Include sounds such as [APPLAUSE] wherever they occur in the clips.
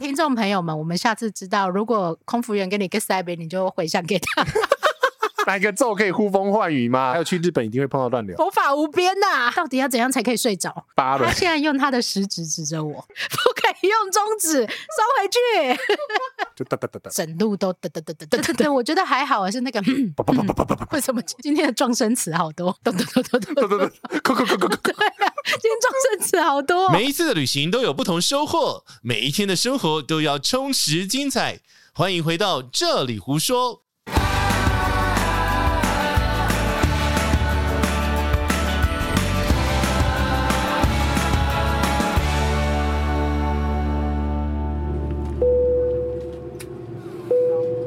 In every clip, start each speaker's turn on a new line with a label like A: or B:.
A: 听众朋友们，我们下次知道，如果空服员给你一个塞杯，你就回向给 [LAUGHS] 他，
B: 来个咒可以呼风唤雨嘛？还有去日本一定会碰到乱流，
A: 佛法无边呐、到底要怎样才可以睡着？
B: 八轮
A: 他现在用他的食指指 [LAUGHS] 着我，不可以用中指，收回去。
B: 就哒哒哒哒，
A: 整路都噔噔噔噔噔噔噔，我觉得还好啊，是 [LAUGHS] 那个。嗯
B: 叭叭叭叭叭叭叭，
A: 为什 [LAUGHS] 么今天的撞声词好多？咚咚咚咚
B: 哒
A: 咚！
B: 哒哒，扣扣扣扣扣，
A: 今天撞声词好多哦、
C: [LAUGHS]
D: 每一次的旅行都有不同收获，每一天的生活都要充实精彩。欢迎回到这里胡说。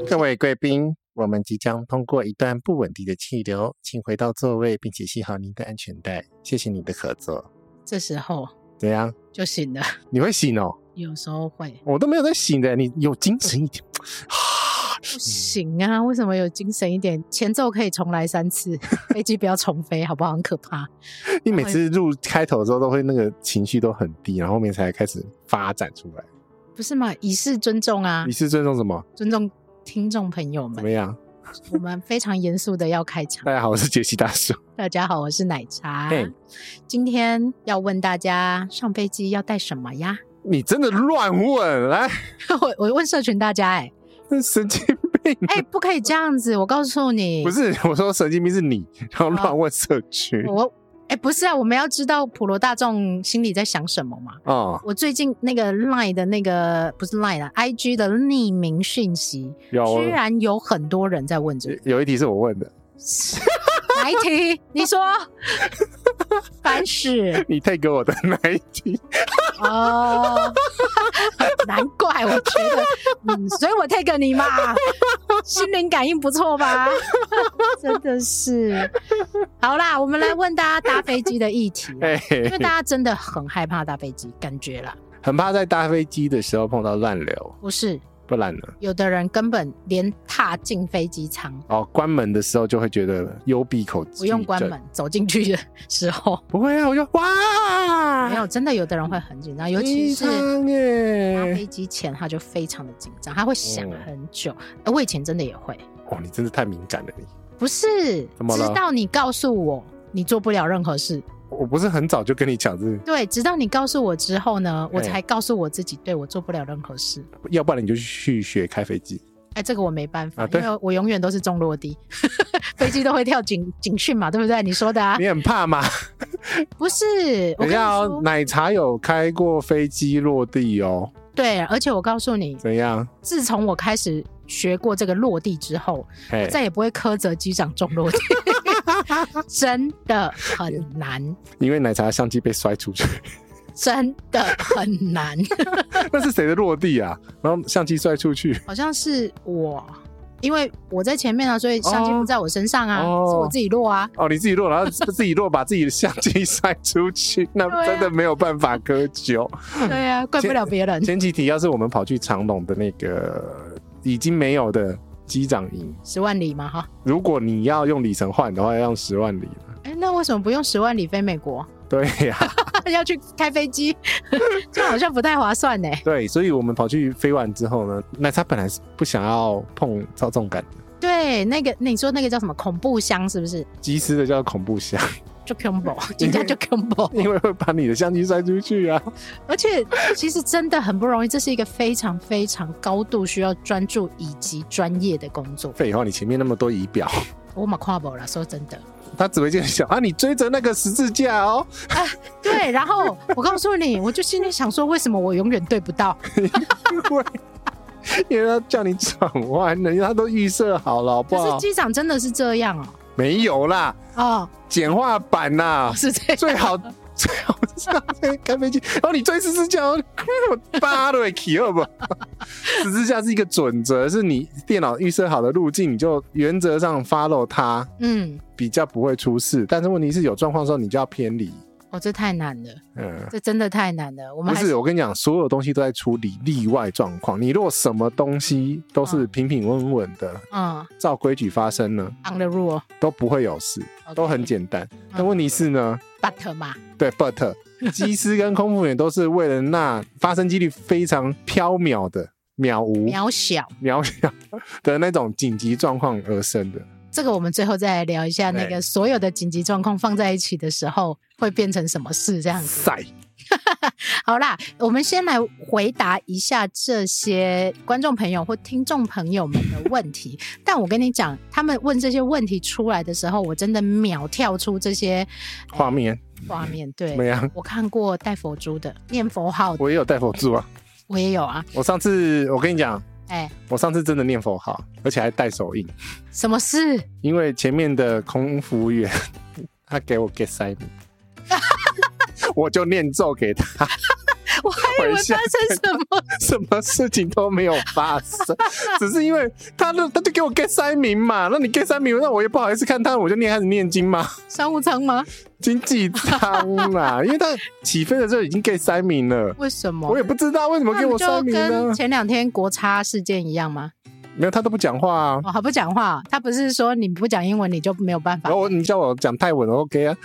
B: 各位贵宾，我们即将通过一段不稳定的气流，请回到座位，并且系好您的安全带。谢谢你的合作。
A: 这时候
B: 怎样？
A: 就醒了，
B: 你会醒哦？
A: 有时候会
B: 我都没有在醒的，你有精神一点。
A: [LAUGHS] 不行啊。为什么有精神一点？前奏可以重来三 [LAUGHS] 次，飞机不要重飞，好不好？很可怕。
B: 你每次录开头的时候都会那个情绪都很低，然后后面才开始发展出来。
A: 不是嘛？以示尊重啊
B: 你，是尊重什么？
A: 尊重听众朋友
B: 怎么
A: 们。
B: 样？
A: 我们非常严肃的要开场。
B: 大家好，我是杰西大叔。
A: 大家好，我是奶茶
B: 嘿。
A: 今天要问大家上飞机要带什么呀？ [LAUGHS]
B: 你真的乱问，来，
A: 我我问社群大家、
B: [LAUGHS]
A: 哎
B: 这神经
A: [LAUGHS]
B: 病！
A: 哎、不可以这样子，我告诉你，
B: 不是，我说神经病是你，然后乱问社区。
A: 我哎、不是啊，我们要知道普罗大众心里在想什么嘛。
B: 哦，
A: 我最近那个 Line 的那个不是 Line 的 IG 的匿名讯息，
B: 有
A: 居然有很多人在问这个
B: 有一题是我问的， [LAUGHS]
A: 哪一题？你说，烦死
B: 你退给我的那一题，
A: 哦！难怪我觉得，嗯，所以我 take 你嘛， [LAUGHS] 心灵感应不错吧？ [LAUGHS] 真的是，好啦，我们来问大家搭飞机的议题啊、
B: [LAUGHS] 哎、
A: 因 [LAUGHS] 为大家真的很害怕搭飞机，感觉啦，
B: 很怕在搭飞机的时候碰到乱流，
A: 不是
B: 不然呢？
A: 有的人根本连踏进飞机舱，
B: 哦，关门的时候就会觉得幽闭口
A: 不用关
B: 症，
A: 门，走进去的时候，
B: 不会啊，我就
A: 没
B: 哇，
A: 有真的有的人会很紧张，尤其啊哎是啊
B: 机舱
A: 搭
B: 耶！
A: 飞机前他就非常的紧张，他会想很久。呃我以前真的也会，
B: 哦，你真的太敏感了你。
A: 不是
B: 怎么
A: 直
B: 了
A: 到你告诉我你做不了任何事，
B: 我不是很早就跟你讲，是
A: 对，直到你告诉我之后呢，我
B: 哎
A: 才告诉我自己，对我做不了任何事。
B: 要不然你就去学开飞机。
A: 哎，这个我没办法，
B: 啊
A: 因
B: 对
A: 为我永远都是中落地， [LAUGHS] 飞机都会跳警 [LAUGHS] 警讯嘛，对不对？你说的啊，
B: 你很怕吗？
A: 不是，我
B: 等
A: 跟
B: 一
A: 你
B: 下哦
A: 说，，
B: 奶茶有开过飞机落地哦，
A: 对，而且我告诉你，
B: 怎样？
A: 自从我开始学过这个落地之后，
B: 嘿，
A: 再也不会苛责机长重
B: [LAUGHS]
A: 落地，真的很难，
B: 因为奶茶相机被摔出去， [LAUGHS]
A: 真的很难。
B: 那是谁的落地啊？然后相机摔出去，
A: 好像是我，因为我在前面啊，所以相机
B: 哦
A: 不在我身上啊，
B: 哦
A: 是我自己落
B: [CLEARS THROAT]
A: 啊。
B: 哦，你自己落，然后自己落，把自己的相机 [LAUGHS] 塞出去，那
A: 对啊
B: 真的没有办法割韭。
A: 对啊，怪不了别人。
B: 前几题要是我们跑去长隆的那个已经没有的机长营，
A: 十万里嘛，哈。
B: 如果你要用里程换的话，要用十万里了。
A: 哎，那为什么不用十万里飞美国， [LAUGHS]
B: 对呀、
A: 要去开飞机？ [LAUGHS] 这好像不太划算呢。
B: 对，所以我们跑去飞完之后呢，奶茶本来是不想要碰操纵杆的，
A: 对，那个你说那个叫什么恐怖箱是不是？
B: 机师的叫恐
A: [LAUGHS]
B: 怖箱，
A: 就 combo，人
B: [LAUGHS]
A: 家就 combo。
B: 因为会把你的相机塞出去啊。
A: 而且其实真的很不容易，这是一个非常非常高度需要专注以及专业的工作。
B: 废话，你前面那么多仪表，
A: 我马跨博了，说真的。
B: 他只会见想啊，你追着那个十字架哦， [LAUGHS]
A: 对，然后我告诉你，我就心里想说，为什么我永远对不
B: [LAUGHS]
A: 到？
B: 因为因为他叫你转弯的，他都预设好了，好不
A: 可
B: 好
A: 是？机长真的是这样哦、
B: 没有啦，
A: 哦，
B: 简化版啦， [LAUGHS]
A: 是这样。[LAUGHS]
B: 最好最好是在开飞机，然后你追十字架， [LAUGHS] 然后我巴瑞奇二吧。 [LAUGHS] 十字架是一个准则，是你电脑预设好的路径，你就原则上 follow 它，
A: 嗯，
B: 比较不会出事。但是问题是有状况的时候，你就要偏离。
A: 哦，这太难了，
B: 嗯，
A: 这真的太难了。我们
B: 不
A: 还
B: 是，我跟你讲，所有东西都在处理例外状况。你如果什么东西都是平平稳稳的，
A: 嗯
B: 照规矩发生呢，
A: ，on the rule
B: 都不会有事，都很简单。
A: 嗯
B: 但问题是呢，
A: but 嘛，
B: 对，but [LAUGHS] 机师跟空服员都是为了那发生几率非常缥缈的、渺无、
A: 渺小。
B: 渺小的那种紧急状况而生的。
A: 这个我们最后再来聊一下，那个所有的紧急状况放在一起的时候会变成什么事这样子。
B: 塞，
A: 好啦，我们先来回答一下这些观众朋友或听众朋友们的问题。但我跟你讲，他们问这些问题出来的时候，我真的秒跳出这些
B: 画面
A: 画面。
B: 怎么
A: 对，
B: 样？
A: 我看过戴佛珠的、念佛号的，
B: 我也有带佛珠啊！
A: 我也有啊。
B: 我上次我跟你讲，
A: 哎，
B: 我上次真的念佛号，而且还带手印，
A: 什么事？ [LAUGHS]
B: 因为前面的空服员 [LAUGHS] 他给我 get 塞米，我就念咒给他，
A: 我还以为
B: 回
A: 发
B: 向
A: 生什么
B: [LAUGHS] 什么事情都没有发生， [LAUGHS] 只是因为他就他就给我 get 塞名嘛，那你 get 塞名，那我也不好意思看他，我就念开始念经嘛， [LAUGHS]
A: 商务舱吗？
B: 经济舱
A: [LAUGHS]
B: 啦，因为他起飞的时候已经 get 塞名了。
A: 为什么？
B: 我也不知道为什么
A: 那
B: 给
A: 不
B: 我塞
A: 哦就
B: 名啊呢
A: 跟？前两天国差事件一样吗？
B: 没有，他都不讲话啊。
A: 哦，他不讲话，他不是说你不讲英文你就没有办法
B: 然，后我你叫我讲泰文，OK 啊？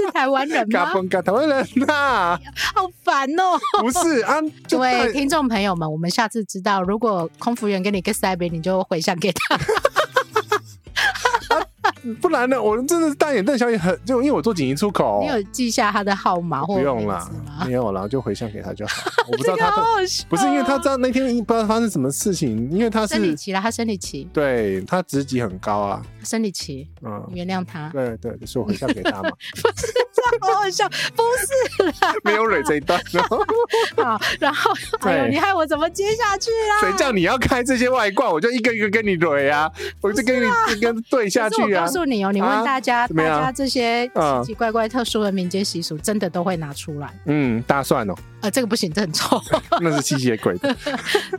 A: 是台湾人吗
B: [LAUGHS] 嘎？嘣嘎，台湾人呐、
A: [LAUGHS] 好烦哦！
B: 不是啊？就
A: 对，听众朋友们，我们下次知道，如果空服员给你个塞杯，你就回向给
B: [LAUGHS]
A: 他。
B: 哦不然呢？我真的是大眼瞪小眼很，就因为我做紧急出口
A: 你，有记下他的号码或
B: 不用啦
A: 名字吗，
B: 没有啦，我就回向给他就好。我不知
A: 这
B: 道
A: 个
B: 他
A: 好
B: 的，
A: 好笑哦
B: 不是因为他知道那天不知道发生什么事情，因为他
A: 生理
B: 是
A: 期了，他生理期，
B: 对他职级很高啊，
A: 生理期，
B: 嗯
A: 你。原谅他。 [LAUGHS]
B: 对对，所以我回向给他嘛，
A: 好好笑，不
B: 没有蕊这一段哦。
A: 是啊。然后，哎呦，
B: 对
A: 你害我怎么接下去啦？
B: 谁叫你要开这些外挂，我就一个一个跟你蕊啊，我就跟你跟对下
A: 可是
B: 去
A: 我
B: 啊
A: 告。诉你哦，你问
B: 啊
A: 大家，
B: 怎
A: 大
B: 么样
A: 家这些
B: 嗯
A: 奇奇怪怪、特殊的民间习俗，真的都会拿出来。
B: 嗯，
A: [LAUGHS]
B: 大蒜哦，
A: 呃，这个不行，这很臭。
B: 那是吸血鬼的。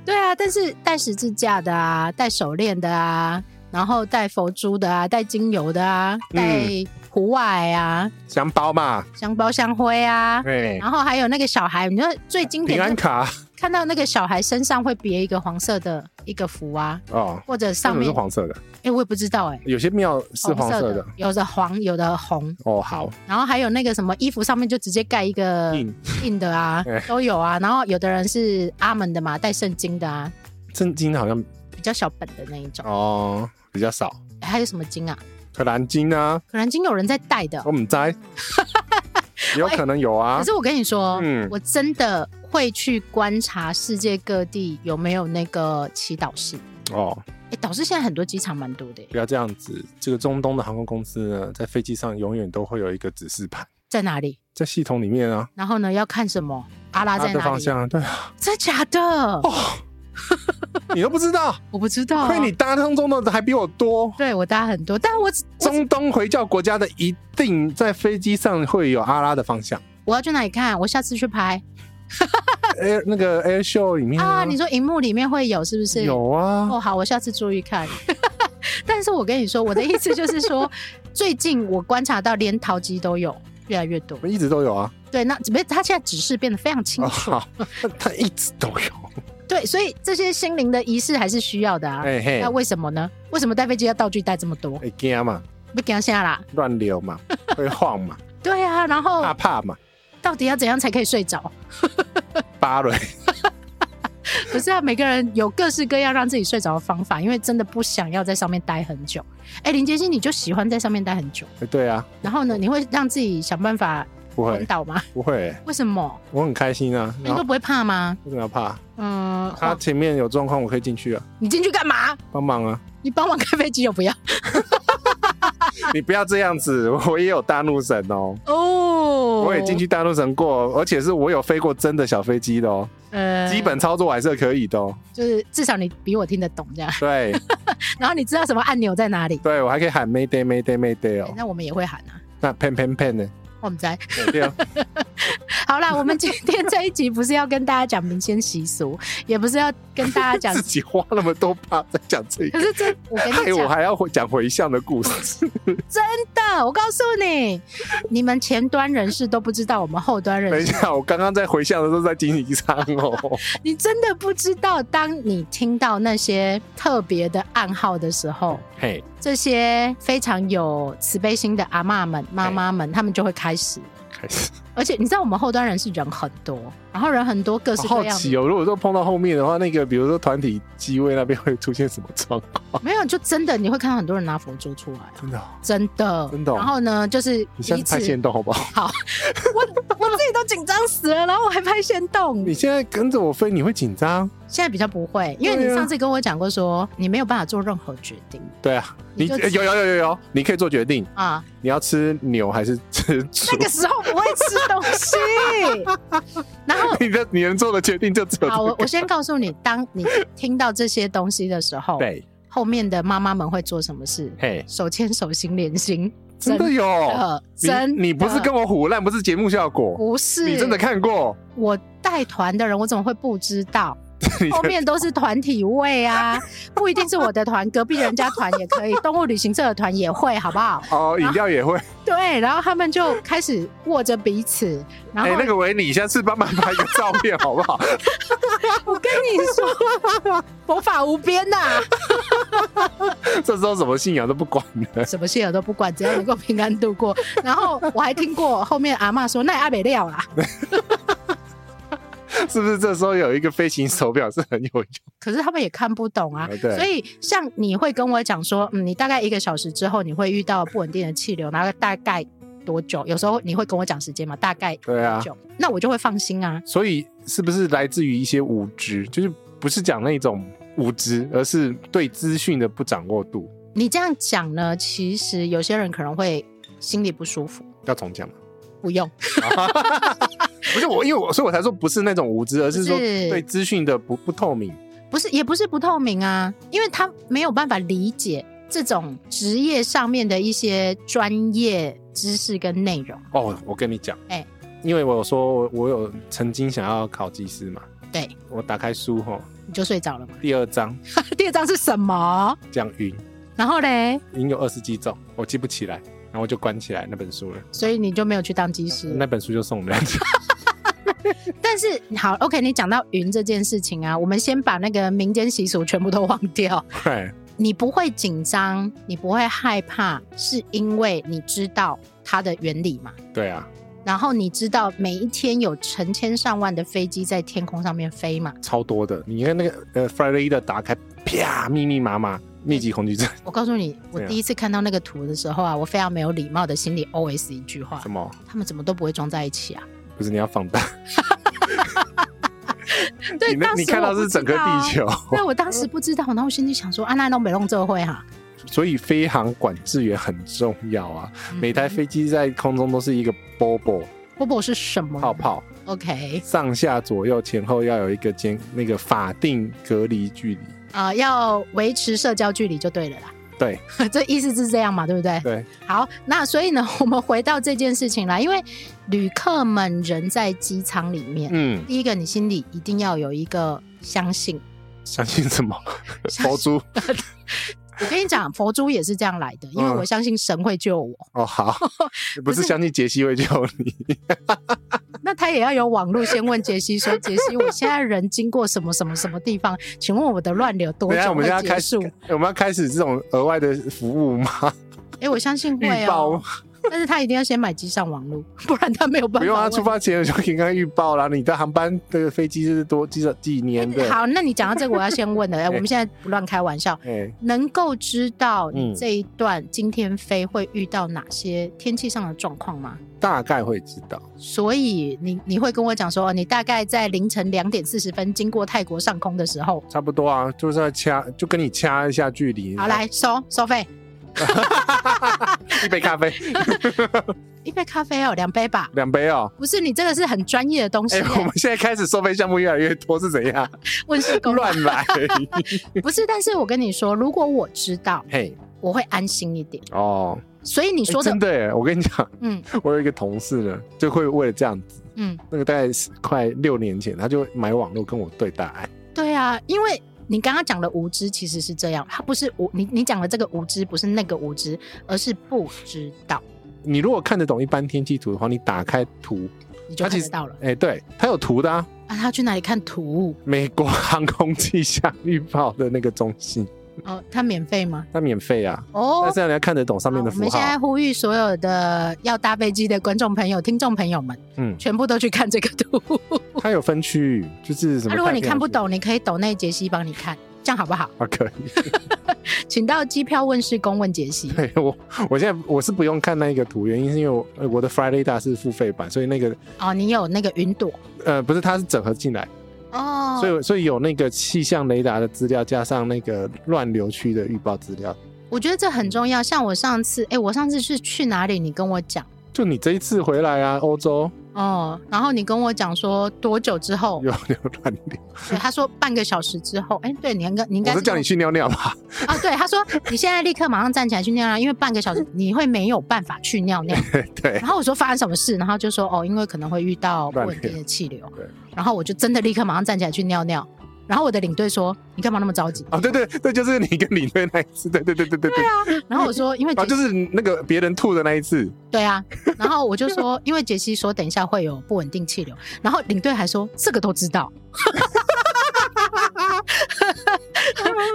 A: 对啊，但是戴十字架的啊，戴手链的啊，然后戴佛珠的啊，戴精油的啊，
B: 嗯
A: 戴壶外啊，
B: 香包嘛，
A: 香包香灰啊。
B: 对，
A: 然后还有那个小孩，你说最经典
B: 平
A: 的，
B: 安卡
A: 看到那个小孩身上会别一个黄色的一个符啊，
B: 哦，
A: 或者
B: 为
A: 上
B: 什么是
A: 面，
B: 黄色的？
A: 哎，我也不知道哎、
B: 有些庙是黄
A: 色
B: 色
A: 的
B: 的，
A: 有的黄，有的红，
B: 哦。好，
A: 然后还有那个什么衣服上面就直接盖一个
B: 印
A: 印的
B: [LAUGHS]
A: 啊
B: 哎，
A: 都有啊。然后有的人是阿门的嘛，带圣经的啊，
B: 正经好像
A: 比较小本的那一种。
B: 哦比较少，
A: 还有什么经啊？
B: 可兰经啊，
A: 可能经有人在带的
B: 我，
A: [LAUGHS]
B: 们摘，有可能有啊
A: 可是。我跟你说，
B: 嗯
A: 我真的会去观察世界各地有没有那个祈祷室。
B: 哦，
A: 哎，导师现在很多机场蛮多的耶，
B: 不要这样子。这个中东的航空公司呢，在飞机上永远都会有一个指示牌，
A: 在哪里？
B: 在系统里面啊，
A: 然后呢，要看什么？阿拉在
B: 它的
A: 哪
B: 方
A: 里？
B: 向啊，哦对啊，
A: 真假的？
B: [LAUGHS] 你都不知道，
A: 我不知道、
B: 亏你，搭当中的还比我多。
A: 对哦我搭很多，但我只我只
B: 中东回教国家的一定在飞机上会有阿拉的方
A: [LAUGHS]
B: 向。
A: 我要去哪里看？我下次去拍
B: Air 那个 Air Show 里面
A: 啊！你说荧幕里面会有是不是？
B: 有啊，
A: 哦，好，我下次注意看。 [LAUGHS] 但是我跟你说，我的意思就是
B: [LAUGHS]
A: 说，最近我观察到连淘机都有越来越多
B: 我。们一直都有啊。
A: 对，那没他现在指示变得非常清
B: 哦，
A: 楚。
B: 好，他一直都有。
A: 对，所以这些心灵的仪式还是需要的啊。
B: 哎嘿
A: 那，为什么呢？为什么带飞机要道具带这么多？
B: 会惊嘛，
A: 不给他下啦。
B: 乱
A: [LAUGHS]
B: 流嘛，会晃嘛，
A: 对啊，然后
B: 怕怕嘛，
A: 到底要怎样才可以睡着？
B: 芭蕾。
A: 可是啊，每个人有各式各样让自己睡着的方法，因为真的不想要在上面待很久。哎，林杰西，你就喜欢在上面待很久，
B: 哎对啊，
A: 然后呢，你会让自己想办法
B: 不
A: 昏
B: 会
A: 倒吗？
B: 不会，
A: 为什么？
B: 我很开心啊。
A: 你
B: 然
A: 都
B: 后
A: 不会怕吗？
B: 为什么要怕？
A: 嗯，
B: 他前面有状况，我可以进去啊，
A: 你进去干嘛？
B: 帮忙啊。
A: 你帮忙开飞机又不要？
B: 你不要这样子， [LAUGHS] 我也有大怒神哦，
A: 哦，
B: 我也进。去大怒神过，哦而且是我有飞过真的小飞机的哦，
A: 呃
B: 基本操作我还是可以的哦。
A: 就是至少你比我听得懂这样， [LAUGHS]
B: [LAUGHS] 对
A: 然后你知道什么按钮在哪里。
B: 对，我还可以喊 Mayday 哎 Mayday Mayday
A: 欸
B: 哦。
A: 那我们也会喊啊，
B: [LAUGHS] 那 pen pen pen 呢？
A: 我们在。
B: 对哦，
A: 好啦，我们今天这一集不是要跟大家讲民间习俗， [LAUGHS] 也不是要跟大家讲
B: 自，己花那么多趴在讲这
A: 可
B: 个，
A: 是这我跟
B: 哎，
A: 你
B: 我
A: 讲
B: 还要回讲回向的故 [LAUGHS] 事，
A: 的，我告诉你，你们前端人士都不知道，我们后端
B: 等
A: 人
B: 一
A: 士，
B: 下，我刚刚在回向的时候在经营商哦，
A: 你真的不知道，当你听到那些特别的暗号的时候。
B: [LAUGHS] 嘿，
A: 这些非常有慈悲心的阿嬷们、妈妈们，他们就会开始。
B: 开始。
A: 而且你知道，我们后端人是人很多，然后人很多，各式
B: 好
A: 各样
B: 奇哦，如果说碰到后面的话，那个比如说团体机位那边会出现什么状况？
A: 没有，就真的你会看到很多人拿佛珠出来，
B: 真的哦，
A: 真的，
B: 真的哦
A: 然后呢，就是
B: 你下
A: 彼
B: 次
A: 此
B: 拍，线动好不好？
A: 我我自己都紧张死了，然后我还拍线动
B: 你。现在跟着我飞，你会紧张？
A: 现在比较不会，因为
B: 对
A: 你
B: 啊
A: 上次跟我讲过说，你没有办法做任何决定
B: 对啊，你
A: 你就
B: 有有有有有，你可以做决定，
A: 啊，
B: 你要吃牛还是吃猪
A: 那？个时候不会吃东西。然
B: [LAUGHS]
A: 后
B: [LAUGHS] 你的你能做的决定就只有这
A: 好，我
B: 个
A: 我先告诉你，当你听到这些东西的时候，
B: 对，
A: 后面的妈妈们会做什么事？
B: 嘿，
A: 手牵手，心连心，
B: 真的有，
A: 呃，
B: 你
A: 真
B: 哦你不是
A: 的
B: 跟我胡乱，不是节目效果，
A: 不是
B: 你真的看过？
A: 我带团的人，我怎么会不知
B: [LAUGHS]
A: 道？
B: 你
A: 后面都是团体位啊，
B: [LAUGHS]
A: 不一定是我的团，隔壁人家团也可以，动物旅行社的团也会，好不好？
B: 哦，饮料也会，
A: 对，然后他们就开始握着彼此，然
B: 哎
A: 后、，
B: 那个维尼，下次帮忙拍个照片好不好？ [LAUGHS]
A: 啊我跟你说，佛法无边啊呐、
B: 这时候什么信仰都不管了，
A: 什么信仰都不管，只要能够平安度过。然后我还听过后面阿嬷说，那也阿北料啦，
B: 是不是？这时候有一个飞行手表是很有用
A: 可是他们也看不懂啊
B: 啊。对
A: 所以像你会跟我讲说，嗯，你大概一个小时之后你会遇到不稳定的气流，然后大概多久？有时候你会跟我讲时间嘛，大概
B: 对啊
A: 多久？那我就会放心啊。
B: 所以是不是来自于一些无知？就是不是讲那种无知，而是对资讯的不掌握度？
A: 你这样讲呢，其实有些人可能会心里不舒服，
B: 要重讲吗？
A: 不用。
B: 不是我，因为我所以我才说不是那种无知，而是说
A: 不是
B: 对资讯的不不透明。
A: 不是，也不是不透明啊，因为他没有办法理解这种职业上面的一些专业知识跟内容。
B: 哦，我跟你讲，
A: 哎
B: 因为我有说我我有曾经想要考技师嘛，
A: 对，
B: 我打开书吼，
A: 你就睡着了嘛？
B: 第二章
A: [LAUGHS] 第二章是什么？
B: 讲云，
A: 然后嘞，
B: 云有二十几种，我记不起来，然后我就关起来那本书了，
A: 所以你就没有去当技师。
B: 那本书就送人。 [LAUGHS]
A: 但是好，OK，你讲到云这件事情啊，我们先把那个民间习俗全部都忘掉。 [LAUGHS]
B: 对，
A: 你不会紧张，你不会害怕，是因为你知道它的原理嘛？
B: 对啊，
A: 然后你知道每一天有成千上万的飞机在天空上面飞嘛？
B: 超多的。你看那个呃 Friday 的打开，啪，密密麻麻，密集恐惧症，
A: 我告诉你，我
B: 对啊
A: 第一次看到那个图的时候啊，我非常没有礼貌的心里 OS 一句话
B: 什：么？
A: 他们怎么都不会装在一起
B: [LAUGHS]
A: 啊？
B: 不是你要放大，
A: [LAUGHS] 对，
B: 你那
A: 当时
B: 你看到
A: 我
B: 是
A: 不知道
B: 整个
A: 啊
B: 地。球，
A: 对，我当时不知道，然后我心里想说，啊，那弄美弄这会哈、
B: [LAUGHS] 所以飞航管制也很重要啊。
A: 嗯
B: 每台飞机在空中都是一个 bubble
A: 波波是什么
B: 泡泡，
A: ？OK，
B: 上下左右前后要有一个间那个法定隔离距离。
A: 呃，要维持社交距离就对了啦。 [LAUGHS]
B: 对
A: 这意思是这样嘛，对不对？
B: 对，
A: 好，那所以呢，我们回到这件事情啦，因为旅客们人在机舱里面，
B: 嗯，
A: 第一个你心里一定要有一个相信。
B: 相信
A: [LAUGHS]
B: 什么？
A: 相信
B: [LAUGHS] 佛珠
A: 我跟你讲，佛珠也是这样来的，因为
B: 嗯
A: 我相信神会救我，[LAUGHS]
B: 哦，好，不是相信杰西会救你，
A: 那他也要有网路先问杰西说：“杰西，我现在人经过什么什么什么地方？请问我的乱流多
B: 等一下
A: 久
B: 我们现
A: 会
B: 在
A: 结
B: 开始
A: 束，
B: 我们要开始这种额外的服务吗？？”
A: 哎、我相信会
B: 预报 [LAUGHS]
A: 哦，但是他一定要先买机上网路，不然他没有 [LAUGHS] 办法。
B: 不用啊，出。发前就应该预报啦。你的航班这个飞机是多几几年
A: [LAUGHS]
B: 的？
A: 好，那你讲到这个，我要先问的，
B: [LAUGHS]
A: 哎、我们现在不乱开玩笑，
B: 哎，
A: 能够知道你
B: 嗯
A: 这一段今天飞会遇到哪些天气上的状况吗？
B: 大概会知道。
A: 所以你你会跟我讲说，你大概在凌晨两点四十分经过泰国上空的时候，
B: 差不多啊，就是在掐，就跟你掐一下距离。
A: 好，来收收费，
B: 一杯咖啡，
A: 一杯咖啡哦，两杯吧。
B: 两
A: [LAUGHS]
B: 杯哦。
A: 不是你这个是很专业的东西、
B: 哎、我们现在开始收费项目越来越多，是怎样？
A: 问世公 [LAUGHS]
B: [LAUGHS] 乱来。
A: 不是，但是我跟你说，如果我知道
B: 嘿，
A: 我会安心一点。
B: 哎哦，
A: 所以你
B: 诶
A: 说的，
B: 真的耶，我跟你讲，
A: 嗯
B: 我有一个同事呢，就会为了这样子，
A: 嗯，
B: 那个大概是快六年前，他就买网络跟我对大爱。
A: 对啊，因为你刚刚讲的无知其实是这样，它不是无你你讲的这个无知不是那个无知，而是不知道，
B: 你如果看得懂一般天气图的话，你打开图，
A: 你就
B: 它
A: 看
B: 其
A: 得
B: 实
A: 到了。
B: 哎、对，它有图的啊。
A: 啊，他去哪里看图？
B: 美国航空气象预报的那个中心，
A: 哦，他免费吗？
B: 它免费啊，
A: 哦，
B: 但是你要看得懂上面的
A: 好
B: 符
A: 我们
B: 号
A: 现。在呼吁所有的要搭飞机的观众朋友、听众朋友们，
B: 嗯，
A: 全部都去看这个图。
B: 它有分区，就是什么、
A: 啊、如果你看不，懂，你可以抖内杰西帮你看，这样好不好？
B: 啊，可以。
A: [LAUGHS] 请到机票问世公问杰西。
B: 对我，我现在我是不用看那个图，原因是因为我呃我的 Friday 大是付费版，所以那个
A: 哦，你有那个云朵
B: 呃不是，它是整合进来，
A: 哦，
B: 所以所以有那个气象雷达的资料，加上那个乱流区的预报资料。
A: 我觉得这很重要。像我上次，哎，我上次是去哪里？你跟我讲
B: 就你这一次回来啊，欧洲
A: 哦，然后你跟我讲说多久之后？
B: 有有乱流，
A: 对他说半个小时之后。哎，对，你应该你应
B: 我
A: 该
B: 是叫你去尿
A: [LAUGHS]
B: 尿吧？
A: 啊，对，他说你现在立刻马上站起来去尿尿，因为半个小时你会没有办法去尿尿。
B: [LAUGHS] 对
A: 然，后我说发生什么事，然后就说哦，因为可能会遇到不稳定的气流
B: 对。
A: 然后我就真的立刻马上站起来去尿尿。然后我的领队说：“你干嘛那么着急
B: 啊对对对，就是你跟李队那一次，对对对对对对，？”
A: 然后我说：“因为
B: 啊
A: 杰
B: 就是那个别人吐的那一次，
A: 对啊。”然后我就说：“因为杰西说等一下会有不稳定气流。”然后领队还说：“这个都知道。”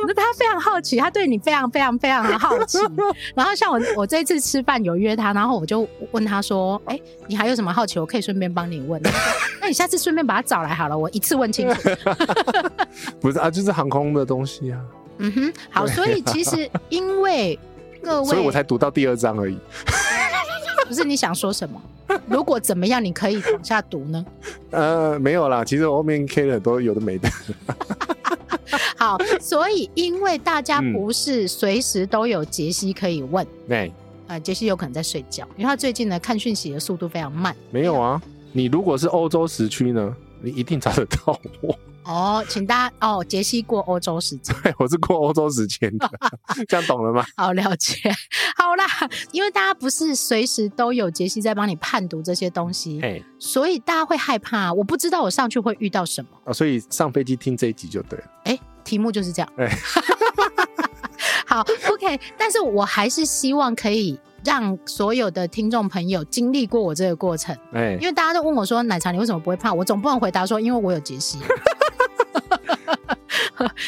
A: 那他非常好奇，他对你非常非常非常的好
B: [LAUGHS]
A: 奇。然后像我，我这一次吃饭有约他，然后我就问他说：“哎、你还有什么好奇？我可以顺便帮你问。他说”那你下次顺便把他找来好了，我一次问清
B: [LAUGHS]
A: 楚。
B: 不是啊，就是航空的东西啊，
A: 嗯哼，好，所以其实因为各位，
B: 所以我才读到第二章而已。
A: 不是你想说什么？如果怎么样，你可以往下读呢？
B: 呃，没有啦，其实我后面 K 了很多有的没的，
A: 好，所以因为大家
B: 嗯
A: 不是随时都有杰西可以问，
B: 哎，
A: 呃，杰西有可能在睡觉，因为他最近呢看讯息的速度非常慢。
B: 没有啊。你如果是欧洲时区呢，你一定找得到我。 [LAUGHS]
A: 哦，请大家哦，杰西过欧洲时间，
B: 嘿我是过欧洲时间的，这样懂了吗？
A: 好了解，好啦，因为大家不是随时都有杰西在帮你判读这些东西，
B: 哎、
A: 所以大家会害怕。我不知道我上去会遇到什么。
B: 啊，所以上飞机听这一集就对了。
A: 哎，题目就是这样。
B: 哎
A: [LAUGHS] 好，OK，但是我还是希望可以让所有的听众朋友经历过我这个过程，
B: 哎、
A: 因为大家都问我说：“奶茶，你为什么不会怕？”我总不能回答说：“因为我有杰西。” [LAUGHS]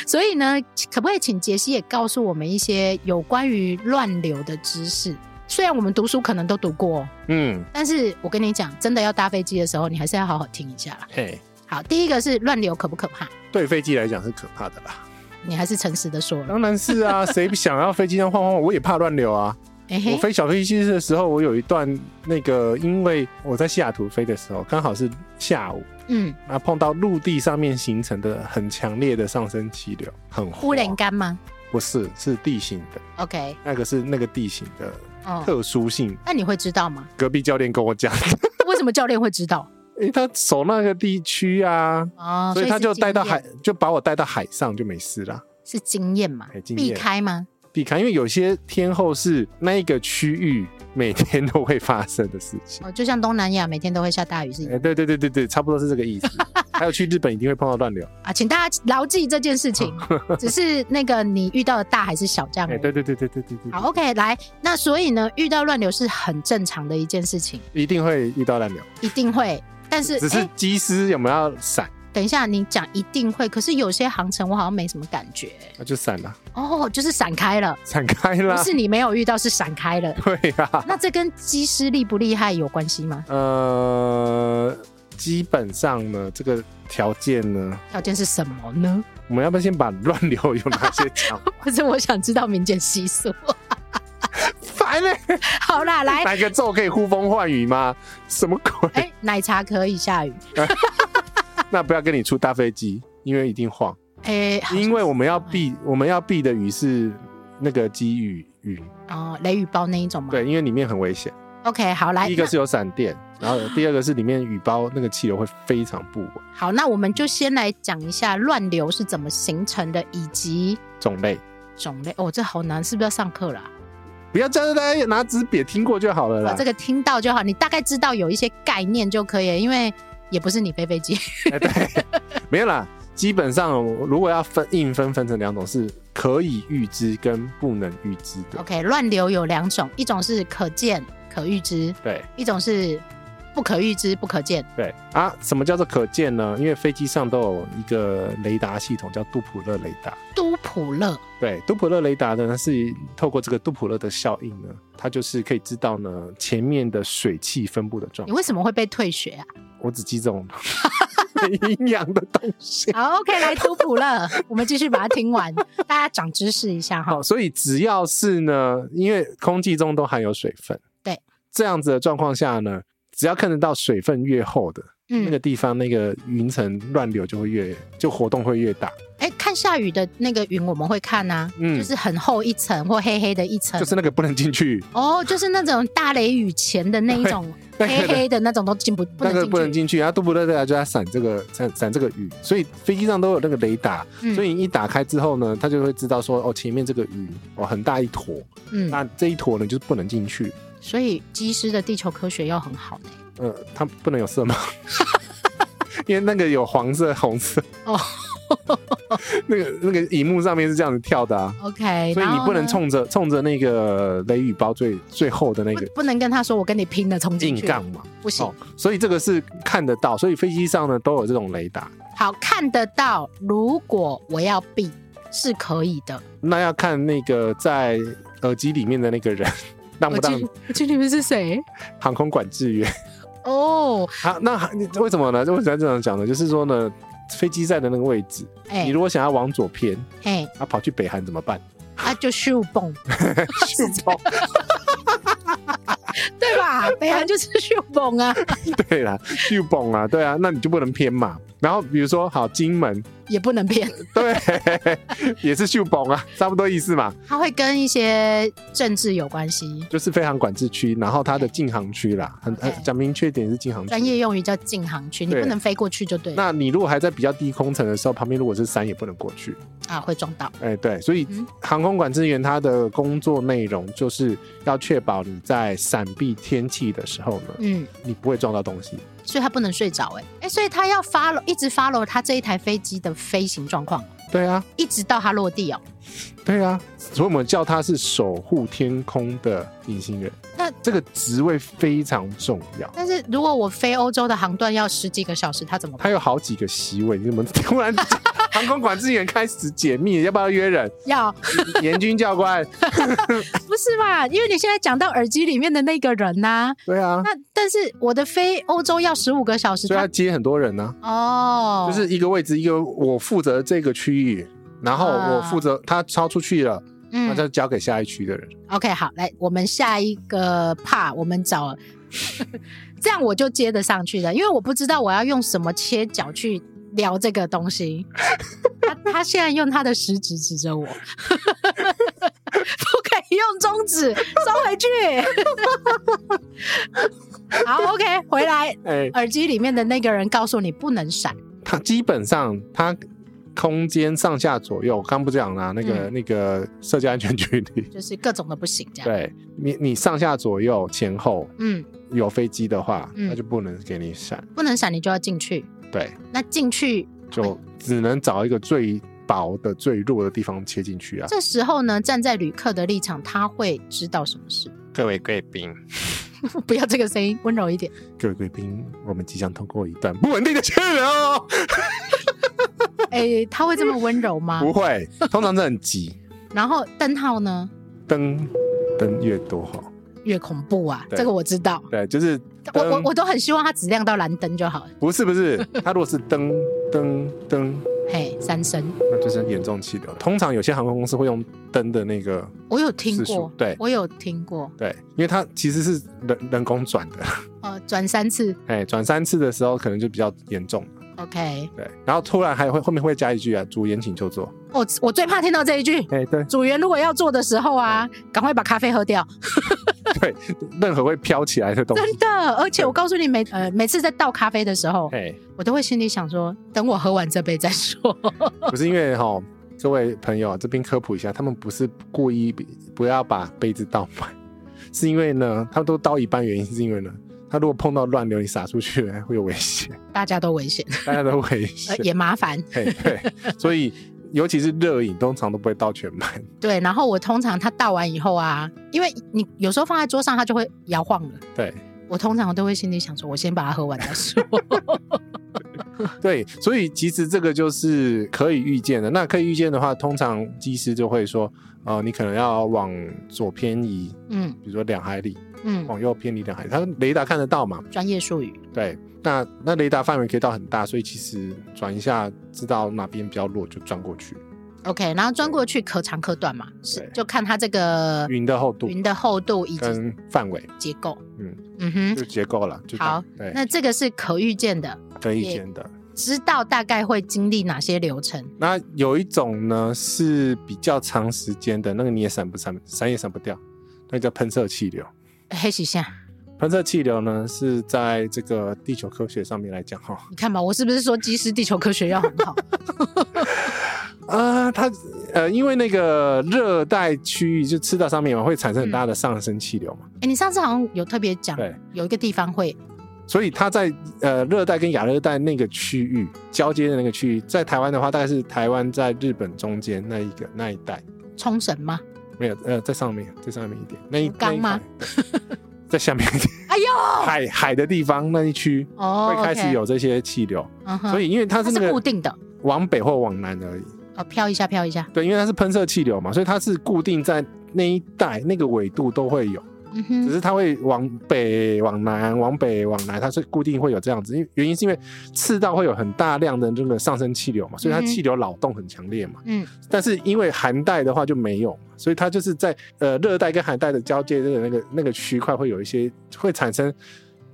A: 所以呢，可不可以请杰西也告诉我们一些有关于乱流的知识？虽然我们读书可能都读过，哦
B: 嗯，
A: 但是我跟你讲，真的要搭飞机的时候，你还是要好好听一下啦。
B: 嘿、
A: 好，第一个是乱流可不可怕？
B: 对飞机来讲是可怕的啦。
A: 你还是诚实的说了。
B: 当然是啊， [LAUGHS] 谁想要飞机上晃晃？我也怕乱流啊。
A: 哎
B: 我
A: 嘿，
B: 飞小飞机的时候，我有一段那个，因为我在西雅图飞的时候，刚好是下午，
A: 嗯，
B: 啊，碰到陆地上面形成的很强烈的上升气流，很
A: 忽
B: 忽
A: 然干吗
B: 不是，是地形的，
A: ？OK，
B: 那个是那个地形的
A: 哦，
B: 特殊性。
A: 那你会知道吗？
B: 隔壁教练跟我讲， [LAUGHS]
A: 为什么教练会知道？
B: 诶、他守那个地区啊，
A: 哦，
B: 所以他
A: 是
B: 就
A: 经
B: 带到
A: 验
B: 海，就把我带到海上就没事啦。
A: 是经验嘛
B: 哎，经
A: 避
B: 验
A: 开吗？
B: 避开，因为有些天后是那一个区域每天都会发生的事情。
A: [LAUGHS] 哦，就像东南亚每天都会下大雨是一
B: 哎、
A: 样
B: 对对对对对，差不多是这个
A: [LAUGHS]
B: 意思。还有去日本一定会碰到乱流。
A: 啊，请大家牢记这件事情，只是那个你遇到的大还是小这样
B: 哎、
A: 而已。
B: 对对对对对对对，
A: 好，OK，来，那所以呢，遇到乱流是很正常的一件事情，
B: 一定会遇到乱流，
A: 一定会。但是，
B: 只
A: 哎、
B: 是机师有没有要闪，
A: 等一下，你讲一定会，可是有些航程我好像没什么感觉、
B: 那就闪了，
A: 哦，就是闪开了，
B: 闪开
A: 不
B: 啦。
A: 是你没有遇到，是闪开了。
B: 对呀、啊，
A: 那这跟机师厉不厉害有关系吗？
B: 呃，基本上呢，这个条件呢，
A: 条件是什么呢？ [LAUGHS]
B: 我们要不要先把乱流有哪些讲？
A: 不是，我想知道民间习俗。欸
B: 烦嘞、
A: 好啦，来，
B: 哪个咒可以呼风唤雨吗？什么鬼？
A: 哎、奶茶可以下雨，
B: 那不要跟你出大飞机，因为一定晃。
A: 哎、好像
B: 因为我们要避，我们要避的雨是那个积雨云，
A: 哦，雷雨包那一种吗？
B: 对，因为里面很危险。
A: ，OK，好，来，
B: 第一个是有闪电，然后第二个是里面雨包那个气流会非常不稳。
A: 那好，那我们就先来讲一下乱流是怎么形成的，以及
B: 种类
A: 种类哦，这好难，是不是要上课啦、
B: 不要教大家拿纸笔听过就好了
A: 把
B: 啦
A: 哦这。个听到就好，你大概知道有一些概念就可以了，因为也不是你飞飞
B: [LAUGHS]
A: 机。
B: 哎对，没有啦。基本上，我如果要分硬分分成两种，是可以预知跟不能预知的。
A: OK，乱流有两种，一种是可见可预知，
B: 对
A: 一种是不可预知不可见。
B: 对啊，什么叫做可见呢？因为飞机上都有一个雷达系统，叫杜普勒雷达。
A: 都普勒
B: 对，杜普勒雷达呢是透过这个杜普勒的效应呢，它就是可以知道呢前面的水汽分布的状
A: 你
B: 况。
A: 为什么会被退学啊？
B: 我只记这种 [LAUGHS] 没营养的东西。
A: 好，OK，来都普勒，我们继续把它听完，大家长知识一下哈
B: 好，。所以只要是呢，因为空气中都含有水分，
A: 对
B: 这样子的状况下呢，只要看得到水分越厚的、那个
A: 嗯，
B: 地方，那个云层乱流就会越就活动会越大，
A: 哎，看下雨的那个云我们会看啊，
B: 嗯
A: 就是很厚一层或黑黑的一层，
B: 就是那个不能进去，
A: 哦，就是那种大雷雨前的那一
B: [LAUGHS]
A: 种
B: 那个
A: 黑黑的那种都进不不
B: 那个
A: 能
B: 不能
A: 进去，
B: 进去，然后杜布勒雷达就在闪这个闪闪这个雨，所以飞机上都有那个雷达，
A: 嗯
B: 所以你一打开之后呢，它就会知道说哦前面这个雨哦很大一坨，
A: 嗯，
B: 那这一坨呢就是不能进去，
A: 所以机师的地球科学要很好呢。
B: 呃，它不能
A: [LAUGHS]
B: 有色盲，因为那个有黄色、红色。
A: 哦，
B: [LAUGHS] 那个那个荧幕上面是这样子跳的啊，
A: OK，
B: 所以你
A: 哎然后
B: 不能
A: 呢
B: 冲着冲着那个雷雨包最最后的那
A: 不
B: 个
A: 不能跟他说我跟你拼了冲进
B: 硬
A: 去，
B: 杠嘛。
A: 不行
B: 哦。，所以这个是看得到，所以飞机上呢都有这种雷达。
A: 好看得到，如果我要避是可以的。
B: 那要看那个在耳机里面的那个人 [LAUGHS] 让不
A: 我
B: 让
A: 记我记你们是谁？
B: 航空管制
A: [LAUGHS]
B: 员。
A: 哦，
B: 好，那你为什么呢？为什么要这样讲呢？就是说呢，飞机在的那个位置，你
A: 哎
B: 如果想要往左偏，
A: 哎，
B: 啊跑去北韩怎么办？
A: 啊就秀蹦，
B: 去跑。
A: [LAUGHS] 对吧？北韩就是秀蹦啊，
B: [LAUGHS] 对啦，去蹦啊，对啊，那你就不能偏嘛。然后比如说好金门， [LAUGHS]
A: 也不能变。
B: 对， [LAUGHS] 也是秀崩啊，差不多意思嘛，
A: 它会跟一些政治有关系，
B: 就是飞航管制区，然后它的禁航区啦，很很
A: OK
B: 讲明确一点是禁航区。
A: 专业用语叫禁航区，你
B: 嗯对
A: 不能飞过去就对了
B: 那你如果还在比较低空层的时候，旁边如果是山也不能过去，
A: 啊，会撞到。
B: 哎，对，所以
A: 嗯
B: 航空管制员他的工作内容就是要确保你在闪避天气的时候呢，
A: 嗯，
B: 你不会撞到东西。
A: 所以他不能睡着，哎哎，所以他要 follow 一直 follow 他这一台飞机的飞行状况，
B: 对啊，
A: 一直到它落地哦。
B: 对啊，所以我们叫他是守护天空的隐形人。
A: 那
B: 这个职位非常重要，
A: 但是如果我飞欧洲的航段要十几个小时，他怎么
B: 它
A: 办？
B: 有好几个席位。你怎么突然 [LAUGHS] 航空管制员开始解密？要不要约人？
A: 要
B: 严军教官，
A: 不是吧？因为你现在讲到耳机里面的那个人呐、
B: 对啊，
A: 那但是我的飞欧洲要十五个小时，
B: 所以要
A: 他
B: 接很多人呢、
A: 哦，
B: 啊就是一个位置，一个我负责这个区域，然后
A: 啊
B: 我负责他超出去了，那
A: 嗯
B: 就交给下一区的人。
A: ，OK，好，来，我们下一个怕我们找， [LAUGHS] 这样我就接得上去了，因为我不知道我要用什么切角去聊这个东西。他他现在用他的食指指着我， [LAUGHS] 不可以用中指，收回去。好，OK，回来，
B: 哎，
A: 耳机里面的那个人告诉你不能闪，
B: 他基本上他空间上下左右，我刚不讲啊啦，那个、那个社交安全距离，
A: 就是各种的不行这样。
B: 对你你上下左右前后
A: 嗯，
B: 有飞机的话，
A: 嗯
B: 那就不能给你闪。
A: 不能闪你就要进去。
B: 对，
A: 那进去
B: 就只能找一个最薄的、最弱的地方切进去啊。
A: 这时候呢，站在旅客的立场，他会知道什么事。 [LAUGHS]
B: 各位贵宾，
A: 不要这个声音，温柔
B: [LAUGHS]
A: 一点。
B: 各位贵宾，我们即将通过一段不稳定的气流哦。
A: 哎、他会这么温柔吗？
B: 不会，通常是很急，
A: 然后灯号呢，
B: 灯灯越多哈。
A: 越恐怖啊，
B: 对
A: 这个我知道。
B: 对，就是
A: 我我
B: 灯
A: 我都很希望它只亮到蓝灯就好了。
B: 不是不是，它如果是灯灯灯，
A: 嘿，三声，
B: 那就是很严重气流。通常有些航空公司会用灯的那个，
A: 我有听
B: 是
A: 过
B: 数，对
A: 我有听过。
B: 对，因为它其实是人人工转的，
A: 呃，转三次
B: 哎，转三次的时候可能就比较严重。
A: ，OK。
B: 对，然后突然还会后面会加一句啊，主言请就坐。
A: 我、我最怕听到这一句。
B: 哎，对，
A: 组员如果要做的时候啊，赶快把咖啡喝掉。
B: [LAUGHS] 任何会飘起来的东西。
A: 真的，而且我告诉你，每呃每次在倒咖啡的时候，
B: [LAUGHS] 哎，
A: 我都会心里想说，等我喝完这杯再说。 [LAUGHS]
B: 不是因为哈，各位朋友，啊这边科普一下，他们不是故意不要把杯子倒满，是因为呢，他们都倒一半，原因是因为呢，他如果碰到乱流，你洒出去会有危险，
A: 大家都危险，
B: 大家都 [LAUGHS] 危
A: 呃
B: 险。
A: 也麻烦。
B: 嘿对，所以尤其是热饮，通常都不会倒全满。
A: 对，然后我通常它倒完以后啊，因为你有时候放在桌上，它就会摇晃了。
B: 对
A: 我通常都会心里想说，我先把它喝完再说。 [LAUGHS]
B: 对，所以其实这个就是可以预见的。那可以预见的话，通常技师就会说，呃，你可能要往左偏移，
A: 嗯
B: 比如说两海里，
A: 嗯，
B: 往右偏离两海里，它雷达看得到嘛？
A: 专业术语。
B: 对，那那雷达范围可以到很大，所以其实转一下，知道哪边比较弱就转过去。
A: OK，然后钻过去可长可短嘛，是
B: 对
A: 就看它这个
B: 云的厚度
A: 呃云的厚度以及
B: 跟范围，
A: 结构。
B: 嗯
A: 嗯哼，
B: 就结构了，就
A: 好
B: 这样
A: 那这个是可预见的，
B: 对，可以见的。
A: 知道大概会经历哪些流程。
B: 那有一种呢是比较长时间的，那个你也闪不闪，闪也闪不掉，那个叫喷射气流。
A: 黑喜啊下，
B: 喷射气流呢是在这个地球科学上面来讲哈，
A: 你看吧，我是不是说即使地球科学要很好？
B: 啊、它呃因为那个热带区域就赤道上面嘛会产生很大的上升气流嘛，
A: 哎、你上次好像有特别讲
B: 对，
A: 有一个地方会，
B: 所以它在呃热带跟亚热带那个区域交接的那个区域，在台湾的话大概是台湾在日本中间那一个那一带。
A: 冲绳吗？
B: 没有，呃，在上面，在上面一点，那一
A: 福冈吗？
B: 那一块对 [LAUGHS] 在下面一点，
A: 哎呦，
B: 海海的地方那一区
A: 哦，
B: 会开始
A: OK，
B: 有这些气流，
A: 嗯哼，
B: 所
A: 以
B: 以因为它
A: 它
B: 是
A: 是
B: 那
A: 固
B: 个
A: 定的，
B: 往北或往南而已，
A: 哦，飘一下，飘一下，
B: 对，因为它是喷射气流嘛，所以它是固定在那一带那个纬度都会有，
A: 嗯
B: 只
A: 哼，
B: 是它会往北、往南、往北、往南，它是固定会有这样子，因为原因是因为赤道会有很大量的这个上升气流嘛，所以它
A: 嗯哼
B: 气流扰动很强烈嘛。
A: 嗯，
B: 但是因为寒带的话就没有嘛，所以它就是在呃热带跟寒带的交界的那个那个区块会有一些会产生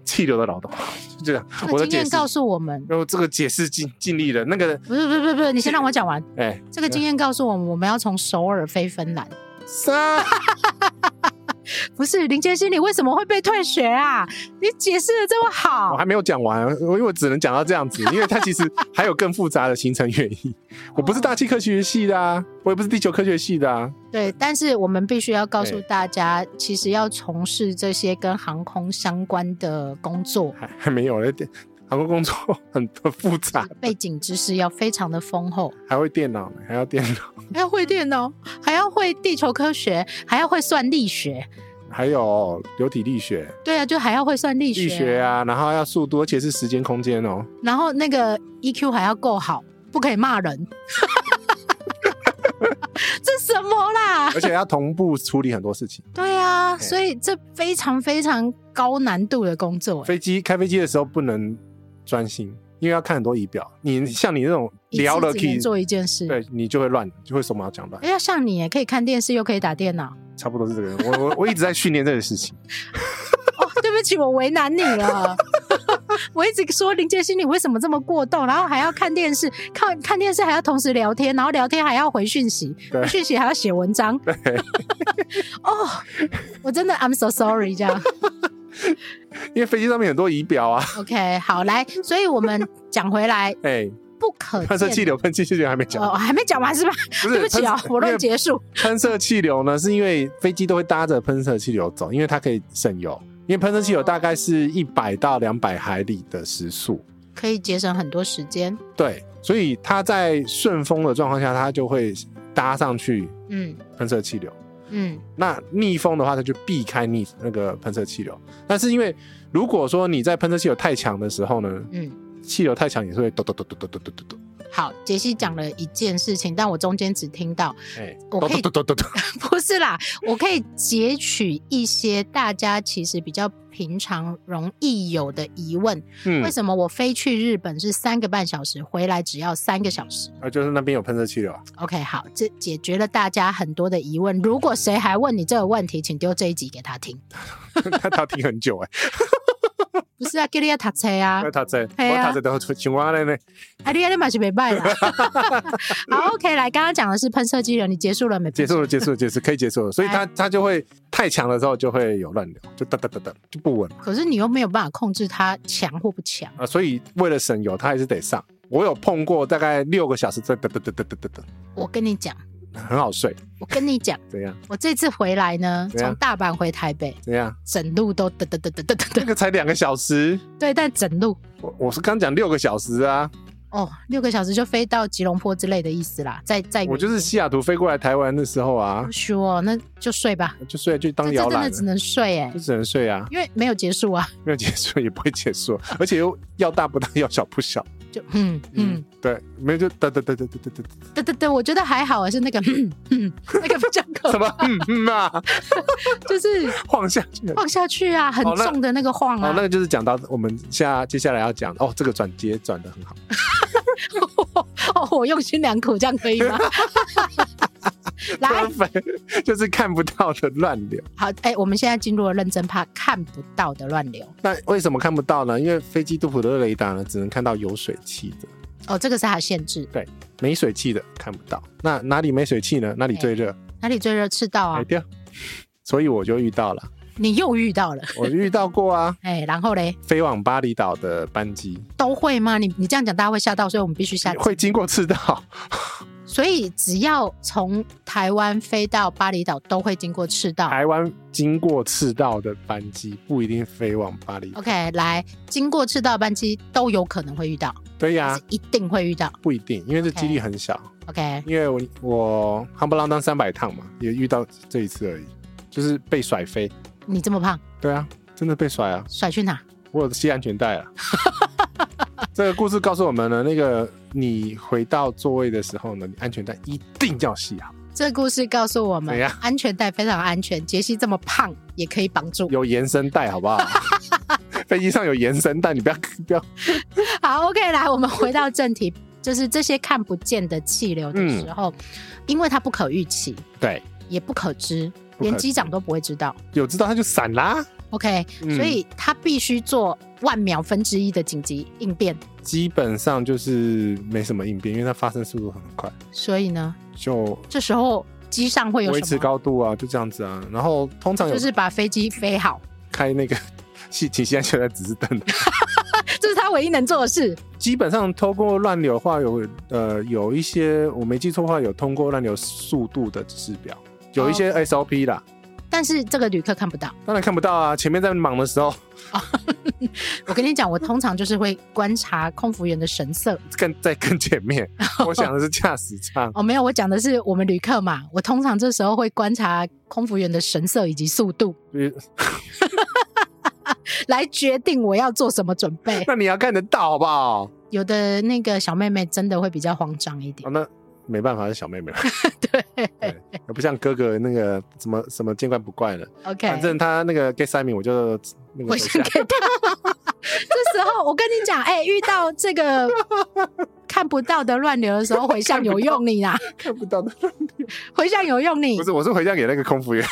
B: 气流的扰动， [LAUGHS] 就这样。
A: 这
B: 我
A: 个
B: 的
A: 经
B: 解
A: 验
B: 释，
A: 告诉我们，
B: 然后这个解释尽尽力了。那个
A: 不是，不是，不是，不是，你先让我讲完。
B: 哎，
A: 这个经验告诉我们，我们要从首尔飞芬兰。
B: 啥？
A: 不是林杰心，你为什么会被退学啊？你解释的这么
B: 我
A: 好，
B: 还没有讲完，我因为我只能讲到这样子，因为它
A: [LAUGHS]
B: 其实还有更复杂的形成原因。我不是大气科学系的啊，我也不是地球科学系的啊。
A: 对，但是我们必须要告诉
B: 对
A: 大家，其实要从事这些跟航空相关的工作，
B: 还还没有了点，航空工作 [LAUGHS] 很很复杂，
A: 背景知识要非常的丰厚，
B: 还会电脑呢，还要电脑，
A: 还要会电脑，还要会地球科学，还要会算力学。
B: 还有流体力学。
A: 对啊，就还要会算力学，
B: 力学啊，然后要速度，而且是时间空间哦。
A: 然后那个 EQ 还要够好，不可以骂人。 [LAUGHS] 这什么啦？
B: 而且要同步处理很多
A: [LAUGHS]
B: 事情。
A: 对
B: 嗯
A: 啊，所以这非常非常高难度的工作、欸，
B: 飞机开飞机的时候不能专心，因为要看很多仪表。你像你那种聊了
A: 一次只
B: 可以
A: 能，做一件事。
B: 对你就会乱，就会手忙脚乱，
A: [LAUGHS] 哎，要像你欸可以看电视又可以打电脑。
B: 差不多是这个。我我我一直在训练这个事情，
A: 哦，对不起，我为难你了。 [LAUGHS] 我一直说林杰心，你为什么这么过动？然后还要看电视，看看电视还要同时聊天，然后聊天还要回讯息，
B: 对
A: 回讯息还要写文章。哦，我真的 I'm so sorry 这样。
B: 因为飞机上面很多仪表啊。
A: OK，好，来，所以我们讲回来，
B: 哎，
A: 不可
B: 喷射气
A: 见。
B: 流，喷气气流还没讲，
A: 哦，还没讲完是吧？
B: 不是
A: 对不起哦，我乱。
B: 喷因为
A: 结束。
B: 喷射气流呢，是因为飞机都会搭着喷射气流走，因为它可以省油。因为喷射气流大概是一百到两百海里的时速，
A: 可以节省很多时间。
B: 对，所以它在顺风的状况下，它就会搭上去
A: 嗯
B: 喷射气流。
A: 嗯，
B: 那逆风的话，它就避开逆那个喷射气流。但是因为如果说你在喷射气流太强的时候呢，
A: 嗯
B: 气流太强也是会抖抖抖抖抖抖抖抖抖，
A: 好，杰西讲了一件事情，但我中间只听到，
B: 哎，
A: 我
B: 抖
A: 可以
B: 抖抖抖抖抖。
A: [LAUGHS] 不是啦，我可以截取一些大家其实比较平常容易有的疑问：
B: 嗯
A: 为，什么我飞去日本是三个半小时，回来只要三个小时
B: 啊，就是那边有喷射气流啊，
A: ？OK，好，这解决了大家很多的疑问。如果谁还问你这个问题，请丢这一集给他听。
B: [LAUGHS] 他他停很久哎，
A: 不是啊，给你要读册啊
B: 那，他在，
A: 哎呀
B: 我他在等情况呢呢，
A: 啊，你安尼嘛是没办
B: [LAUGHS]
A: 啦。好，OK，来，刚刚讲的是喷射机人，你结束了没？
B: 结束了，结束了，结束了，可以结束了。所以
A: 哎
B: 他他就会太强的时候就会有乱流，就哒哒哒哒就不稳
A: 可是你又没有办法控制它强或不强，
B: 啊。所以为了省油，他还是得上。我有碰过大概六个小时，噔噔噔噔噔噔噔
A: 我跟你讲，
B: 噔，很好睡。
A: 我跟你讲，
B: 怎样？
A: 我这次回来呢，
B: 怎样
A: 从大阪回台北，
B: 怎样？
A: 整路都噔噔噔噔噔噔
B: 那
A: 噔。
B: 个才两个小时，
A: 对，但整路
B: 我我是刚讲六个小时啊，
A: 哦，六个小时就飞到吉隆坡之类的意思啦。再再远
B: 我
A: 一点，
B: 就是西雅图飞过来台湾的时候啊
A: 不，说，那就睡吧。
B: 就睡就
A: 这
B: 当
A: 这
B: 摇
A: 真
B: 篮
A: 的
B: 了，
A: 只能睡哎、
B: 就只能睡啊，
A: 因为没有结束啊。
B: 没有结束也不会结束，而且又要大不大，要小不小。
A: 就嗯嗯，，
B: 对，没有就噔噔噔噔噔噔噔，
A: 对对对，我觉得还好啊，是那个嗯那个比
B: [LAUGHS]
A: 较可
B: 什么嗯嗯啊，
A: 就是
B: 晃下去了。
A: 晃下去啊，很
B: 哦那
A: 重的那个晃
B: 哦，
A: 啊
B: 那，个就是讲到我们下接下来要讲哦，这个转接转的很好，
A: [LAUGHS] 哦，我用心良苦，这样可以
B: [LAUGHS]
A: 吗？来，
B: perfect，就是 [LAUGHS] 看不到的乱流。
A: 好，哎、我们现在进入了认真怕看不到的乱流。
B: 那为什么看不到呢？因为飞机杜普勒雷达呢，只能看到有水汽的，
A: 哦，这个是它的限制。
B: 没水汽的看不到。那哪里没水汽呢？哪里最热？
A: 哪里最热？赤道啊
B: 海，掉。所以我就遇到了，
A: 你又遇到了。
B: 我遇到过啊，
A: 哎、然后嘞，
B: 飞往巴厘岛的班机
A: 都会吗？你你这样讲，大家会吓到，所以我们必须吓。
B: 会经过赤道，
A: 所以只要从台湾飞到巴厘岛，都会经过赤道。
B: 台湾经过赤道的班机不一定飞往巴厘岛。
A: OK，来，经过赤道班机都有可能会遇到，
B: 对呀、
A: 但是一定会遇到。
B: 不一定，因为这几率很小。
A: OK，
B: 因为我我夯不啷当三百趟嘛，也遇到这一次而已，就是被甩飞。
A: 你这么胖，
B: 对啊，真的被甩啊！
A: 甩去哪？
B: 我有系安全带
A: [LAUGHS]
B: 啊。这个故事告诉我们呢，那个你回到座位的时候呢，你安全带一定要系好，
A: 这故事告诉我
B: 怎
A: 们
B: 样，
A: 安全带非常安全。杰西这么胖也可以绑住。
B: 有延伸带好
A: [LAUGHS]
B: 不好？飞机上有延伸带，你不要不要。
A: 好，OK，来，我们回到正题，就是这些看不见的气流
B: 嗯
A: 的时候，因为它不可预期，
B: 对，
A: 也不可知，
B: 不可知
A: 连机长都不会知道。
B: 有知道它就闪啦。
A: OK，、
B: 嗯
A: 所以他必须做万秒分之一的紧急应变。
B: 基本上就是没什么应变，因为它发生速度很快，
A: 所以呢，
B: 就
A: 这时候机上会有
B: 维
A: 什
B: 持
A: 么？
B: 高度啊，就这样子啊。然后通常有
A: 就是把飞机飞好，
B: 开那个 [LAUGHS] 系体系安全带指示灯，
A: 这是他唯一能做的事。
B: 基本上通过乱流的话有呃有一些我没记错的话有通过乱流速度的指示表，有
A: 哦
B: 一些 SOP 啦，
A: 但是这个旅客看不到。
B: 当然看不到啊，前面在忙的时候
A: 我跟你讲，我通常就是会观察空服员的神色。
B: 更在更前面，
A: 哦
B: 我想的是驾驶舱。
A: 哦，没有，我讲的是我们旅客嘛。我通常这时候会观察空服员的神色以及速度，
B: 就是。
A: 来决定我要做什么准备
B: 那你要看得到好不好？
A: 有的那个小妹妹真的会比较慌张一
B: 哦，
A: 点。
B: 那没办法，是小妹妹，
A: [LAUGHS] 对
B: 对，不像哥哥那个什么什么见怪不怪了。反
A: ，OK，
B: 正他那个 get 三名，我就那
A: 我
B: 个手
A: 先
B: 下
A: 给他。这时候我跟你讲，哎、遇到这个看不到的乱流的时候，回向有用你啦，
B: [LAUGHS] 看不到的，
A: 回向有用你
B: 不。是，我是回家给那个空服员。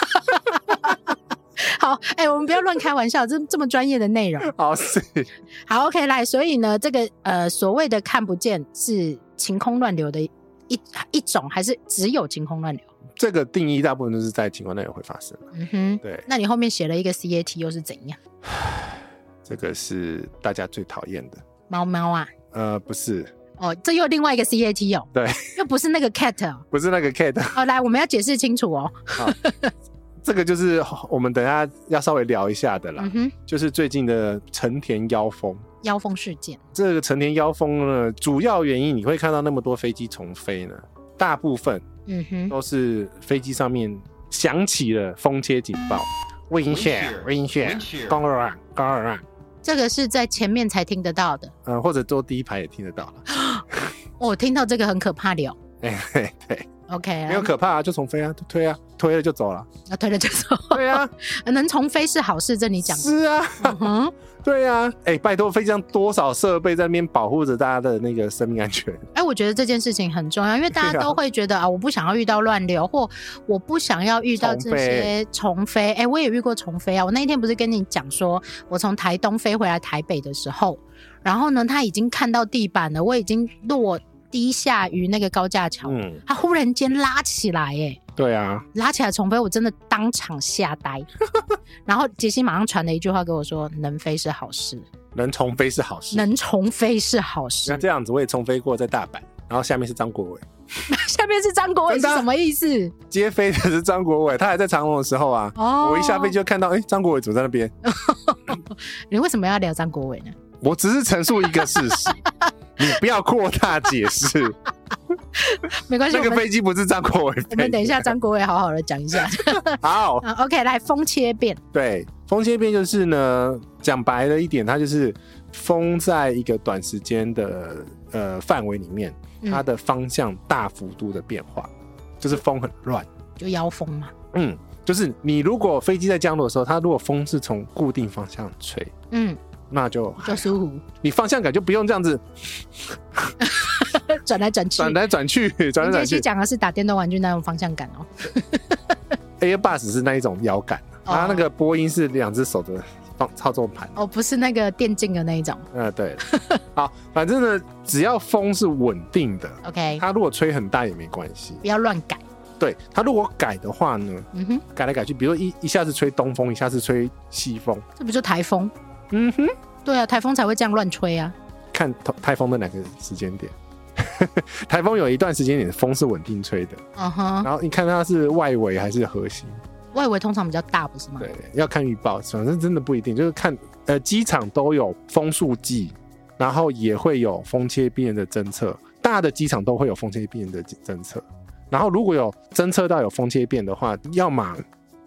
A: 好，哎、我们不要乱开玩笑，这这么专业的内容。
B: 好，是
A: 好，OK，来，所以呢，这个呃所谓的看不见是晴空乱流的一一种，还是只有晴空乱流？
B: 这个定义大部分都是在情况内会发生。
A: 嗯哼，
B: 对，
A: 那你后面写了一个 CAT 又是怎样？
B: 这个是大家最讨厌的。
A: 猫猫啊，
B: 呃，不是，
A: 哦，这又另外一个 CAT 哦，
B: 对，
A: 又不是那个 cat 哦，
B: 不是那个 cat，
A: 哦来，我们要解释清楚哦，
B: [LAUGHS] 这个就是我们等一下要稍微聊一下的啦，
A: 嗯哼，
B: 就是最近的成田妖风。
A: 妖风事件，
B: 这个成田妖风呢，主要原因你会看到那么多飞机重飞呢，大部分
A: 嗯哼，
B: 都是飞机上面响起了风切警报，危险，危险，高二啊，高二啊，
A: 这个是在前面才听得到的，
B: 呃，或者坐第一排也听得到了。
A: 我、哦、听到这个很可怕的哦
B: 哎、嘿对，
A: ，OK，
B: 没有可怕啊，就重飞啊，就推啊，推了就
A: [LAUGHS]
B: 走了。
A: 要推了就走，
B: 对啊，
A: 能重飞是好事，这你讲的，
B: 是啊，
A: 嗯哼，
B: 对呀、啊，哎、拜托，飞机上多少设备在那边保护着大家的那个生命安全？
A: 哎，我觉得这件事情很重要，因为大家
B: 对啊
A: 都会觉得啊，我不想要遇到乱流，或我不想要遇到这些重飞。哎，我也遇过重飞啊。我那一天不是跟你讲说，我从台东飞回来台北的时候，然后呢，他已经看到地板了，我已经落低下于那个高架桥，
B: 嗯，
A: 他忽然间拉起来、哎，
B: 对啊，
A: 拉起来重飞，我真的
B: [LAUGHS] [LAUGHS]
A: 当场吓呆。然后杰西马上传了一句话给我说：“能飞是好事。”
B: 能重飞是好事。
A: 能重飞是好事
B: 那。这样子，我也重飞过在大阪，然后下面是张国伟，
A: [LAUGHS] 下面是张国伟是
B: 真的啊
A: 什么意思？
B: 接飞的是张国伟，他还在长隆的时候啊，
A: 哦，
B: 我一下飞机就看到，哎、张国伟怎么在那边？
A: 你为什么要聊张国伟呢？
B: 我只是陈述一个事
A: [LAUGHS]
B: 实，你不要扩大解释。
A: 没关系，
B: 那
A: 我
B: 个
A: 们
B: 飞机不是张国伟飞的，
A: 我们等一下张国伟好好的讲一
B: [LAUGHS]
A: 下。
B: 好，
A: 啊 OK，来风切变，
B: 对，风切变就是呢，讲白了一点，它就是风在一个短时间的呃范围里面，
A: 嗯
B: 它的方向大幅度的变化，就是风很乱。
A: 就妖风嘛。
B: 嗯，就是你如果飞机在降落的时候，它如果风是从固定方向吹，
A: 嗯，
B: 那就
A: 就舒
B: [LAUGHS]
A: 服，
B: 你方向感就不用这样子
A: 转来转去。
B: 转来转去，
A: [LAUGHS]
B: 转来
A: 你这
B: 转
A: 期
B: 去。
A: 讲的是打电动玩具那种方向感哦。
B: Airbus 是那一种摇杆，啊
A: 哦
B: 它那个波音是两只手的放操纵盘。
A: 哦，不是那个电竞的那一种。
B: 嗯，
A: [LAUGHS]
B: 对。好，反正呢，只要风是稳定的，
A: OK，
B: 它如果吹很大也没关系。
A: 不要乱改。
B: 对，它如果改的话呢，
A: 嗯哼，
B: 改来改去，比如说一一下子吹东风，一下子吹西风，
A: 这不就台风？
B: 嗯哼，
A: 对啊，台风才会这样乱吹啊。
B: 看台台风的哪个时间点。 [LAUGHS] 台风有一段时间点风是稳定吹的，
A: 嗯哼，
B: 然后你看它是外围还是核心，
A: 外围通常比较大，不是吗？
B: 对，要看预报，反正真的不一定，就是看呃机场都有风速计，然后也会有风切变的侦测，大的机场都会有风切变的侦测，然后如果有侦测到有风切变的话，要么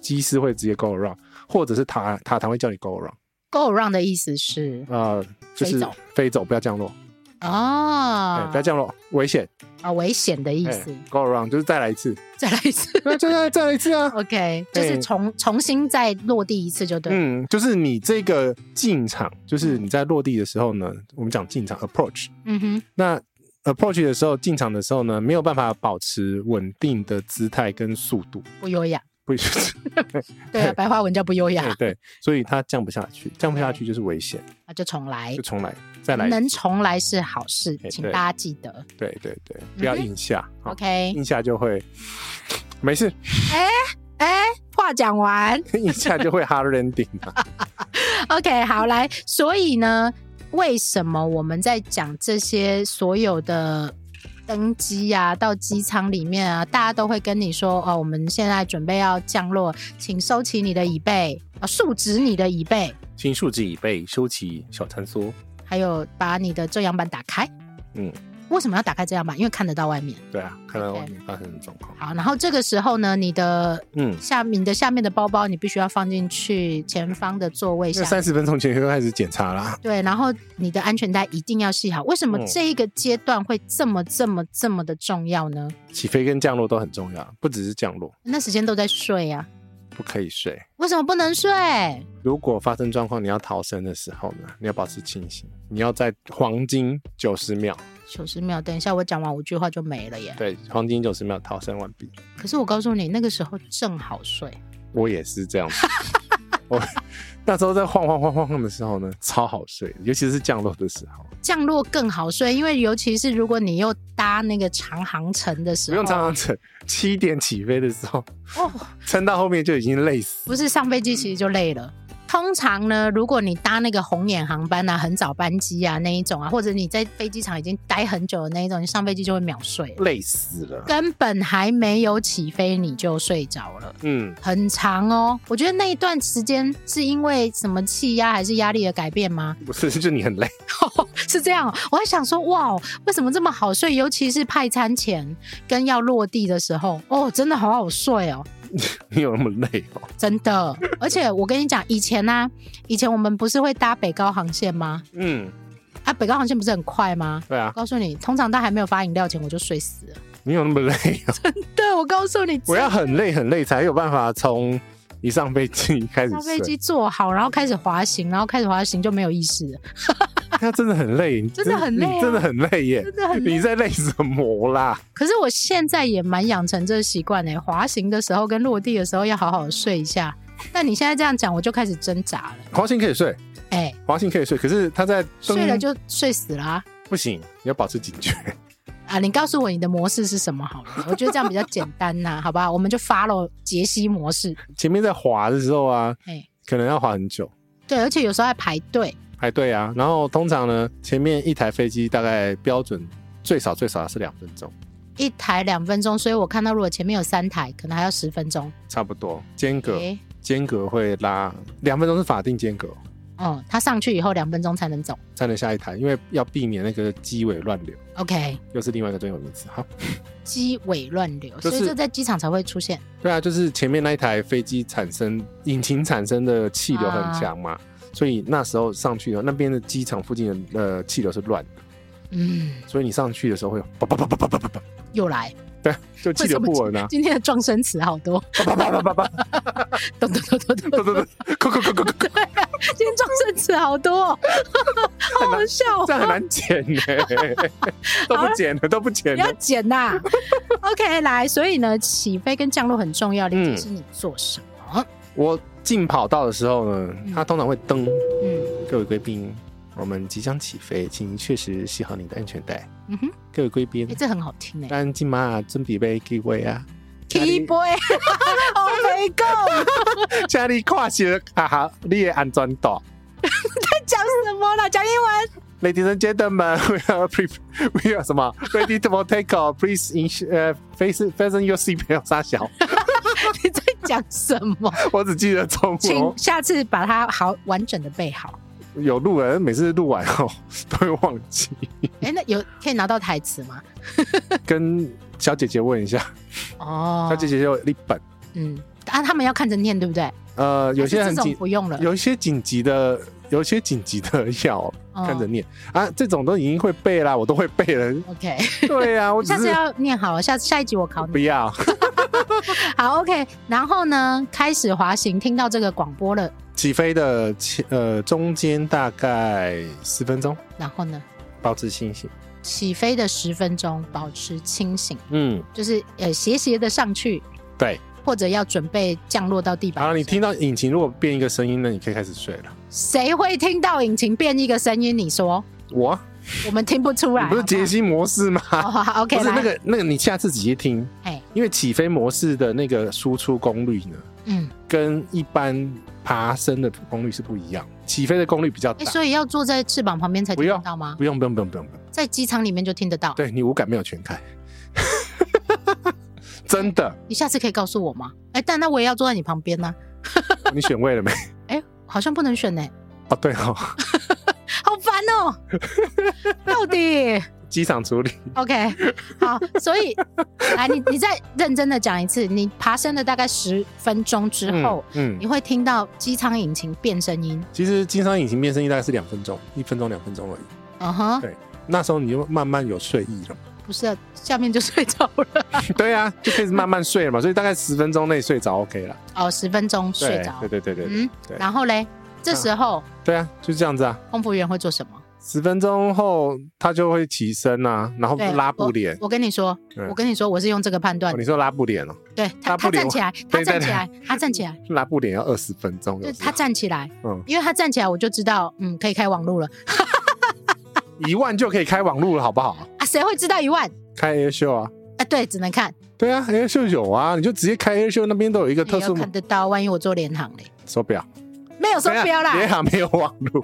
B: 机师会直接 go around，或者是塔塔塔会叫你 go around，
A: Go around 的意思是
B: 呃，就是
A: 飞走
B: 飞走，不要降落，哎
A: 哦，
B: 不要降落，危险，
A: 啊危险的意
B: 哎
A: 思。
B: go around 就是再来
A: [LAUGHS]
B: 一次，
A: 再来一
B: [LAUGHS]
A: 次
B: 那就再再来一次啊，
A: ，OK，就是
B: 对
A: 重重新再落地一次就对。
B: 嗯，就是你这个进场，就是你在落地的时候呢，我们讲进场 approach。
A: 嗯哼，
B: 那 approach 的时候，进场的时候呢，没有办法保持稳定的姿态跟速度，
A: 不优雅。
B: 不，
A: 对
B: 哎
A: 啊，白话文叫不优雅
B: 对， [LAUGHS] 对，所以它降不下去，降不下去就是危险，
A: 那就重来
B: 就。重来，再来，
A: 能重来是好事，
B: 哎
A: 请
B: 对
A: 大家记得。
B: 对对对，不要硬下，好
A: 嗯
B: 嗯
A: OK，
B: 硬下就会没事，
A: 哎，话讲完。
B: 硬下就会 hard landing 啊， [LAUGHS]
A: OK，好，来，所以呢，为什么我们在讲这些所有的登机啊，到机舱里面啊，大家都会跟你说哦，我们现在准备要降落，请收起你的椅背，哦，竖直你的椅背，
B: 请竖直椅背，收起小穿梭，
A: 还有把你的遮阳板打开。
B: 嗯，
A: 为什么要打开遮阳板？因为看得到外面。
B: 对啊，看到外面发生的状况，
A: 好，然后这个时候呢，你的
B: 嗯。
A: 下你的下面的包包，你必须要放进去前方的座位
B: 那
A: 下
B: 三十分钟前就开始检查啦，
A: 对，然后你的安全带一定要系好。为什么
B: 嗯
A: 这一个阶段会这么、这么、这么的重要呢？
B: 起飞跟降落都很重要，不只是降落，
A: 那时间都在睡啊，
B: 不可以睡。
A: 为什么不能睡？
B: 如果发生状况，你要逃生的时候呢，你要保持清醒，你要在黄金九十秒，
A: 九十秒，等一下我讲完五句话就没了耶。
B: 对，黄金九十秒逃生完毕。
A: 可是我告诉你，那个时候正好睡，
B: 我也是这
A: [LAUGHS]
B: 样子，我那时候在晃晃晃晃晃的时候呢，超好睡，尤其是降落的时候，
A: 降落更好睡，因为尤其是如果你又搭那个长航程的时
B: 不
A: 候，
B: 用常常撑。七点起飞的时候，
A: 哦，
B: 撑到后面就已经累死。
A: 不是上飞机其实就累了。通常呢，如果你搭那个红眼航班啊、很早班机啊那一种啊，或者你在飞机场已经待很久的那一种，你上飞机就会秒睡了。
B: 累死了，
A: 根本还没有起飞你就睡着了，
B: 嗯，
A: 很长哦。我觉得那一段时间是因为什么气压还是压力的改变吗？
B: 不是，就你很累， [LAUGHS]
A: 是这样哦，我还想说，哇，为什么这么好睡？尤其是派餐前跟要落地的时候，哦，真的好好睡哦。
B: 你有那么累哦？
A: 真的，而且我跟你讲，以前呢、啊，以前我们不是会搭北高航线吗？
B: 嗯，
A: 啊，北高航线不是很快吗？
B: 对啊
A: 我，告诉你，通常到还没有发饮料前我就睡死了。
B: 你有那么累哦？
A: 对，我告诉你，
B: 我要很累很累才有办法从一上飞机开始
A: 上飞
B: 睡。
A: 机坐好，然后开始滑行，然后开始滑行就没有意识了，
B: 他真的很累，你
A: 真的很累啊
B: 你真的很累耶！
A: 真的很累
B: 你。在累什么啦？
A: 可是我现在也蛮养成这个习惯诶，滑行的时候跟落地的时候要好好睡一下。但你现在这样讲，我就开始挣扎了。
B: 滑行可以睡，
A: 哎、
B: 滑行可以睡，可是他在登
A: 睡了就睡死啦、啊。
B: 不行，你要保持警觉。 [LAUGHS]
A: 你告诉我你的模式是什么好了？我觉得这样比较简单呐、好不好？我们就 follow 杰西模式。
B: 前面在滑的时候啊，
A: 哎、
B: 可能要滑很久，
A: 对，而且有时候还排队，
B: 排队啊。然后通常呢，前面一台飞机大概标准最少最少是两分钟，
A: 一台两分钟，所以我看到如果前面有三台，可能还要十分钟。
B: 差不多间隔
A: 诶
B: 间隔会拉两分钟是法定间隔
A: 哦，他上去以后两分钟才能走。
B: 才能下一台，因为要避免那个机尾乱流，
A: OK，
B: 又是另外一个专有名词。好，
A: 机尾乱流，
B: 就是
A: 所以这在机场才会出现。
B: 对啊，就是前面那一台飞机产生引擎产生的气流很强嘛，所以那时候上去的那边的机场附近的呃气流是乱的，
A: 嗯，
B: 所以你上去的时候会有叭叭叭叭叭叭叭叭，
A: 又来，
B: 对，就气
A: 为
B: 流
A: 什
B: 不
A: 么
B: 稳啊，
A: 今天的撞声词好多，
B: 叭叭叭叭叭叭，
A: 咚咚咚咚咚
B: 对对对，扣扣扣扣扣，
A: 今天撞声词好
B: [LAUGHS]
A: 多、哦，好好笑哦、
B: 这样很难剪呢、都不剪了，都不剪
A: 不要
B: 了。
A: 剪呐、OK，来，所以呢，起飞跟降落很重要，
B: 嗯
A: 了解是你做什么。
B: 我进跑道的时候呢，
A: 嗯
B: 它通常会噔，
A: 嗯
B: 各位贵宾，我们即将起飞，请确实系好你的安全带。
A: 嗯哼，
B: 各位贵宾
A: 哎、，这很好听哎、
B: 咱今嘛准备要起飞啊，
A: T [LAUGHS] boy，我没够，
B: 请你跨鞋哈哈，你的安全带。
A: 讲什么啦？讲英文。
B: Ladies and gentlemen, we are [LAUGHS] pre we are 什么 ready to take off. Please in 呃 face fasten your seatbelt。傻小，
A: 你在讲什么？
B: 我只记得中哦
A: 请
B: 文
A: 下次把它好完整的背好。
B: 有录人，每次录完后都会忘
A: [LAUGHS]
B: 记。
A: 哎、那有可以拿到台词吗？
B: 跟小姐姐问一下，
A: 哦，
B: 小姐姐有一本。
A: 嗯，啊，他们要看着念，对不对？
B: 呃，有
A: 还
B: 些
A: 是
B: 很
A: 这种
B: 紧，
A: 不用了，
B: 有一些紧急的，有一些紧急的药
A: 哦
B: 看着念、啊，这种都已经会背啦，我都会背
A: [LAUGHS]
B: 了。
A: OK，
B: 对呀、啊，我只
A: 下次
B: 是
A: 要念好，下下一集我考你
B: 不。要，
A: 好，OK。然后呢，开始滑行，听到这个广播了，
B: 起飞的前呃中间大概十分钟，
A: 然后呢，
B: 保持清醒。
A: 起飞的十分钟保持清醒，
B: 嗯，
A: 就是呃斜斜的上去，
B: 对。
A: 或者要准备降落到地板。
B: 好了，你听到引擎如果变一个声音，那你可以开始睡了。
A: 谁会听到引擎变一个声音？你说
B: 我啊，
A: 我们听不出
B: 你
A: 来，
B: 不是杰西模式吗？
A: 好不好？啊哦好，OK，
B: 不是
A: 来
B: 那个那个，你下次仔细听，
A: 哎，
B: 因为起飞模式的那个输出功率呢，
A: 嗯，
B: 跟一般爬升的功率是不一样，起飞的功率比较
A: 哎，
B: 大。
A: 所以要坐在翅膀旁边才
B: 不
A: 听得
B: 用
A: 到吗？
B: 不用不用不用不用，不用
A: 在机场里面就听得到。
B: 对你五感没有全开， [LAUGHS] 真的，
A: 你下次可以告诉我吗？哎，但那我也要坐在你旁边呢。
B: 你选位了没？
A: 哎，好像不能选呢，
B: 哦，对哦，
A: 好烦哦，到
B: [LAUGHS]
A: 底。
B: 机场处理
A: OK，好，所以来你你再认真的讲一次，你爬升了大概十分钟之后，，
B: 嗯，嗯
A: 你会听到机舱引擎变声音，
B: 其实经商隐形变声音大概是两分钟，一分钟两分钟而已。
A: 嗯哼，
B: 对那时候你就慢慢有睡意了嘛，
A: 不是啊下面就睡着了，
B: 对啊，就开始慢慢睡了嘛，所以大概十分钟内睡着 OK 了。
A: 哦，十分钟
B: 对
A: 睡着
B: 对，对嗯对对对
A: 嗯，
B: 对
A: 然后嘞，这时候
B: 对啊，就这样子啊。
A: 空服员会做什么？
B: 十分钟后他就会起身啊，然后
A: 对，
B: 拉
A: 我
B: 布帘。
A: 我跟你说，
B: 嗯
A: 我跟你说，我是用这个判断
B: 哦，你，说拉布帘哦，
A: 对他，
B: 拉
A: 他
B: 布帘
A: 站起来，他
B: [LAUGHS] 对
A: 站
B: 对
A: 起来，他站起来，
B: 拉布帘要二十分钟，有
A: 对
B: 时
A: 他
B: 候
A: 站起来，
B: 嗯
A: 因为他站起来，我就知道，嗯，可以开网路了
B: 一万就可以开网路了，好不好？
A: 啊，谁会知道一万？
B: 开 Air Show 啊，
A: 啊，对，只能看，
B: 对啊，Air Show 有啊，你就直接开 Air Show 那边都有一个
A: 也
B: 特
A: 要
B: 殊
A: 哎看得到，万一我做联行嘞。
B: 手表，
A: 没有收标啦
B: 等一。下联航没有网
A: [LAUGHS]
B: 路。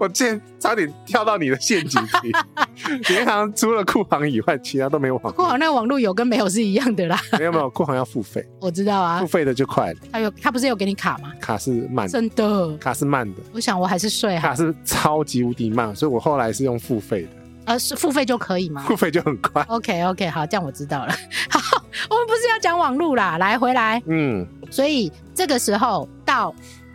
B: 我见差点跳到你的陷阱里。
A: [LAUGHS]
B: 联航除了库航以外，其他都没有网
A: 不
B: 路。
A: 好，那个网络有跟没有是一样的啦。
B: 没有没有，库航要付费，
A: 我知道啊
B: 付，费的就快了，
A: 他有他不是有给你卡吗？
B: 卡是慢的，
A: 真的，
B: 卡是慢的，
A: 我想我还是睡哈。
B: 卡是超级无敌慢，所以我后来是用付费的，
A: 呃，是付费就可以吗
B: 付费就很快。
A: ？OK OK，好，这样我知道了。 [LAUGHS] 好，我们不是要讲网络啦，来回来。
B: 嗯，
A: 所以这个时候到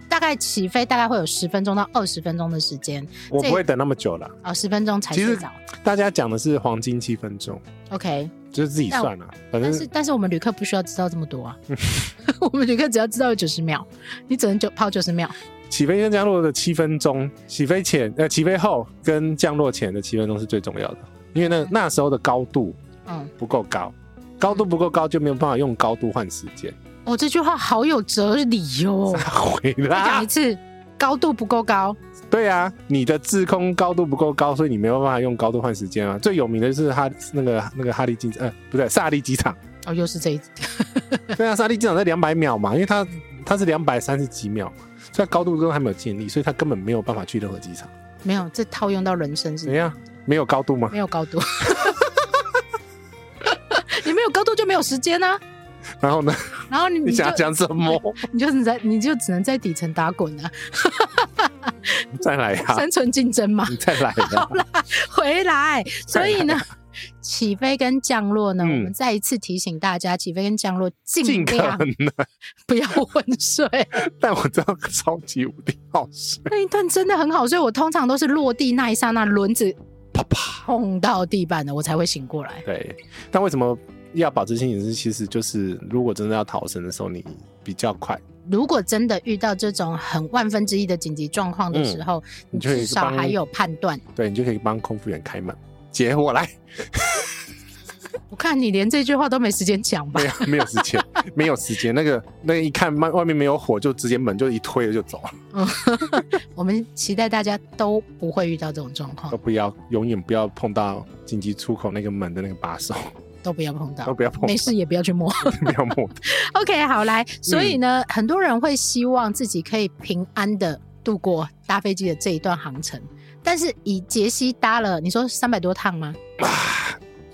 A: 大概起飞，大概会有十分钟到二十分钟的时间，
B: 我不会等那么久了。
A: 哦，十分钟才
B: 其实
A: 睡着。
B: 大家讲的是黄金七分钟，
A: OK，
B: 就是自己算了，反
A: 但
B: 正
A: 是但是我们旅客不需要知道这么多啊， [LAUGHS] 我们旅客只要知道有九十秒，你只能就跑九十秒。
B: 起飞跟降落的七分钟，起飞前呃起飞后跟降落前的七分钟是最重要的，因为那那时候的高度
A: 嗯，
B: 不够高，高度不够高就没有办法用高度换时间。 [LAUGHS]
A: 哦，这句话好有哲理哦。
B: 回
A: 再讲
B: 啦
A: 一，次，高度不够高，
B: 对啊，你的制空高度不够高，所以你没有办法用高度换时间啊。最有名的就是哈那个那个哈利机呃不对萨利机场， [LAUGHS]
A: 哦，又是这一
B: 对啊，萨利机场在两百秒嘛，因为它它是两百三十几秒嘛，所以它高度都还没有建立，所以它根本没有办法去任何机场。
A: 没有，这套用到人生
B: 怎
A: 是
B: 样？没有高度
A: [LAUGHS]
B: 吗？
A: 没有高度。你没有高度就没有时间啊，
B: 然后呢？
A: 然后你
B: 你
A: 你就
B: 想要讲什么？
A: 你就只在你就只能在底层打滚啊，
B: [LAUGHS] 再来呀、
A: 生存竞争
B: [LAUGHS]
A: 嘛，
B: 你再
A: [LAUGHS]
B: 来啊呀、
A: 回来。所以呢，起飞跟降落呢，
B: 嗯
A: 我们再一次提醒大家，起飞跟降落尽
B: 尽可
A: 量
B: 能。
A: [LAUGHS] 不要昏
B: [LAUGHS]
A: 睡。
B: 但我知道超级无敌好睡，
A: 那一段真的很好睡，我通常都是落地那一刹那，轮子
B: 啪啪。
A: 碰到地板了，我才会醒过来。
B: 对，但为什么要保持清醒是？其实就是如果真的要逃生的时候，你比较快，
A: 如果真的遇到这种很万分之一的紧急状况的时候，
B: 你
A: 你
B: 就可以
A: 至少
B: 帮
A: 还有判断。
B: 对你就可以帮空服员开门。姐，我来，
A: 我看你连这句话都没时间讲吧
B: 没？有没有时间，没有时间。那个 [LAUGHS] 那一看外外面没有火，就直接门就一推了就走了，
A: 我们期待大家都不会遇到这种状
B: 都
A: 况，
B: 不要永远不要碰到紧急出口那个门的那个把手，
A: 都不要碰到
B: 都，不要碰
A: [LAUGHS] 没，事也不要去摸。
B: 不要摸。
A: OK，好来，
B: 嗯
A: 所以呢，很多人会希望自己可以平安的度过搭飞机的这一段航程，但是以杰西搭了，你说三百多趟吗？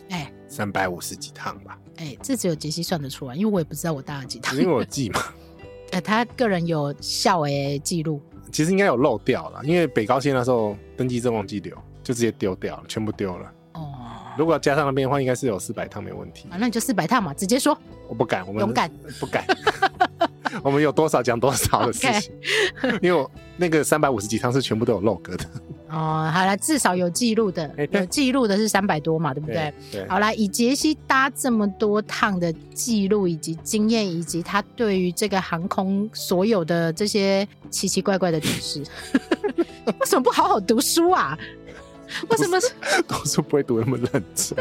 A: 哎
B: [LAUGHS] 三百五十几趟吧，
A: 哎，这只有杰西算得出来，因为我也不知道我搭了几趟
B: 因。为我记嘛，
A: [LAUGHS] 呃，他个人有校诶记录，
B: 其实应该有漏掉了，因为北高线那时候登机证忘记留，就直接丢掉了，全部丢了。
A: 哦，
B: 如果加上那边的话，应该是有四百趟没问题。
A: 啊，那你就四百趟嘛，直接说
B: 我不敢，我们
A: 勇敢。
B: 不敢， [LAUGHS] 我们有多少讲多少的事
A: [LAUGHS]
B: 情。因为我那个三百五十几趟是全部都有漏格的，
A: 哦，好了，至少有记录的
B: 哎，对
A: 有记录的是三百多嘛，对不对？
B: 对，
A: 好啦，以杰西搭这么多趟的记录以及经验，以及他对于这个航空所有的这些奇奇怪怪的知识， [LAUGHS] 为什么不好好读书啊？为什么是
B: 读书不会读那么认真。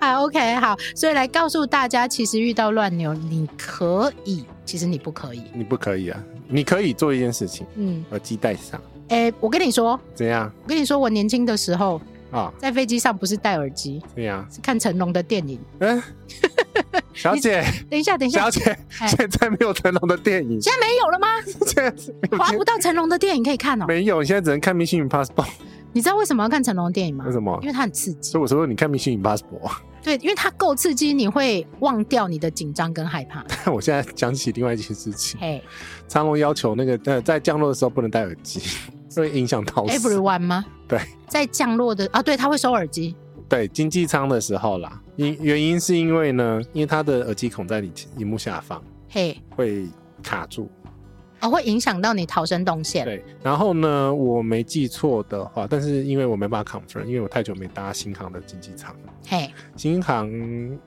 A: 啊？OK，好，所以来告诉大家，其实遇到乱流，你可以，其实你不可以。
B: 你不可以啊，你可以做一件事情，
A: 嗯，
B: 耳机戴上，
A: 诶，我跟你说，
B: 怎样
A: 我跟你说，我年轻的时候
B: 啊？
A: 在飞机上不是戴耳机，
B: 怎样？
A: 是看成龙的电影。 [LAUGHS]
B: 嗯，小姐，
A: 等一下，等一下
B: 小，姐，
A: 哎
B: 现在没有成龙的电
A: [LAUGHS]
B: 影，
A: 现在没有了吗？
B: 现在
A: 划不到成龙的电影可以看哦。
B: 没有，你现在只能看《Mission Impossible》。
A: 你知道为什么要看成龙的电影吗
B: 为？什么
A: 因？为它很刺激
B: 所以，我说你看《Mission Impossible》， [LAUGHS]
A: 对，因为它够刺激，你会忘掉你的紧张跟害
B: [LAUGHS]
A: 怕。
B: 但我现在讲起另外一件事情，
A: 嘿
B: 长龙要求那个呃，在降落的时候不能戴耳机， [LAUGHS] 会影响到。
A: ，Everyone 吗？
B: 对，
A: 在降落的啊，对，他会收耳机。
B: 对，经济舱的时候啦，因原因是因为呢，因为它的耳机孔在你荧幕下方
A: 嘿，
B: 会卡住。
A: 哦，会影响到你逃生动线。
B: 对，然后呢，我没记错的话，但是因为我没办法 confirm，因为我太久没搭新航的经济舱了。
A: 嘿，
B: 新航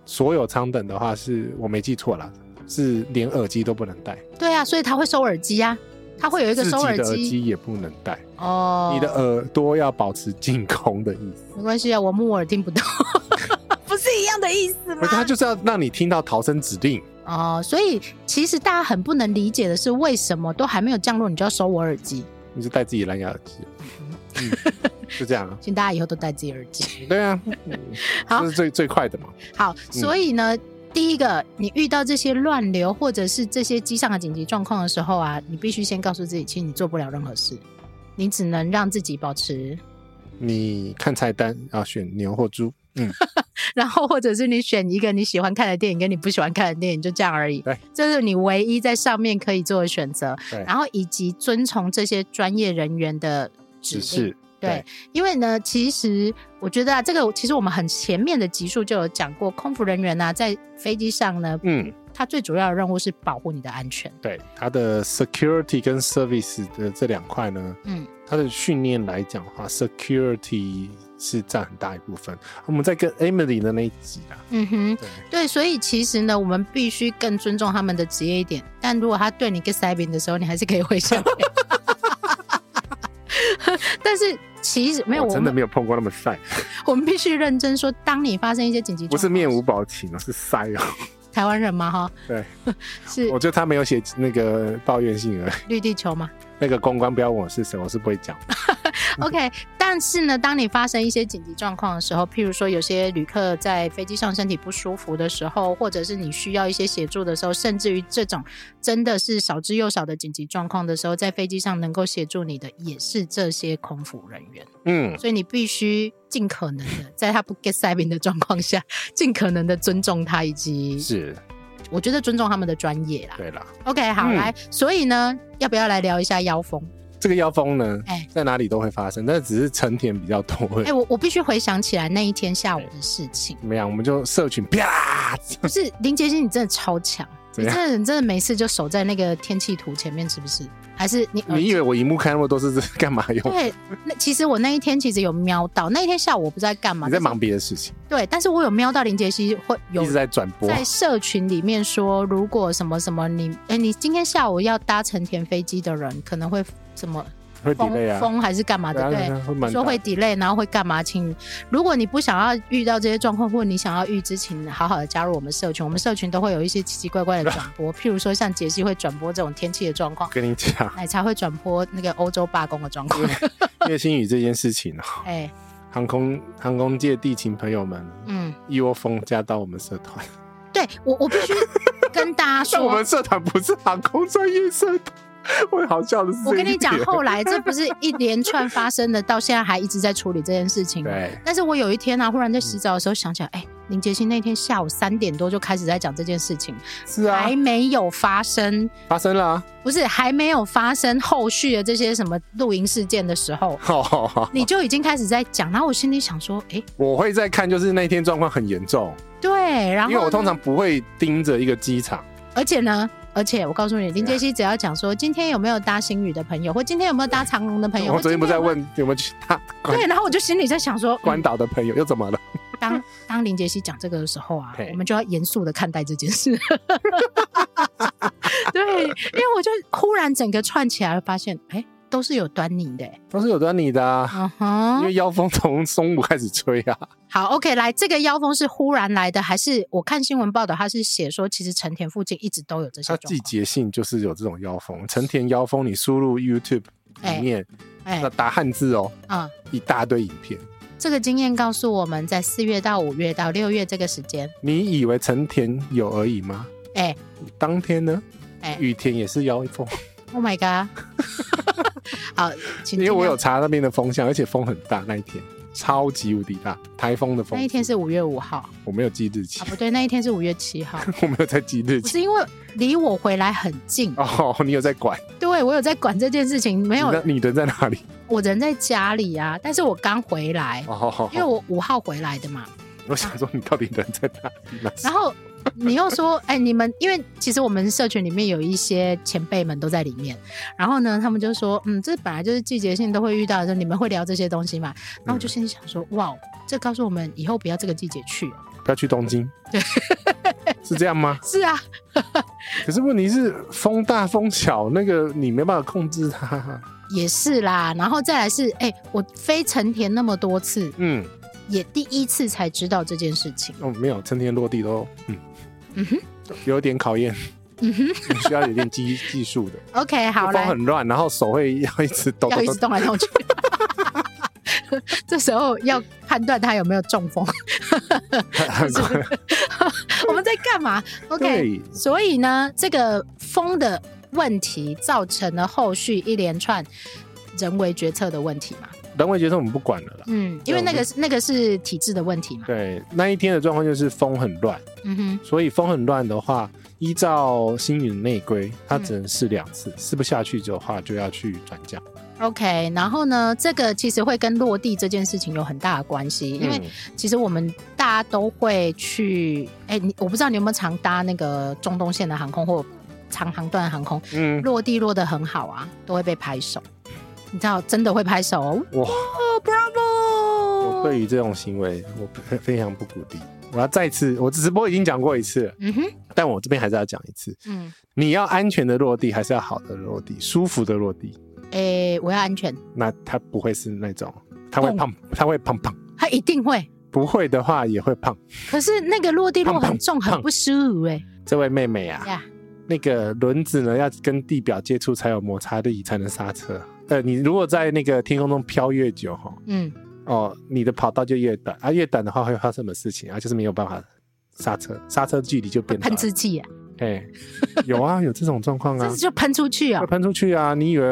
B: 所有舱等的话是，我没记错啦，是连耳机都不能戴，
A: 对啊，所以他会收耳机啊，他会有一个
B: 自
A: 收
B: 己
A: 耳
B: 的耳
A: 机。
B: 机也不能戴。
A: 哦，
B: 你的耳朵要保持净空的意思，
A: 没关系啊，我木耳听不到， [LAUGHS] 不是一样的意思
B: 可是它
A: 吗？
B: 就是要让你听到逃生指令。
A: 哦，所以其实大家很不能理解的是，为什么都还没有降落，你就要收我耳机？
B: 你就戴自己蓝牙耳机，嗯，就这样啊。
A: 请大家以后都戴自己耳机。
B: 对啊，嗯
A: 好
B: 这是最最快的嘛。
A: 好，所以呢，第一个，你遇到这些乱流或者是这些机上的紧急状况的时候啊，你必须先告诉自己，其实你做不了任何事，你只能让自己保持， [LAUGHS]
B: 你看菜单啊，选牛或猪，嗯，
A: 然后或者是你选一个你喜欢看的电影跟你不喜欢看的电影，就这样而已
B: 对。
A: 这是你唯一在上面可以做的选择
B: 对，
A: 然后以及遵从这些专业人员的指
B: 只
A: 示。 [LAUGHS]
B: 是
A: 对，因为呢，其实我觉得啊，这个其实我们很前面的集数就有讲过，空服人员呢、在飞机上呢，
B: 嗯，
A: 它最主要的任务是保护你的安全。
B: 对，它的 security 跟 service 的这两块呢，
A: 嗯，
B: 它的训练来讲的话，security 是占很大一部分。我们在跟 Emily 的那一集啊，
A: 嗯哼，
B: 对，
A: 对，所以其实呢，我们必须更尊重他们的职业一点。但如果他对你 get 塞宾的时候，你还是可以回笑。 [LAUGHS] 但是其实没有，
B: 我
A: 我
B: 哦真的
A: 们
B: 没有碰过那么晒，
A: 我们必须认真说，当你发生一些紧急，
B: 不是面无表情哦，是晒
A: [LAUGHS]
B: 哦。
A: 台湾人吗？哈，
B: 对，
A: [LAUGHS] 是
B: 我觉得他没有写那个抱怨信而已。
A: 绿地球吗？
B: 那个公关不要问我是谁，我是不会讲。
A: OK，但是呢，当你发生一些紧急状况的时候，譬如说有些旅客在飞机上身体不舒服的时候，或者是你需要一些协助的时候，甚至于这种真的是少之又少的紧急状况的时候，在飞机上能够协助你的也是这些空服人
B: [LAUGHS]
A: 员，
B: 嗯，
A: 所以你必须尽可能的，在他不 get 塞宾的状况下，尽可能的尊重他，以及
B: 是
A: 我觉得尊重他们的专业啦。
B: 对啦。
A: OK，好，
B: 嗯
A: 来，所以呢，要不要来聊一下妖风？
B: 这个妖风呢
A: 哎，
B: 在哪里都会发生，但只是成田比较多而
A: 哎、
B: 已。
A: 我我必须回想起来那一天下午的事情。
B: [LAUGHS] 怎么样？我们就社群啪， [LAUGHS]
A: 不是林杰星，你真的超强，
B: 怎
A: 你
B: 样
A: 这人真的没事就守在那个天气图前面，是不是？还是你耳
B: 你以
A: 机
B: 为我荧幕开那么多是这是干嘛用？
A: 对，啊那其实我那一天其实有瞄到，那一天下午我不知道在干嘛，
B: 你在
A: 但是
B: 忙别的事情，
A: 对，但是我有瞄到林杰西会有
B: 一直在转播。
A: 在社群里面说，如果什么什么你，哎、你今天下午要搭成田飞机的人，可能会什么
B: 会
A: 风
B: delay 啊，
A: 风还是干嘛的，对，
B: 啊，会蛮
A: 说
B: 大
A: 会 delay，然后会干嘛？请如果你不想要遇到这些状况，或你想要预知，请好好的加入我们社群。我们社群都会有一些奇奇怪怪的转
B: [LAUGHS]
A: 播，譬如说像杰西会转播这种天气的状况，
B: 跟你讲，
A: 奶茶会转播那个欧洲罢工的状况。
B: 月星雨这件事情哦，
A: [LAUGHS] 哎，
B: 航空航空界地勤朋友们
A: 嗯，
B: 一窝蜂加到我们社团，
A: 对我我必须跟大家
B: [LAUGHS] 但我
A: 说
B: 们。社团不是航空专业社团，会好笑的是，
A: 我跟你讲，，后来这不是一连串发生的，到现在还一直在处理这件事情吗。
B: 对，嗯
A: 但是我有一天啊，忽然在洗澡的时候想起来，哎、林杰星那天下午三点多就开始在讲这件事情，
B: 是啊，
A: 还没有发生。
B: 发生了啊， [LAUGHS]
A: 不是还没有发生后续的这些什么露营事件的时候，
B: 好好好，
A: 你就已经开始在讲，然后我心里想说，诶，
B: 我会再看，就是那天状况很严重，
A: 对，然后
B: 因为我通常不会盯着一个机场，
A: 而且呢。而且我告诉你，林杰西只要讲说今天有没有搭星宇的朋友，或今天有没有搭长龙的朋友，
B: 我
A: 或
B: 昨天不是
A: 今
B: 在
A: 有没有
B: 问有没有去大关
A: 对，然后我就心里在想说，
B: 关岛的朋友又怎么了？
A: 嗯当当林杰西讲这个的时候啊
B: 嘿，
A: 我们就要严肃的看待这件事。 [LAUGHS] 对，因为我就忽然整个串起来，发现诶，都是有端倪的、欸。
B: 都是有端你的啊，
A: 嗯哼，
B: [LAUGHS] 因为妖风从中午开始吹
A: [LAUGHS]
B: 啊，
A: 好，OK，来，这个妖风是忽然来的，还是我看新闻报道，他是写说其实成田附近一直都有这些
B: 它
A: 状
B: 季
A: 况？
B: 节性就是有这种妖风，成田妖风，你输入 YouTube 里面，
A: 哎
B: 那、，打汉字哦，
A: 嗯，
B: 一大堆影片。
A: 这个经验告诉我们在四月到五月到六月这个时间，
B: 你以为成田有而已吗？
A: 哎
B: 当天呢，
A: 哎
B: 雨田也是妖风，
A: ，Oh my
B: [LAUGHS]
A: god！好，请
B: 因为我有
A: 尽
B: 查那边的风向，而且风很大，那一天超级无敌大，台风的
A: 量
B: 风。
A: 那一天是五月五号啊，
B: 我没有记日期，
A: 不对，那一天是五月七号，
B: [LAUGHS] 我没有在记日
A: 不
B: 期。
A: 是因为离我回来很近，
B: [LAUGHS] 哦，你有在管？
A: 对我有在管这件事情，没有
B: 你，的你人在哪
A: [LAUGHS]
B: 里？
A: 我人在家里啊，但是我刚回来，
B: 哦，
A: 因为我五号回来的嘛，
B: 我想说你到底人在哪里呢？
A: 然后你又说，哎、你们因为其实我们社群里面有一些前辈们都在里面，然后呢，他们就说，嗯，这本来就是季节性都会遇到的事，你们会聊这些东西嘛？然后我就心里想说，哇，这告诉我们以后不要这个季节去哦。
B: 不要去东京。
A: [LAUGHS]
B: 是这样吗？
A: 是啊，
B: 可是问题是风大风小，那个你没办法控制它。
A: 也是啦。然后再来是，哎、我飞成田那么多次，
B: 嗯，
A: 也第一次才知道这件事情。
B: 哦，没有，成天落地都，嗯
A: 嗯哼
B: [LAUGHS] 有点考验，
A: 嗯
B: [LAUGHS]
A: 哼
B: 需要有点技技术的。
A: ，OK，好
B: 风
A: 来，
B: 很乱，然后手会要一直抖抖
A: 要一
B: 抖
A: 直。动来动去。 [LAUGHS] 这时候要判断他有没有中风，是 [LAUGHS] 不是我们在干嘛？OK，
B: 对，
A: 所以呢，这个风的问题造成了后续一连串人为决策的问题嘛。
B: 人为决策我们不管了啦。
A: 嗯，因为那个是那个是体制的问题嘛。
B: 对，那一天的状况就是风很乱，
A: 嗯哼，
B: 所以风很乱的话，依照星云内规，它只能试两次，
A: 嗯
B: 试不下去的话就要去转降。
A: OK，然后呢，这个其实会跟落地这件事情有很大的关系，因为
B: 嗯
A: 其实我们大家都会去，哎、你我不知道你有没有常搭那个中东线的航空或长航段的航空，
B: 嗯，
A: 落地落得很好啊，都会被拍手，你知道，真的会拍手哦，
B: 哇
A: ，Bravo！
B: 我对于这种行为，我非非常不鼓励。我要再次，我直播已经讲过一次了，
A: 嗯哼，
B: 但我这边还是要讲一次。
A: 嗯，
B: 你要安全的落地，还是要好的落地，舒服的落地？
A: 诶、哎我要安全，
B: 那它不会是那种，它会
A: 砰
B: 胖，它会胖胖。
A: 他一定会。
B: 不会的话也会胖。
A: 可是那个落地落很重，
B: 砰砰
A: 很不舒服哎、
B: 这位妹妹啊，
A: 呀
B: 那个轮子呢要跟地表接触才有摩擦力，才能刹车。呃，你如果在那个天空中飘越久哈，
A: 嗯，
B: 哦，你的跑道就越短啊，越短的话会发生什么事情啊？就是没有办法刹车，刹车距离就变
A: 喷
B: 短。
A: 自己啊，
B: 哎，有
A: [LAUGHS]
B: 啊，有这种状况啊
A: 这，就喷出去
B: [LAUGHS] 会
A: 哦。
B: 喷出去啊！你以为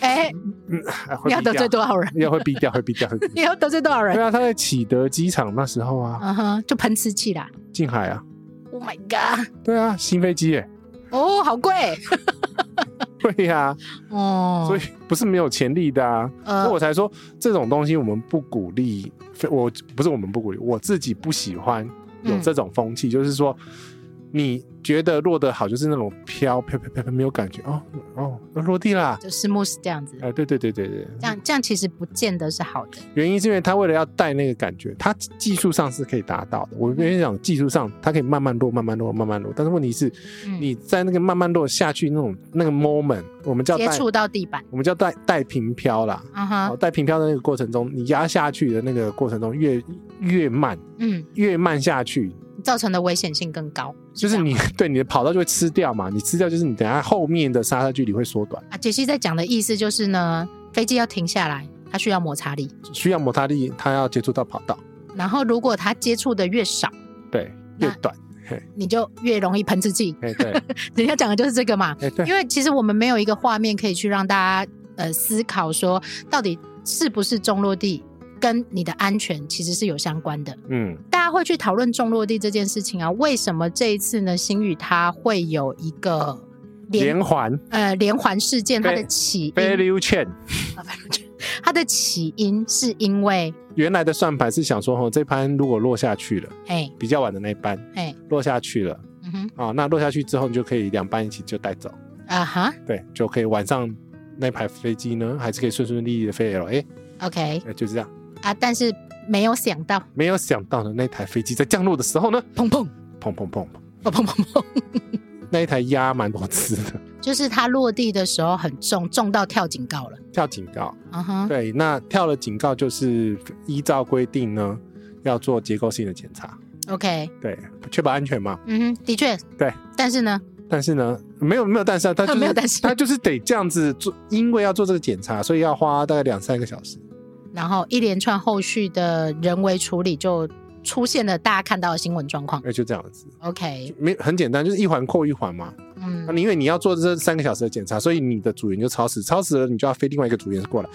A: 哎，
B: 哎会
A: 你要
B: 逼掉
A: 得罪多少人？ [LAUGHS]
B: 要会逼掉，会逼掉，会逼
A: 你
B: 掉。
A: 要得罪多少
B: 对
A: 人？
B: 啊，他在启德机场那时候啊，
A: 嗯哼，就喷湿气啦。
B: 近海啊，
A: Oh my god！
B: 对啊，新飞机耶，
A: 哦，好贵
B: 对呀，
A: 哦。
B: 所以不是没有潜力的啊。所以
A: 呃
B: 我，才说这种东西我们不鼓励，非我不是我们不鼓励，我自己不喜欢有
A: 嗯
B: 这种风气，就是说你觉得落得好，就是那种飘飘飘飘飘没有感觉哦哦落地啦，
A: 就是幕是这样子，
B: 哎、对对对对对，
A: 这样这样其实不见得是好的。
B: 原因是因为他为了要带那个感觉，他技术上是可以达到的。我跟你讲，技术上它可以慢慢落，慢慢落，慢慢落，但是问题是
A: 嗯
B: 你在那个慢慢落下去那种那个 moment，我们叫
A: 接
B: 带，
A: 触到地板，
B: 我们叫带带平飘啦。
A: 嗯
B: 哦，
A: 哼，
B: 带平飘的那个过程中，你压下去的那个过程中越越慢，
A: 嗯，
B: 越慢下去，
A: 造成的危险性更高。
B: 就是你
A: 啊
B: [LAUGHS] 对你的跑道就会吃掉嘛，你吃掉就是你等下后面的刹车距离会缩短，
A: 啊，杰西在讲的意思就是呢，飞机要停下来，它需要摩擦力。
B: 需要摩擦力，它要接触到跑道，
A: 然后如果它接触的越少，
B: 对，
A: 那
B: 越短，
A: 你就越容易喷自己。 [LAUGHS]
B: 哎对，
A: 人家讲的就是这个嘛。
B: 哎对，
A: 因为其实我们没有一个画面可以去让大家呃思考说，到底是不是重落地跟你的安全其实是有相关的。
B: 嗯
A: 大家会去讨论重落地这件事情啊，为什么这一次呢？星宇它会有一个连
B: 连环
A: 呃连环事件，它的
B: 对
A: 起因，
B: value chain。
A: 它的起因是因为，
B: 原来的算盘是想说，哦，这盘如果落下去了，
A: 哎
B: 比较晚的那一班
A: 哎，
B: 落下去了
A: 嗯哼，
B: 啊、那落下去之后，你就可以两班一起就带走，
A: 啊哈
B: 对，就可以晚上那排飞机呢，还是可以顺顺利利的飞 L A，
A: ，OK
B: 哎，就是这样。
A: 啊，但是没有想到，
B: 没有想到呢，那台飞机在降落的时候呢，
A: 砰砰，
B: 砰砰砰，
A: 砰砰砰砰，
B: 那一台压蛮多次的，
A: [LAUGHS] 就是它落地的时候很重，重到跳警告了，
B: 跳警告。
A: 啊哈，
B: 对，那跳了警告就是依照规定呢，要做结构性的检查，
A: OK，
B: 对，确保安全嘛。
A: 嗯哼，的确，
B: 对。
A: 但是呢，
B: 但是呢，没有没有但是啊，他就是
A: 没有但是
B: 他就是得这样子做，因为要做这个检查，所以要花大概两三个小时。
A: 然后一连串后续的人为处理就出现了大家看到的新闻状况。
B: 哎，就这样子，
A: OK，
B: 没很简单，就是一环扣一环嘛。那
A: 嗯
B: 你因为你要做这三个小时的检查，所以你的组员就超时，超时了你就要飞另外一个组员过来，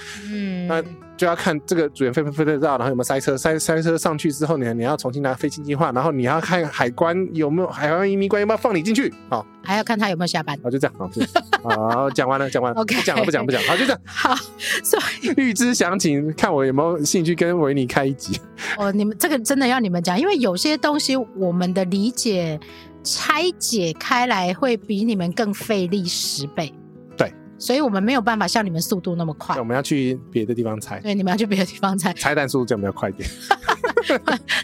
B: 那
A: 嗯，
B: 就要看这个组员飞不飞得到，然后有没有塞车，塞塞车上去之后，你你要重新拿飞行计划，然后你要看海关有没有海关移民官要不要放你进去，好，
A: 还要看他有没有下班。 [LAUGHS]
B: 好就这样，好，是好，讲完了，讲完了
A: OK
B: 不讲了，不讲了不讲了，好就这样。
A: 好，所以
B: 预知详情，看我有没有兴趣跟维尼开一集。
A: 哦，你们这个真的要你们讲，因为有些东西我们的理解拆解开来会比你们更费力十倍。
B: 对，
A: 所以我们没有办法像你们速度那么快
B: 对我。们要去别的地方拆，
A: 对，你们要去别的地方拆，
B: 拆弹速度这样比较快一点。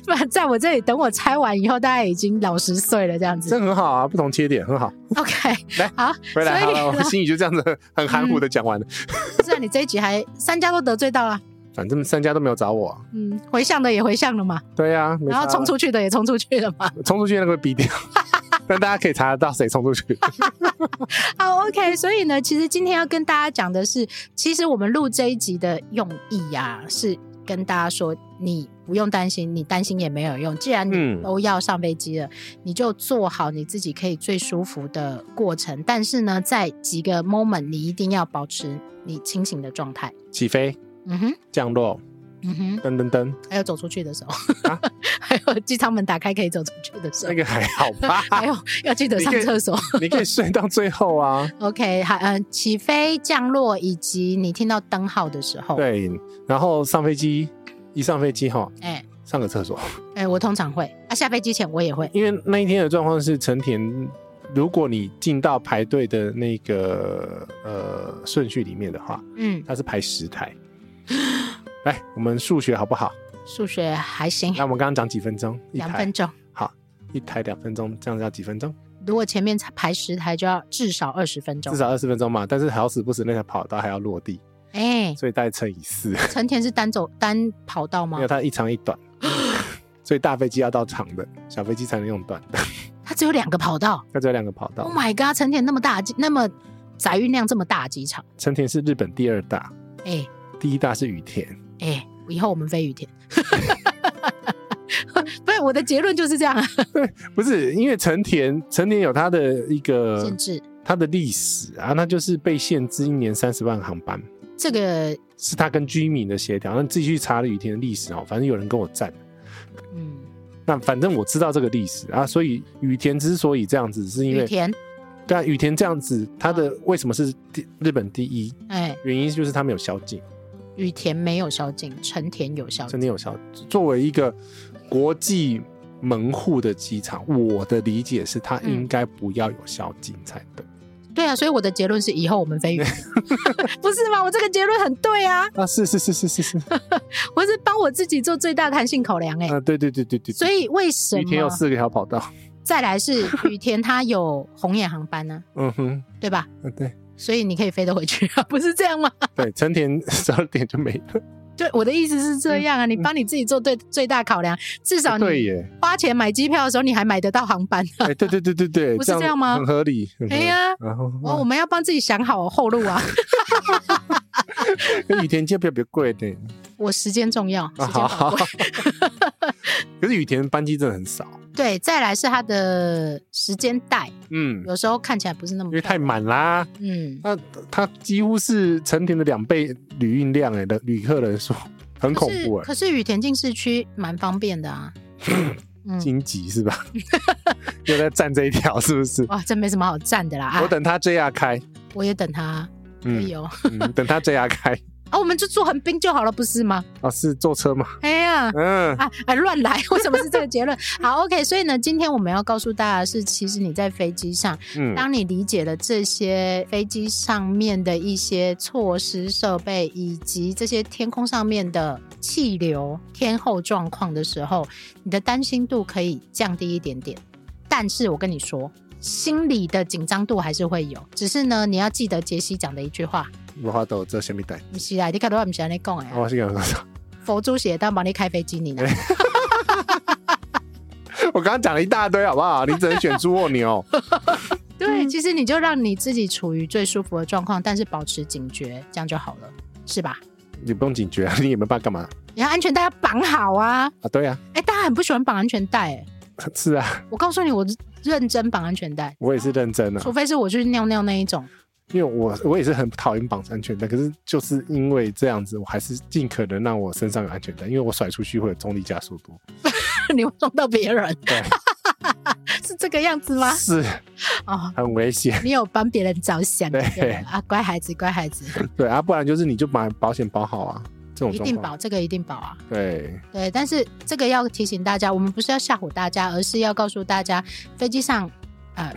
A: 不然在我这里等我拆完以后，大概已经老十岁了这样
B: 这
A: 子。
B: 样很好啊，不同切点很好。
A: OK，
B: 来
A: 好，
B: 回来好
A: 所以
B: 了，我
A: 呢
B: 心语就这样子很含糊的讲完了。
A: 虽然你这一集还三家都得罪到了，
B: 反正三家都没有找我啊。
A: 嗯，回向的也回向了嘛，
B: 对啊，没
A: 然后
B: 差
A: 冲出去的也冲出去了嘛。 [LAUGHS]
B: 冲出去那个会逼掉，但大家可以查得到谁冲出去。
A: 好，OK，所以呢，其实今天要跟大家讲的是，其实我们录这一集的用意呀、是跟大家说，你不用担心，你担心也没有用。既然你
B: 嗯
A: 都要上飞机了，你就做好你自己可以最舒服的过程。但是呢，在几个 moment，你一定要保持你清醒的状态。
B: 起飞、
A: 嗯哼，
B: 降落，
A: 嗯哼，
B: 噔噔噔，
A: 还有走出去的时候，
B: 啊
A: [LAUGHS] 还有机舱门打开可以走出去的时候
B: 那。个还好吧？
A: 啊 [LAUGHS] 还有要记得上厕所。 [LAUGHS]
B: 你可以睡到最后啊。
A: OK，还嗯，起飞、降落以及你听到灯号的时候，，
B: 对，然后上飞机，一上飞机哈，
A: 哎
B: 上个厕所，
A: 哎，我通常会啊，下飞机前我也会，
B: 因为那一天的状况是成田。如果你进到排队的那个呃顺序里面的话，
A: 嗯，
B: 它是排
A: [GASPS]
B: 十台。来，我们数学好不好？
A: 数学还行，
B: 那我们刚刚讲几分钟？啊一
A: 两
B: 台
A: 分钟。
B: 一台两分钟，这样子要几分钟？
A: 如果前面排十台，就要至少二十分钟
B: 至。少二十分钟嘛。但是好死不死，那台跑道还要落地，
A: 哎，
B: 所以大概乘以四，
A: 成田是单走单跑道
B: 因
A: 吗
B: 为？它一长一
A: [GASPS]
B: 短，所以大飞机要到长的，小飞机才能用短的。
A: 它只有两个跑道。Oh
B: 它只有两个跑道
A: Oh，my god！成田那么大，那么载运量这么大的机场，
B: 成田是日本第二大，
A: 哎
B: 第一大是羽田。
A: 哎，以后我们飞羽田。 [LAUGHS] 不是我的结论就是这样啊，
B: 不是因为成田，成田有它的一个
A: 限制
B: 它的历史啊，那就是被限制一年三十万航班，
A: 这个，
B: 是它跟居民的协调。那你自己去查羽田的历史哦，反正有人跟我站。
A: 嗯，
B: 那反正我知道这个历史啊，所以羽田之所以这样子，是因
A: 羽
B: 为
A: 田，
B: 对啊，羽田这样子，它的为什么是第日本第一？
A: 哎，
B: 原因就是它没有宵禁，
A: 羽田没有宵禁，成田有宵
B: 成
A: 禁，
B: 田有宵。作为一个国际门户的机场，我的理解是它
A: 嗯
B: 应该不要有宵禁才对。
A: 对啊，所以我的结论是以后我们飞羽
B: [LAUGHS]
A: 田，不是吗？我这个结论很对啊，
B: 啊，是是是是是是，啊、
A: 我是帮我自己做最大弹性考量哎、
B: 对对对对对。
A: 所以为什
B: 嗯羽田有
A: 么
B: 四个条跑道，
A: 再来是羽田它有红眼航班呢、
B: 嗯哼，
A: 对吧？
B: 啊
A: [LAUGHS]
B: 对
A: 所以你可以飞得回去啊，不是这样吗？ [LAUGHS]
B: 对，成田十二点就没了。
A: 对，我的意思是这样啊，你帮你自己做对最大考量，至少
B: 嗯对
A: 你
B: 耶，
A: 花钱买机票的时候，你还买得到航班、啊
B: 哎、。对对对对
A: [LAUGHS]
B: 对，
A: 不是这样吗
B: 很合理。很合
A: 哎
B: 理。
A: 呀，
B: 然后
A: 哦，我们要帮自己想好后路啊！
B: 跟羽田机票比较贵
A: [LAUGHS]
B: 的，
A: 我时间重要，时
B: 啊
A: 间宝
B: 好 [LAUGHS]
A: 贵。。
B: 可是羽田班机真的很少，
A: [LAUGHS] 对，再来是它的时间带， [LAUGHS]
B: 嗯，
A: 有时候看起来不是那么
B: 因为
A: 漂
B: 太
A: 亮
B: 满啦，
A: 嗯，
B: 那它几乎是成田的两倍旅运量哎的旅客人数，很恐怖
A: 可是
B: 哎，
A: 可是羽田进市区蛮方便的
B: [LAUGHS]
A: 啊。嗯，
B: 荆棘是吧？ [LAUGHS] 又在占这一条是不是？
A: 哇，真没什么好站的啦。啊
B: 我，等他 JR 开，
A: 我也等他，可
B: 嗯
A: 以哦。
B: 嗯，等他 JR 开
A: 啊，我们就坐横滨就好了，不是吗？
B: 啊，是坐车嘛？
A: 哎呀，
B: 嗯，
A: 啊啊！乱来，为什么是这个结论？ [LAUGHS] 好，OK，所以呢，今天我们要告诉大家的是，其实你在飞机上，
B: 嗯
A: 当你理解了这些飞机上面的一些措施设备，以及这些天空上面的气流、天候状况的时候，你的担心度可以降低一点点。但是我跟你说，心里的紧张度还是会有，只是呢，你要记得杰西讲的一句话：，
B: 我花豆这下面带，
A: 不是啊啦，你看到我们想来讲哎，
B: 我先跟他说，
A: 佛珠写当帮你开飞机你呢。
B: 我刚刚讲了一大堆好不好？你只能选猪或牛， [LAUGHS]
A: 对，其实你就让你自己处于最舒服的状况，但是保持警觉，这样就好了，是吧？
B: 你不用警觉啊，你也没办法干嘛
A: 你要安全带要绑好啊！
B: 啊？对啊，
A: 哎，大家很不喜欢绑安全带，哎，
B: 是啊，
A: 我告诉你，我认真绑安全带，
B: 我也是认真啊。
A: 除非是我去尿尿那一种。 [LAUGHS]
B: 因为我我也是很讨厌绑安全带，可是就是因为这样子，我还是尽可能让我身上有安全带，因为我甩出去会有重力加速度。
A: 你会撞到别人，
B: 对，
A: 是这个样子吗？
B: 是
A: 哦，
B: 很危险。
A: 你有帮别人着想，
B: 对
A: 对啊，乖孩子，乖孩子，
B: 对啊，不然就是你就把保险保好啊，这种
A: 一
B: 状
A: 定
B: 况。
A: 保，这个一定保啊。
B: 对，
A: 对，但是这个要提醒大家，我们不是要吓唬大家，而是要告诉大家，飞机上，呃，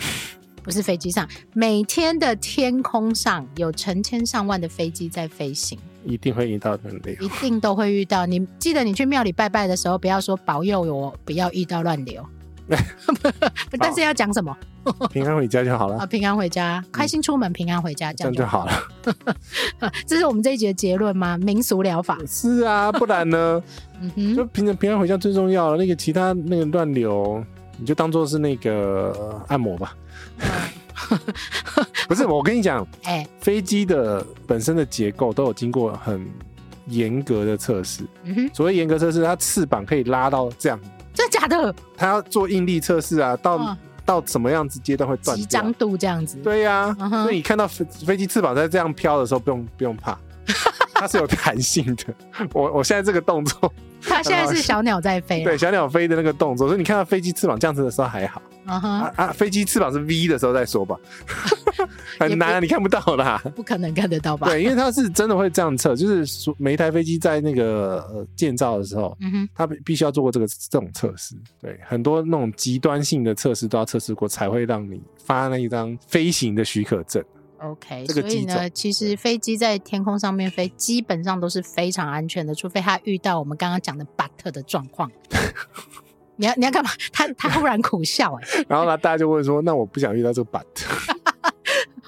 A: 不是飞机上，每天的天空上有成千上万的飞机在飞行，
B: 一定会遇到人流。
A: 一定都会遇到。你记得你去庙里拜拜的时候，不要说保佑我不要遇到乱
B: [LAUGHS]
A: 流，但是要讲什么
B: 平安回家就好了
A: 啊？，平安回家，开心出门，平安回家，这
B: 哦嗯
A: 样就
B: 这样就
A: 好。
B: 好了。
A: 这是我们这一集的结论吗？民俗疗法，
B: 是啊，不然呢？
A: 嗯哼，
B: 就平常平安回家最重要了。那个其他那个乱流，你就当做是那个呃按摩吧。
A: 嗯
B: [LAUGHS] 不是，我跟你讲，
A: 哎，
B: 飞机的本身的结构都有经过很严格的测试。
A: 嗯哼，
B: 所谓严格测试，它翅膀可以拉到这样，
A: 真的假的？
B: 它要做应力测试啊，到、
A: 嗯
B: 到什么样子阶段会断
A: 几张
B: 掉？啊
A: 度这样子，
B: 对呀、
A: 嗯哼
B: 所以你看到飞飞机翅膀在这样飘的时候，不用不
A: [LAUGHS]
B: 用怕，它是有弹性的。我我现在这个动作，
A: 他现
B: [LAUGHS]
A: 在是小鸟在飞啦，
B: 对小鸟飞的那个动作，所以你看到飞机翅膀这样子的时候还好
A: 嗯哼。
B: 啊啊，飞机翅膀是 V 的时候再
A: [LAUGHS]
B: 说吧，
A: 也
B: 很
A: 不
B: 难、啊，你看不到啦。
A: 不可能看得到吧？
B: 对，因为它是真的会这样测，就是说每一台飞机在那个呃建造的时候，
A: 嗯哼，
B: 他必必须要做过这个这种测试，对，很多那种极端性的测试都要测试过，才会让你发那一张飞行的许可证。
A: ，OK。
B: 这个
A: 所以
B: 机
A: 呢，
B: 种
A: 其实飞机在天空上面飞，基本上都是非常安全的，除非它遇到我们刚刚讲的 but 的状况。你要你要干嘛？他他忽然苦笑哎、
B: 然后呢，大家就问说：“那我不想遇到这个 but，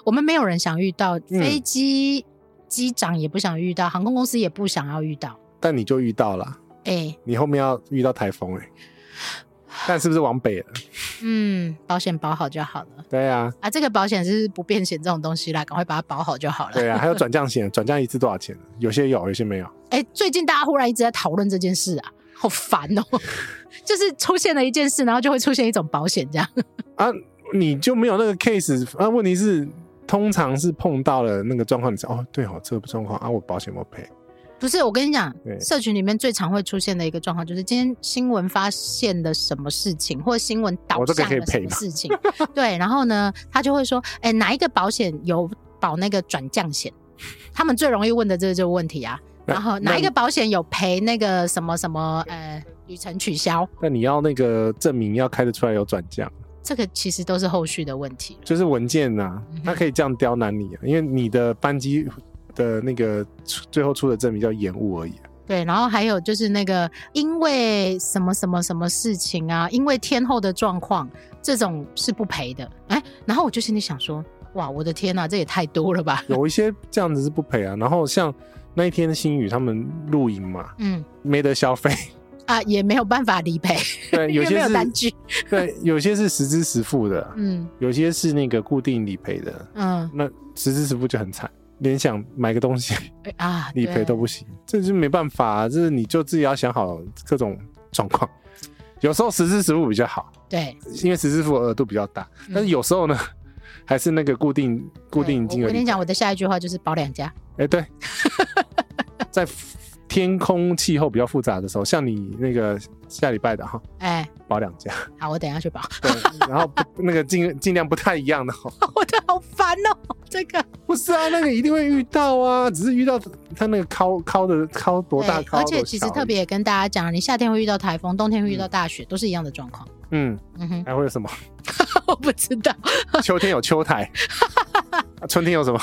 A: 我们没有人想遇到，
B: 嗯
A: 飞机机长也不想遇到，航空公司也不想要遇到。
B: 但你就遇到了，
A: 哎、
B: 你后面要遇到台风哎、但是不是往北了？
A: 嗯，保险保好就好了
B: 对啊，
A: 啊。这个保险是不变险这种东西啦，赶快把它保好就好了。
B: 对啊，还有转降险，转降一次多少钱？有些有，有些没有。
A: 哎、最近大家忽然一直在讨论这件事啊，好烦哦、 [LAUGHS] 就是出现了一件事，然后就会出现一种保险这样。
B: 啊，你就没有那个 case 啊？问题是，通常是碰到了那个状况，你说哦，对哦，这个状况啊，我保险我赔。
A: 不是，我跟你讲
B: 对，
A: 社群里面最常会出现的一个状况就是，今天新闻发现了什么事情，或新闻导
B: 哦这个
A: 向
B: 可以
A: 了什
B: 赔
A: 么
B: 吗
A: 事情， [LAUGHS] 对，然后呢，他就会说，哎、哪一个保险有保那个转降险？他们最容易问的这个问题啊。
B: 那
A: 然后
B: 那
A: 哪一个保险有赔那个什么什么呃旅程取消？
B: 那你要那个证明要开得出来有转降，
A: 这个其实都是后续的问题了。
B: 就是文件呐、啊
A: 嗯哼，
B: 它可以这样刁难你、啊，因为你的班机的那个出最后出的证明叫延误而已、啊。
A: 对，然后还有就是那个因为什么什么什么事情啊，因为天后的状况，这种是不赔的。哎，然后我就心里想说，哇，我的天呐、这也太多了吧。
B: 有一些这样子是不赔啊。 [LAUGHS] 然后像那一天新宇他们露营嘛，
A: 嗯
B: 没得消
A: [LAUGHS]
B: 费，
A: 啊，也没有办法理赔，因
B: 对，呃有
A: 为没
B: 些
A: 有
B: 是
A: 单据。
B: 对，有些是实支实付的，
A: 嗯
B: 有些是那个固定理赔的，
A: 嗯
B: 那实支实付就很惨，连想买个东西
A: 哎啊，
B: 嗯理赔
A: 对
B: 都不行，这就没办法、啊，这是你就自己要想好各种状况。有时候实支实付比较好，
A: 对。
B: 因为实支付额度比较大，
A: 嗯
B: 但是有时候呢，还是那个固定固定
A: 对
B: 金额
A: 我。我跟
B: 理
A: 你
B: 赔。
A: 讲，我的下一句话就是保两家。
B: 哎、对，在天空气候比较复杂的时候，像你那个下礼拜的哈，
A: 哎，
B: 保两
A: [LAUGHS]
B: 家，
A: 好，我等一下去保。
B: 对，然后不那个尽尽量不太一样的哈。
A: 我的好烦哦，这个
B: 不是啊，那个一定会遇到啊，只是遇到它那个敲敲的敲多大
A: 对
B: 敲，
A: 而且其实特，别也跟大家讲，你夏天会遇到台风，冬天会遇到大雪，都是一样的状况。
B: 嗯，
A: 嗯哼， [LAUGHS]
B: 还会有什么？
A: 我不知道，
B: 秋天有秋台，啊春天有什么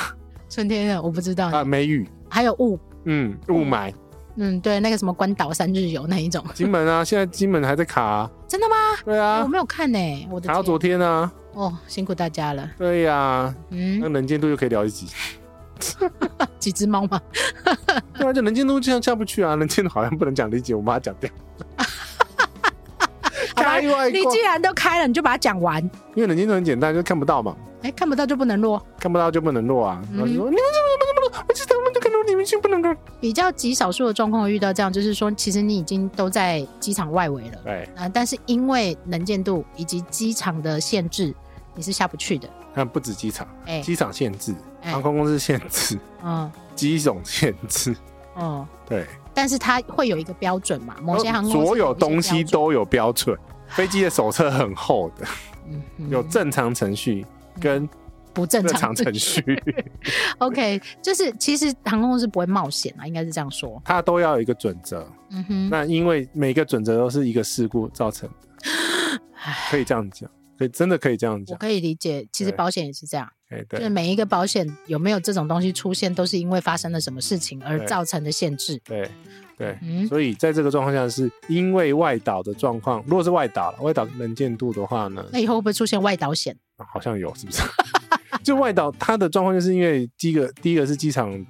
A: 春天的我不知道，
B: 啊？梅雨，
A: 还有雾，
B: 嗯，雾霾，
A: 嗯，对，那个什么关岛三日游那一种，
B: 金门啊，现在金门还在卡、啊，
A: 真的吗？
B: 对
A: 我
B: 啊，
A: 没有看呢、我的
B: 卡到昨天啊，
A: 哦，辛苦大家了。
B: 对呀、那
A: 嗯，
B: 能见度又可以聊一集，
A: 几只猫吗？
B: 对啊，就能见度这样下不去啊，能见度好像不能讲理解，我妈讲掉。
A: 好吧
B: 开外
A: 你
B: 挂
A: 既然都开了，你就把它讲完。
B: 因为能见度很简单，就看不到嘛，
A: 哎，看不到就不能落。
B: 看不到就不能落啊。然后就
A: 嗯
B: 说、你们怎么不能落？我记得我们就看到你们就不能够。
A: 比较极少数的状况会遇到这样，就是说，其实你已经都在机场外围了，
B: 对，
A: 啊、但是因为能见度以及机场的限制，你是下不去的。
B: 那不止机场，
A: 哎、
B: 机场限制，
A: 哎
B: 航空公司限制，
A: 嗯，
B: 机种限制，
A: 哦、
B: 对，
A: 但是它会有一个标准嘛，某些航空公司
B: 所有
A: 一些
B: 东西
A: 标准，
B: 都有标准。飞机的手册很厚的，
A: 嗯嗯
B: 有正常程序跟
A: 不正
B: 正
A: 常
B: 常程序，
A: OK，就是其实航空公司不会冒险啊，应该是这样说。
B: 它都要有一个准则。
A: 嗯哼，
B: 那因为每个准则都是一个事故造成的，可以这样讲，可以真的可以这样
A: 我
B: 讲。
A: 可以理解。其实
B: 对
A: 保险也是这样，
B: 哎，
A: 就
B: 对
A: 是每一个保险有没有这种东西出现，都是因为发生了什么事情而
B: 对
A: 造成的限制。
B: 对对，
A: 嗯，
B: 所以在这个状况下，是因为外岛的状况，如果是外岛，外岛能见度的话呢，
A: 那以后会不会出现外导险？
B: 好像有，是不是？ [LAUGHS] 就外岛，它的状况就是因为第一个，第一个是机场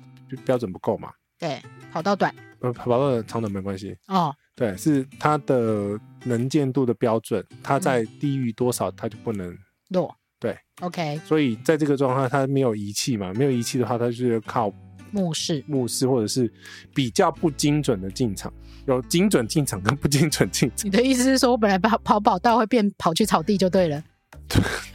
B: 标准不够嘛，
A: 对，跑道短
B: 呃，跑到长短没关系，
A: 哦，
B: 对，是它的能见度的标准，它在低于多少它就不能，
A: 落
B: 对
A: ，OK，
B: 所以在这个状况下，它没有仪器嘛，没有仪器的话，它就是靠
A: 目视
B: 目视或者是比较不精准的进场，有精准进场跟不精准进场，
A: 你的意思是说我本来跑跑跑道会变跑去草地就对了？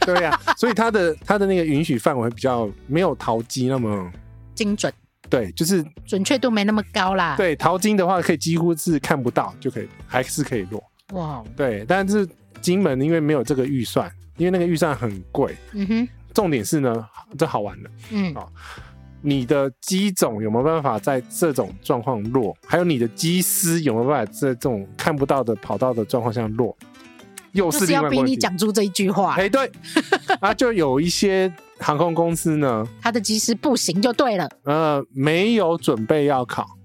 B: 对呀、所以它的它的那个允许范围比较没有淘机那么。
A: 精准
B: 对，就是
A: 准确度没那么高 [LAUGHS] 啦。，
B: 对淘金的话，可以几乎是看不到，就可以还是可以落。
A: 哇，哦
B: 对，但是金门因为没有这个预算，因为那个预算很贵。
A: 嗯哼，
B: 重点是呢，这好玩了，
A: 嗯
B: 好你的机种有没有办法在这种状况落？还有你的机师有没有办法在这种看不到的跑道的状况下落？又
A: 就是
B: 是另
A: 要
B: 外一
A: 逼
B: 个问
A: 你
B: 题。
A: 讲出这一句话，
B: 哎，对，啊，就有一些航空公司呢，
A: 他的机师不行就对了。
B: 呃，没有准备要考，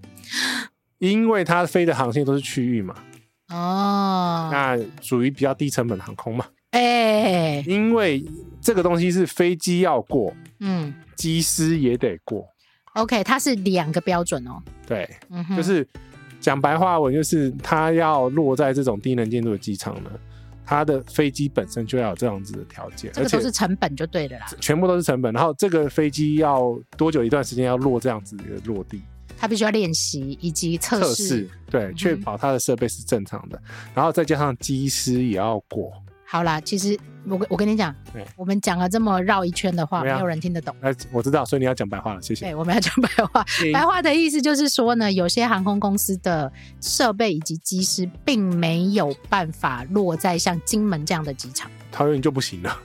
B: 因为它飞的航线都是区域嘛，
A: 哦，
B: 那属于比较低成本航空嘛。
A: 哎、
B: 因为这个东西是飞机要过，
A: 嗯
B: 机师也得过。
A: ，OK，它是两个标准哦，
B: 对，
A: 嗯哼，
B: 就是讲白话文，就是它要落在这种低能见度的机场呢，它的飞机本身就要有这样子的条件，
A: 这
B: 而
A: 个都
B: 且
A: 是成本就对了啦，
B: 全部都是成本。然后这个飞机要多久一段时间要落这样子的落地
A: 他必须要练习以及测
B: 测
A: 试嗯
B: 试。？对，确保它的设备是正常的，然后再加上机师也要过。
A: 好啦，其实我跟我跟你讲
B: 对，
A: 我们讲了这么绕一圈的话，
B: 怎么
A: 没
B: 样
A: 有人听得懂。
B: 哎，我知道，所以你要讲白话了，谢谢
A: 对，。我们要讲白话。白话的意思就是说呢，有些航空公司的设备以及机师并没有办法落在像金门这样的机场，
B: 桃园就不行了，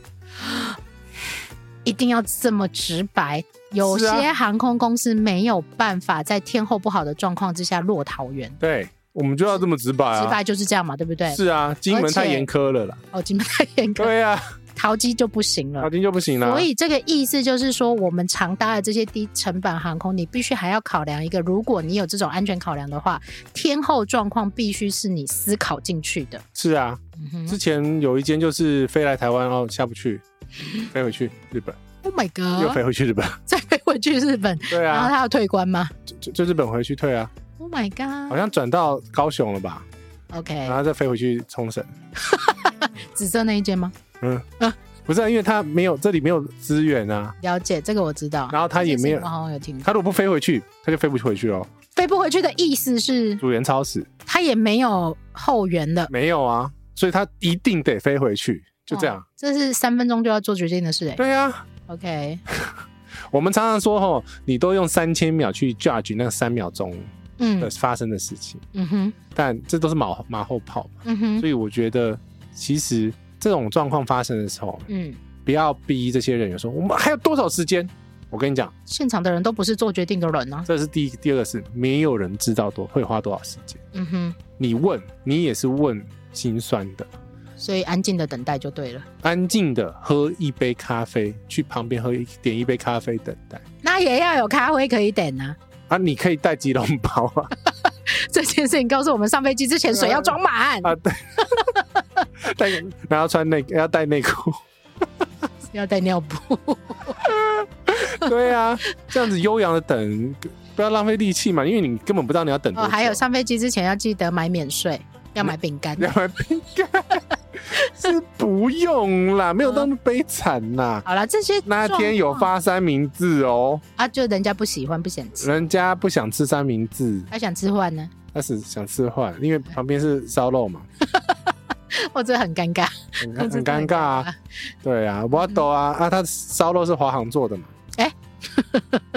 A: 一定要这么直白。有
B: 是啊
A: 些航空公司没有办法在天候不好的状况之下落桃园，
B: 对，我们就要这么直白
A: 直
B: 啊。
A: 白就是这样嘛，对不对？
B: 是啊，金门太严苛了啦。
A: 哦，金门太严
B: [LAUGHS]
A: 格，
B: 对啊，
A: 桃机就不行了
B: 桃。金就不行了。
A: 嗯所以这个意思就是说，我们常搭的这些低成本航空，你必须还要考量一个，如果你有这种安全考量的话，天候状况必须是你思考进去的。
B: 是啊，
A: 嗯哼
B: 之前有一间就是飞来台湾，然后下不去，飞回去日本，
A: ，Oh my
B: 又
A: god！
B: 飞回去
A: [LAUGHS]
B: 日本。
A: 再飞回去日本，
B: 对
A: 然后
B: 啊，
A: 他要退关吗
B: 就就就日本回去退啊，
A: ？Oh my
B: 好
A: god！OK，、
B: 像转到高雄了吧，然后再飞回去冲绳。嗯
A: 紫色那一间吗？
B: 不是、啊，因为他没有这里没有资源啊，
A: 了解，这个我知道。
B: 然后他也没有
A: 这个我好哦像有听过。
B: 他如果不飞回去，他就飞不回去哦。
A: 飞不回去的意思是，
B: 组员超时
A: 他也没有后援了。
B: 没有啊，所以他一定得飞回去，就这样
A: 哇。，哦这是三分钟就要做决定的事哎、
B: 对啊，
A: OK，
B: 我们常常说吼，你都用三千秒去 judge 那三秒钟的
A: 嗯
B: 发生的事情，
A: 嗯哼
B: 但这都是马马后炮嘛。
A: 嗯哼
B: 所以我觉得，其实这种状况发生的时候，
A: 嗯。
B: 不要逼这些人员说我们还有多少时间。我跟你讲，
A: 现场的人都不是做决定的人啊。
B: 这是第一第二个是没有人知道多会花多少时间。
A: 嗯哼，
B: 你问，你也是问心酸的。
A: 所以安静的等待就对了。
B: 安静的喝一杯咖啡，去旁边喝一点一杯咖啡等待
A: 那也要有咖啡可以点啊！ [LAUGHS]
B: 啊！你可以带吉隆包啊
A: 这件事情告诉我们，上飞机之前水要装满，
B: 啊，
A: [LAUGHS]
B: 对，带然后穿内要带
A: [LAUGHS]
B: 内裤，
A: 要带尿
B: [LAUGHS]
A: 布。
B: 对啊，这样子悠扬的等，不要浪费力气嘛，因为你根本不知道你要等多
A: 哦，
B: 久。
A: 还有上飞机之前要记得买免税，要买饼干。
B: [LAUGHS] 两块饼干是不用
A: 嗯
B: 啦，没有那么悲惨啦。
A: 好了，这些
B: 那天有
A: 状况
B: 发三明治哦，
A: 啊，就人家不喜欢不想吃，
B: 人家不想吃三明治，
A: 他想吃饭呢，
B: 但是想吃坏，因为旁边是烧肉嘛，
A: 哦，这很尴尬，
B: [LAUGHS] 很
A: 这
B: 很
A: 真的
B: 尴
A: 很
B: 尬啊。
A: 尬。嗯
B: 对啊，我懂啊啊，他烧肉是华航做的嘛？
A: [LAUGHS] 哎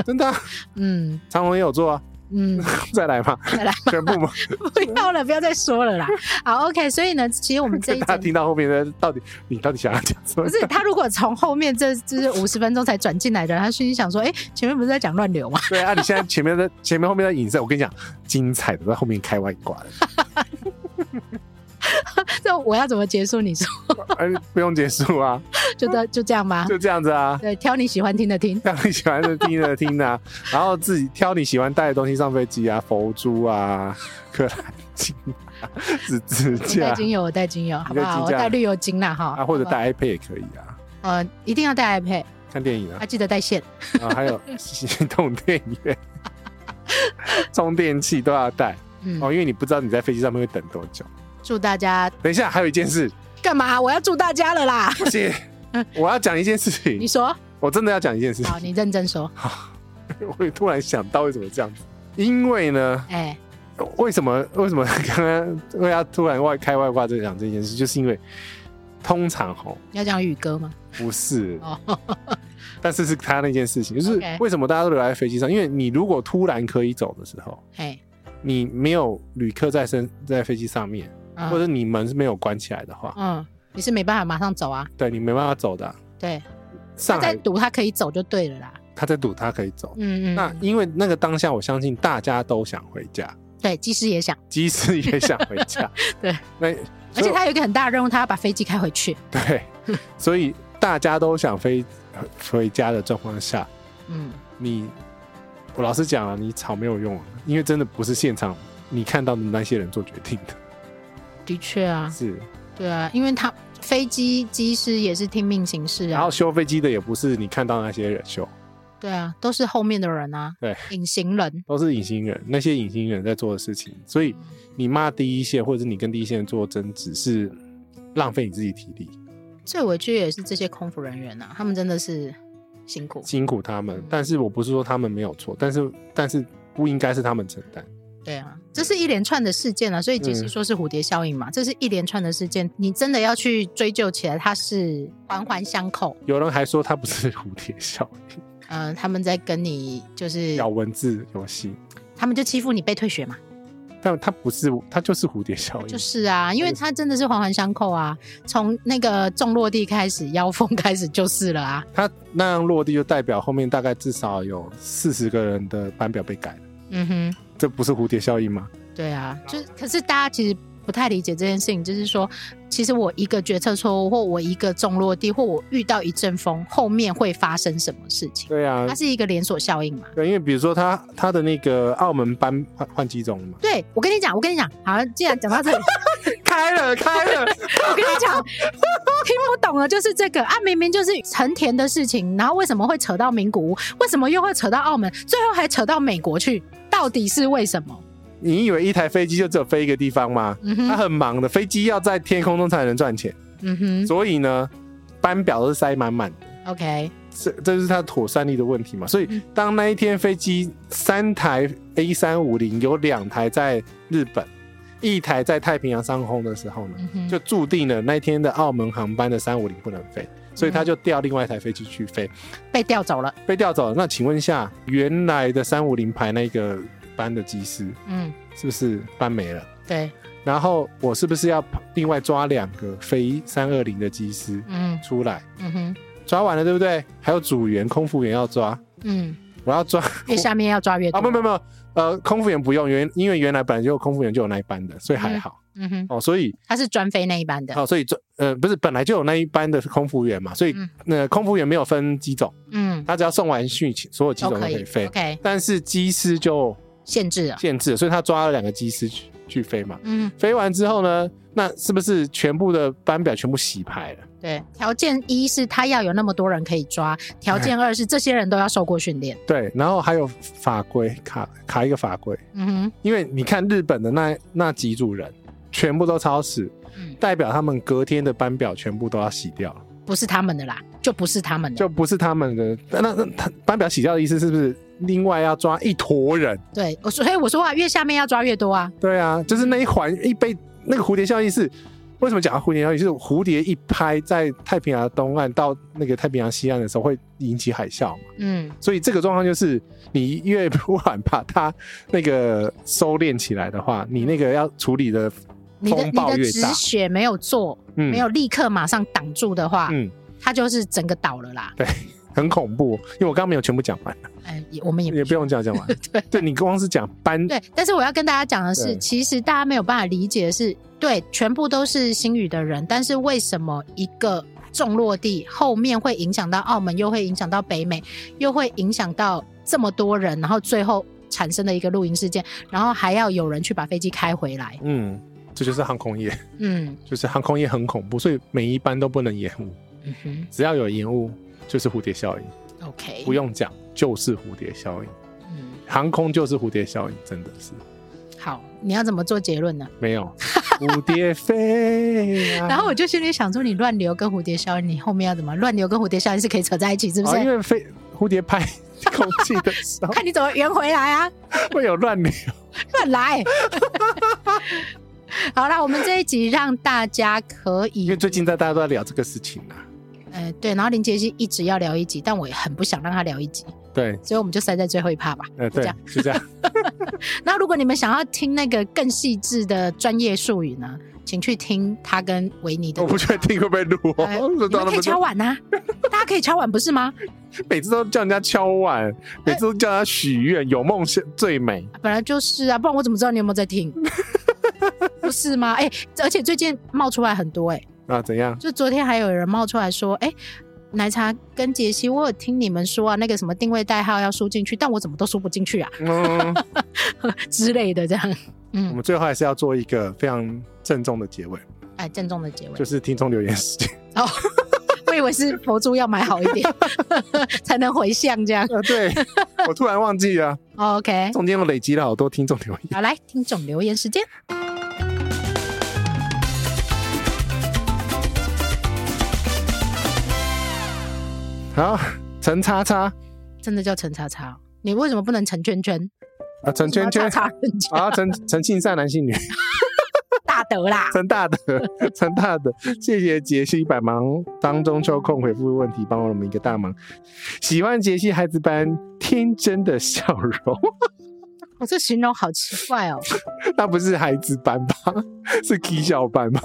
B: 真的、啊，
A: 嗯
B: 长荣也有做啊，
A: 嗯，
B: 再来嘛，
A: 再来
B: [LAUGHS] 全部嘛，
A: 不要了，不要再说了啦。好，OK，所以呢，其实我们这一
B: 大家
A: 整
B: 听到后面的到底你到底想要讲什么 [LAUGHS]
A: 不？是他如果从后面这就是五十分钟才转进来的人，他心里想说，哎、前面不是在讲乱流吗？ [LAUGHS]
B: 对啊，你现在前面在前面后面在影射，我跟你讲，精彩的在后面开外挂了，
A: 这我要怎么结束？你说
B: 哎，不用结束啊，
A: 就这就这样吗？
B: 就这样子 [LAUGHS] 啊。
A: 对，挑你喜欢听的听。
B: 让你喜欢的听的听 [LAUGHS] 啊，然后自己挑你喜欢带的东西上飞机啊，佛珠啊， [LAUGHS] 克兰金啊， [LAUGHS] 指指
A: 我带
B: 甲
A: 精油，我带精油，好不
B: 啊你带
A: 好？
B: 指
A: 我
B: 甲
A: 带绿油精啦，哈。
B: 啊，或
A: 好不
B: 者
A: 好
B: 带 iPad 也可以啊，
A: 呃，一定要带 iPad，
B: 看电影啊
A: 啊，，记得带线。
B: 啊，还 [LAUGHS] 有行动电 [LAUGHS] 源、充电器都要带
A: 嗯，
B: 哦，因为你不知道你在飞机上面会等多久。
A: 祝大家
B: 等一下，还有一件事，
A: 干嘛？我要祝大家了啦！ [LAUGHS]
B: 不行，我要讲一件事
A: 嗯你
B: 情，
A: 说，
B: 我真的要讲一件事
A: 好，
B: 情。
A: 你认真说。
B: [LAUGHS] 我突然想到为什么这样子，因为呢，
A: 哎、
B: 为什么为什么刚刚为要突然外开外挂这讲这件事，就是因为通常吼
A: 你要讲宇哥吗？
B: 不是，
A: 哦，
B: 但是是他那件事情，就是
A: OK
B: 为什么大家都留在飞机上？因为你如果突然可以走的时候，
A: 哎、
B: 你没有旅客在身在飞机上面。
A: 嗯
B: 或者你门是没有关起来的话，
A: 嗯，你是没办法马上走啊。
B: 对你没办法走的啊、
A: 对，他
B: 上
A: 在
B: 海
A: 赌，他可以走就对了啦。
B: 他在赌，他可以走。
A: 嗯
B: 那
A: 嗯，
B: 因为那个当下，我相信大家都想回家，
A: 对，技师也想，。
B: 机师也想回家
A: [LAUGHS] 对，
B: 那
A: 而
B: 所
A: 且
B: 以
A: 他有一个很大的任务，他要把飞机开回去。
B: 对，
A: [LAUGHS]
B: 所以大家都想飞回家的状况下，
A: 嗯，
B: 你我老实讲啊，你吵没有用啊，因为真的不是现场你看到的那些人做决定的，
A: 的确啊，
B: 是。
A: 对啊，因为他飞机机师也是听命行事
B: 然
A: 啊
B: 后，修飞机的也不是你看到那些人修，
A: 对啊，都是后面的人啊，
B: 对，
A: 隐形人，
B: 都是隐形人，那些隐形人在做的事情，所以你骂第一线，或者是你跟第一线做争执是浪费你自己体力，
A: 最委屈也是这些空服人员呐、啊他们真的是辛苦。
B: 辛苦他们。但是我不是说他们没有错，但是但是不应该是他们承担。
A: 对啊，这是一连串的事件啊，所以即使
B: 嗯
A: 说是蝴蝶效应嘛，这是一连串的事件，你真的要去追究起来，它是环环相扣。
B: 有人还说他不是蝴蝶效应，
A: 嗯、他们在跟你就是，
B: 咬文字游戏，
A: 他们就欺负你被退学嘛，
B: 但他不是，他就是蝴蝶效应。
A: 就是啊，因为它真的是环环相扣啊，从那个重落地开始，腰封 [LAUGHS] 开始就是了啊。
B: 他那样落地，就代表后面大概至少有四十个人的班表被改了，
A: 嗯哼。
B: 这不是蝴蝶效应吗？
A: 对啊，就是可是大家其实不太理解这件事情，就是说，其实我一个决策错误，或我一个重落地，或我遇到一阵风，后面会发生什么事情？
B: 对啊
A: 它，是一个连锁效应嘛。
B: 对，因为比如说他他的那个澳门班换换几种了嘛，
A: 对，我跟你讲，我跟你讲，好，既然讲到这里，
B: 开了开了，
A: 我跟你 [LAUGHS] 讲，听不懂的就是这个啊，明明就是成田的事情，然后为什么会扯到名古屋？为什么又会扯到澳门？最后还扯到美国去？到底是为什么？
B: [LAUGHS] 你以为一台飞机就只有飞一个地方吗？
A: 嗯
B: 它
A: 哼，
B: 很忙的，飞机要在天空中才能赚钱，
A: 嗯哼
B: 所以呢，班表都是塞满满的。
A: ，OK，
B: 这这是它妥善率的问题嘛？所以
A: 嗯
B: 当那一天飞机三台 A 三五零有两台在日本，一台在太平洋上空的时候呢，
A: 嗯哼，
B: 就注定了那一天的澳门航班的三五零不能飞，所以他就调另外一台飞机去飞，
A: 被调走了。
B: 被调走了。那请问一下，原来的三五零排那个班的机师
A: 嗯，
B: 是不是班没了？
A: 对，
B: 然后我是不是要另外抓两个飞三二零的机师
A: 嗯
B: 出来？
A: 嗯哼，
B: 抓完了对不对？还有组员、空服员要抓，
A: 嗯。
B: 我要抓
A: 越下面要抓越多。
B: 啊，没有没有没有，呃，空服员不用，原因为原来本来就有空服员就有那一班的，所以还好、
A: 嗯哼，
B: 哦，所以
A: 他是专飞那一班的。
B: 哦，所以这呃不是本来就有那一班的空服员嘛，所以
A: 嗯
B: 那、呃空服员没有分机种，
A: 嗯，
B: 他只要送完训，所有机
A: 都
B: 种都
A: 可
B: 可以
A: 以
B: 飞，
A: OK，
B: 但是机师就
A: 限制了。
B: 限制了，所以他抓了两个机师去去飞嘛，
A: 嗯，
B: 飞完之后呢，那是不是全部的班表全部洗牌了？
A: 对，条件一是他要有那么多人可以抓，条件二是这些人都要受过训练。
B: 对，然后还有法规卡卡一个法规，
A: 嗯
B: 因为你看日本的那那几组人全部都超时，
A: 嗯
B: 代表他们隔天的班表全部都要洗掉，
A: 哼，不是他们的啦，就不是他们的。
B: 就不是他们的。那那那他班表洗掉的意思是不是另外要抓一坨人？
A: 对，我所以我说啊，越下面要抓越多啊。
B: 对啊，就是那一环一被那个蝴蝶效应是。为什么讲到蝴蝶效应？就是蝴蝶一拍在太平洋东岸到那个太平洋西岸的时候，会引起海啸嘛？
A: 嗯，
B: 所以这个状况就是，你越不晚把它那个收敛起来的话，你那个要处理的
A: 你的
B: 风
A: 你
B: 暴
A: 的
B: 越
A: 止
B: 大，
A: 血没有做，
B: 嗯
A: 没有立刻马上挡住的话，
B: 嗯，
A: 他就是整个倒了啦。
B: 很恐怖。因为我刚刚没有全部讲完，
A: 哎，也我们也
B: 也不用讲讲完。
A: [LAUGHS] 对
B: 你光是讲班，
A: 对，但是我要跟大家讲的是，
B: 对
A: 其实大家没有办法理解的是，对，全部都是星宇的人，但是为什么一个重落地后面会影响到澳门，又会影响到北美，又会影响到这么多人，然后最后产生的一个露营事件，然后还要有人去把飞机开回来，
B: 嗯，这就是航空业，
A: 嗯
B: 就是航空业很恐怖，所以每一班都不能延误，
A: 嗯哼
B: 只要有延误就是蝴蝶效应，
A: ，OK，
B: 不，用讲就是蝴蝶效应，
A: 嗯，
B: 航空就是蝴蝶效应，真的是
A: 好，你要怎么做结论呢？
B: 没有蝴蝶飞、啊。
A: [LAUGHS] 然后我就心里想说，你乱流跟蝴蝶效应，你后面要怎么乱流跟蝴蝶效应是可以扯在一起，是不
B: 哦，因
A: 是？
B: 为飞蝴蝶拍 [LAUGHS] 空气的时候
A: 看你怎么圆回来
B: [LAUGHS]
A: 啊！
B: 会有乱流，
A: 乱
B: [LAUGHS]
A: 来。好啦，我们这一集让大家可
B: 因为
A: 以，
B: 最近在大家都在聊这个事情啊。
A: 呃，对，然后林杰希一直要聊一集，但我也很不想让他聊一集，
B: 对，
A: 所以我们就塞在最后一趴吧。
B: 呃，
A: 就这
B: 对
A: 样，
B: 就这样。
A: 那如果你们想要听那个更细致的专业术语呢，请去听他跟维尼的
B: 我。不确定会不会录哦
A: 哎，
B: 我
A: 你们
B: 到那
A: 可以
B: 么
A: 敲
B: 多
A: 碗呐、大家可以敲碗，不是吗？
B: 每次都叫人家敲碗，每次都叫人家许愿，有梦是最美。
A: 本来就是啊，不然我怎么知道你有没有在听？不是吗？哎、而且最近冒出来很多哎、
B: 啊，怎样？
A: 就昨天还有人冒出来说，哎、奶茶跟杰西，我有听你们说啊，那个什么定位代号要输进去，但我怎么都输不进去啊
B: [LAUGHS] 嗯，
A: 之类的，这样。
B: 我
A: 嗯，
B: 们最后还是要做一个非常郑重的结 [LAUGHS] 尾，
A: 哎，郑重的结尾
B: 就。是听众留言时间。
A: 我以为是佛珠要买好一点 [LAUGHS] 才能回向这样。
B: [LAUGHS] 啊，对， [LAUGHS] 我突然忘记了，
A: OK，
B: 中间我累积了好多听众留言。
A: 好来听众留言时间。
B: 好，陈叉叉
A: 真的叫陈叉叉，你为什么不能陈圈圈？
B: 啊，陈圈
A: 为
B: 圈
A: 什么要叉叉圈圈，
B: 啊，陈陈姓善男信女， [LAUGHS]
A: 大德啦，
B: 陈大德， [LAUGHS] 陈大德，谢谢杰西百忙当中抽空回复问题，帮了我们一个大忙。喜欢杰西孩子般天真的笑容，
A: 我、这形容好奇怪哦。
B: 那不是孩子般吧？是 K 笑般吧？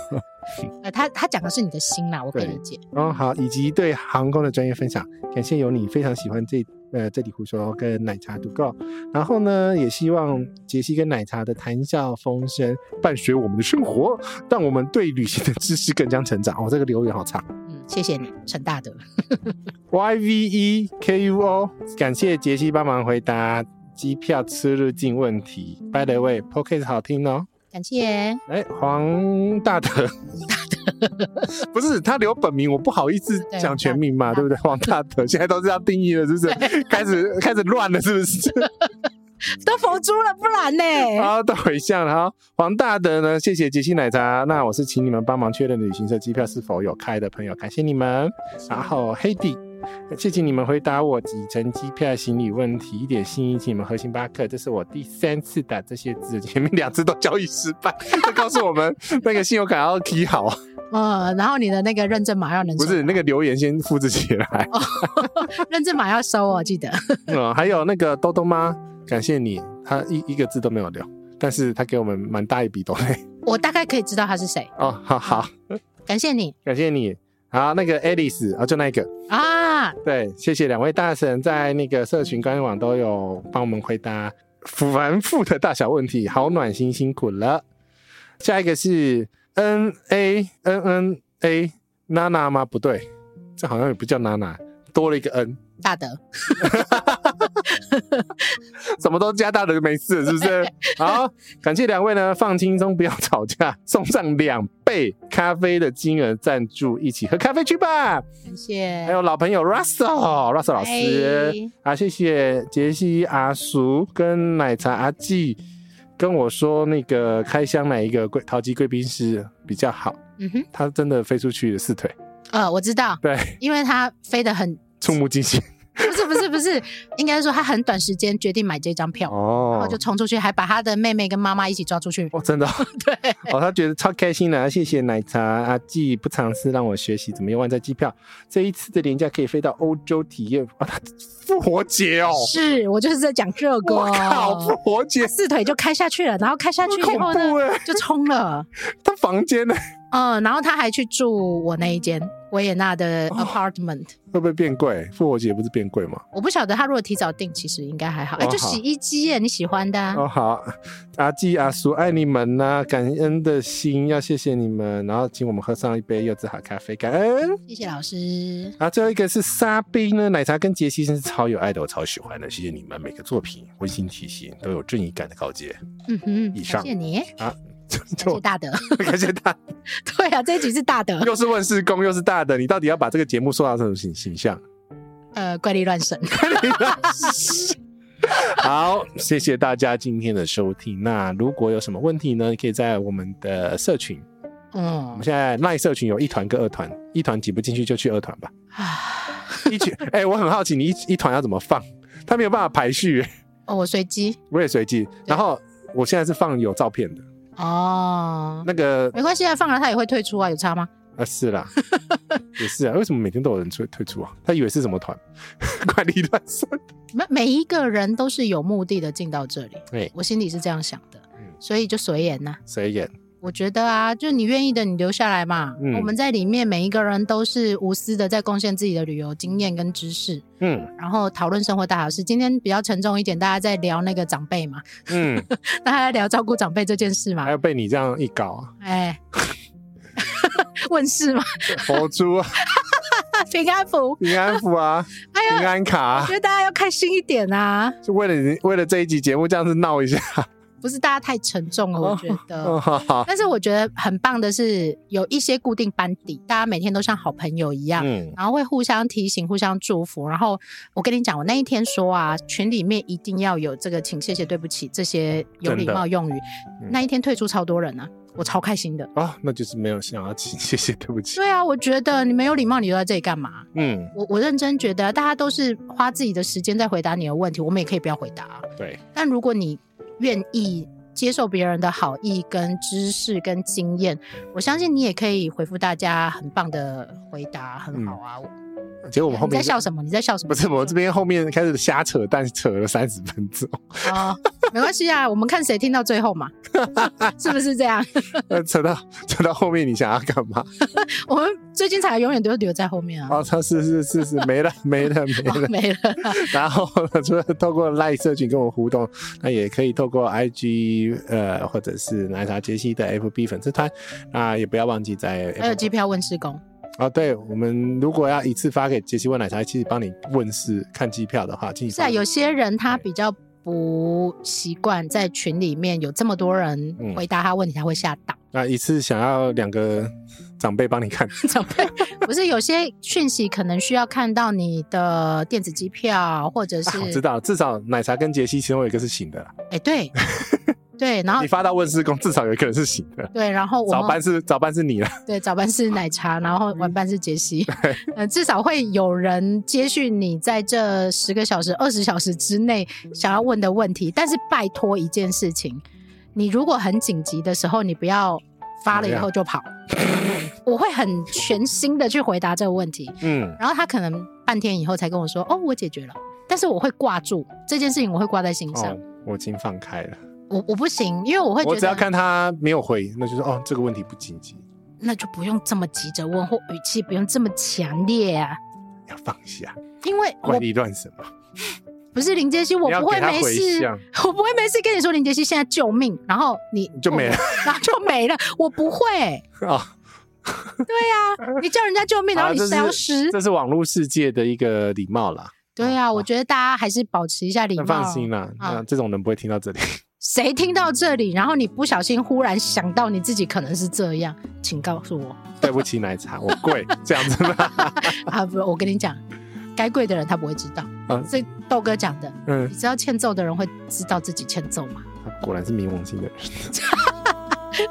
A: 呃，他他讲的是你的心啦，我可以理解。
B: 哦，好，以及对航空的专业分享，感谢有你，非常喜欢这呃这里胡说跟奶茶独购，然后呢，也希望杰西跟奶茶的谈笑风生伴随我们的生活，让我们对旅行的知识更加成长。哦，这个留言好长。
A: 嗯，谢谢你，陈大德。
B: Y V E K U O，感谢杰西帮忙回答机票出入境问题。By the way，Pocket 好听哦。
A: 感谢，
B: 哎，黄大德， [LAUGHS] 不是他留本名，我不好意思
A: 对
B: 讲全名嘛，
A: 黄大
B: 对不对？黄大德 [LAUGHS] 现在都是要定义了，是不是？开始开始乱了，是不是？
A: 都佛珠了，不然呢？
B: [LAUGHS] 好，都回向了哈。黄大德呢，谢谢杰西奶茶。那我是请你们帮忙确认旅行社机票是否有开的朋友，感谢你们。然后黑底，谢谢你们回答我几程机票行李问题，一点心意，请你们喝星巴克。这是我第三次打这些字，前面两次都交易失败， [LAUGHS] 这告诉我们那个信用卡要 key 好，啊
A: 嗯，然后你的那个认证码要能收
B: 不是那个留言先复制起来。
A: 认证码要收哦，记得。
B: [LAUGHS] 嗯，还有那个豆豆妈，感谢你，她一一个字都没有留，但是她给我们蛮大一笔抖内。 [LAUGHS]
A: 我大概可以知道他是谁，
B: 哦，好好。
A: 感谢你
B: 感谢你。好，那个 Alice 啊，就那一个，
A: 啊，
B: 对，谢谢两位大神在那个社群官网都有帮我们回答繁复的大小问题，好暖心，辛苦了。下一个是 N A N N A 娜娜吗？不对，这好像也不叫娜娜，多了一个 N，
A: 大德。
B: 什么都加大了就没事了，是不是？好，感谢两位呢，放轻松，不要吵架，送上两倍咖啡的金额赞助，一起喝咖啡去吧。
A: 感谢，哎
B: 还有老朋友 Russell，Russell 老师啊，谢谢杰西阿叔跟奶茶阿季跟我说那个开箱哪一个贵淘级贵宾室比较好，
A: 嗯哼，
B: 他真的飞出去了四腿，
A: 呃，我知道，
B: 对，
A: 因为他飞得很， [LAUGHS]
B: 触目惊心
A: 不是不是不是，应该说他很短时间决定买这张票，然后
B: 哦
A: 就。冲出去，还把他的妹妹跟妈妈一起抓出去。
B: [LAUGHS] 哦，真的哦、
A: [LAUGHS] 对，
B: 哦，他觉得超开心的、啊谢谢奶茶阿季不尝试让我学习怎么用万载机票。这一次的廉价可以飞到欧洲体验啊，他复活节哦，
A: 是我就是在讲这个。
B: 我
A: [LAUGHS]
B: 靠，复活节
A: 他四腿就开下去了，然后开下去以
B: 恐
A: 后呢
B: 怖，哎、
A: [LAUGHS] 就冲了，
B: 他房间呢
A: 嗯，然后他还去住我那一间维也纳的
B: 哦
A: apartment，、
B: 会不会变贵？复活节不是变贵吗？
A: 我不晓得他如果提早订，其实应该还好。哎、
B: 哦
A: 就
B: 好
A: 洗衣机耶，你喜欢的、啊
B: 哦，好，阿季阿叔爱你们呐、感恩的心要谢谢你们，然后请我们喝上一杯柚子好咖啡，感恩。
A: 谢谢老师，
B: 然后最后一个是沙冰呢，奶茶跟杰西真是超有爱的，我超喜欢的，谢谢你们每个作品温馨提醒，都有正义感的告诫。 [LAUGHS]
A: 嗯哼，
B: 以
A: 感
B: 上
A: 谢你，
B: [LAUGHS] 就
A: 感谢
B: 就
A: 大德。 [LAUGHS]
B: 感谢大，
A: 对啊，这一集是大德，
B: 又是问世公又是大的，你到底要把这个节目塑造成什么形形象？ [LAUGHS]
A: 呃，怪力乱神。
B: 好，谢谢大家今天的收听。那如果有什么问题呢，可以在我们的社群我
A: 嗯
B: 们，现在赖社群有一团跟二团，一团挤不进去就去二团吧。
A: 啊，
B: 一群，哎、我很好奇你一一团要怎么放， [LAUGHS] 他没有办法排序，
A: 哦，我随机
B: 我也随机。然后我现在是放有照片的，
A: 哦，
B: 那个
A: 没关系啊，放了他也会退出啊，有差吗？
B: 啊
A: [LAUGHS]
B: 是啦，也是啊，为什么每天都有人退退出啊？他以为是什么团， [LAUGHS] 管理乱算。
A: 每每一个人都是有目的的进到这里，
B: 对
A: 我心里是这样想的
B: 嗯，
A: 所以就随缘呐、
B: 谁演？
A: 我觉得啊，就你愿意的，你留下来嘛。
B: 嗯
A: 我们在里面每一个人都是无私的，在贡献自己的旅游经验跟知识，
B: 嗯
A: 然后讨论生活大小事。今天比较沉重一点，大家在聊那个长辈嘛，
B: 嗯，
A: [LAUGHS] 大家在聊照顾长辈这件事
B: 还
A: 嘛。
B: 要被你这样一搞啊，
A: 哎， [LAUGHS] 问世嘛，
B: 佛珠啊， [LAUGHS]
A: 平安符。
B: 平安符啊，
A: [LAUGHS] 哎
B: 平
A: 呀，
B: 安卡、
A: 我
B: 啊
A: 觉，得大家要开心一点啊，
B: 就为了你，为了这一集节目这样子闹一下。
A: 不是大家太沉重了，我觉得。
B: [LAUGHS] 嗯，好好，
A: 但是我觉得很棒的是，有一些固定班底，大家每天都像好朋友一样，
B: 嗯
A: 然后会互相提醒、互相祝福。然后我跟你讲，我那一天说啊，群里面一定要有这个“请”“谢谢”“对不起”这些有礼
B: 真的嗯
A: 貌用语。那一天退出超多人啊，我超开心的。
B: 啊，那就是没有想要请， [LAUGHS] 谢谢，对不起。
A: 对啊，我觉得你没有礼貌，你留在这里干嘛？
B: 嗯，
A: 我我认真觉得，大家都是花自己的时间在回答你的问题，我们也可以不要回答啊。
B: 嗯对，
A: 但如果你愿意接受别人的好意、跟知识、跟经验，我相信你也可以回复大家很棒的回答，很好啊。
B: 结嗯果我
A: 我
B: 们后
A: 你在
B: 面
A: 笑什么？你在笑什么？
B: 不是我这边后面开始瞎扯淡，扯了三十
A: [LAUGHS]
B: 分钟，
A: 啊、没关系啊，我们看谁听到最后
B: [LAUGHS]
A: 嘛，是不是这样？
B: 呃扯到扯到后面你想要干嘛？
A: 我们最精彩的永远都是留在后面啊，
B: [LAUGHS] 哦，他是是是是没了没了没了。
A: 没了。
B: 然后除了透过 Line 社群跟我互动，那也可以透过 IG 呃或者是奶茶杰西的 FB 粉丝团，啊也不要忘记在
A: 还有机票问施工，
B: 哦，对我们如果要一次发给杰西问奶茶，其实帮你问事看机票的话，请你
A: 是啊，
B: 帮
A: 有些人他比较不习惯在群里面有这么多人
B: 嗯
A: 回答他问题，他会吓到。 [LAUGHS]
B: 啊一次想要两个长辈帮你看，
A: 长辈不是有些讯息可能需要看到你的电子机票，或者是
B: 啊、我知道了，至少奶茶跟杰西其中有一个是醒的啦，
A: 哎、对对，然后
B: 你发到问事工，至少有一个人是醒的。
A: 对，然后我
B: 早
A: 们
B: 班是早班是你了，
A: 对早班是奶茶，然后晚班是杰西，
B: 嗯
A: [LAUGHS] 呃，至少会有人接续你在这十个小时、二十小时之内想要问的问题。但是拜托一件事情，你如果很紧急的时候，你不要发了以后就跑，我会很全心的去回答这个问题。
B: 嗯，
A: 然后他可能半天以后才跟我说：“哦，我解决了。”但是我会挂住这件事情，我会挂在心上。
B: 哦，我已经放开了，
A: 我我不行，因为我会
B: 我
A: 觉
B: 只要
A: 得
B: 看他没有回，那就是哦这个问题不紧急，
A: 那就不用这么急着问，或语气不用这么强烈啊。
B: 要放下，
A: 因为
B: 怪
A: 我
B: 力乱神嘛，
A: 不是林杰西，我
B: 你要
A: 不会
B: 给他
A: 没
B: 回
A: 事
B: 向，
A: [LAUGHS] 我不会没事跟你说林杰西现在救命，然后你
B: [LAUGHS] 就没了，
A: [LAUGHS] 然后就没了，我不会。
B: [LAUGHS] 啊，
A: 对啊，你叫人家救命，然后
B: 啊
A: 你
B: 这是
A: 消失。
B: 这是网络世界的一个礼貌啦，
A: 对啊，我觉得大家还是保持一下礼
B: 那
A: 貌。
B: 放心啦，
A: 啊
B: 那这种人不会听到
A: [LAUGHS]
B: 这里，
A: 谁听到这里，然后你不小心忽然想到你自己可能是这样，请告诉我。
B: 对不起奶茶，我跪，这样子
A: [LAUGHS]
B: 吗？
A: 啊，不，我跟你讲，该跪的人他不会知道。
B: 嗯
A: 所以豆哥讲的，
B: 嗯
A: 你，知道欠揍的人会知道自己欠揍
B: [LAUGHS]
A: 吗？
B: 他果然是冥王星的人。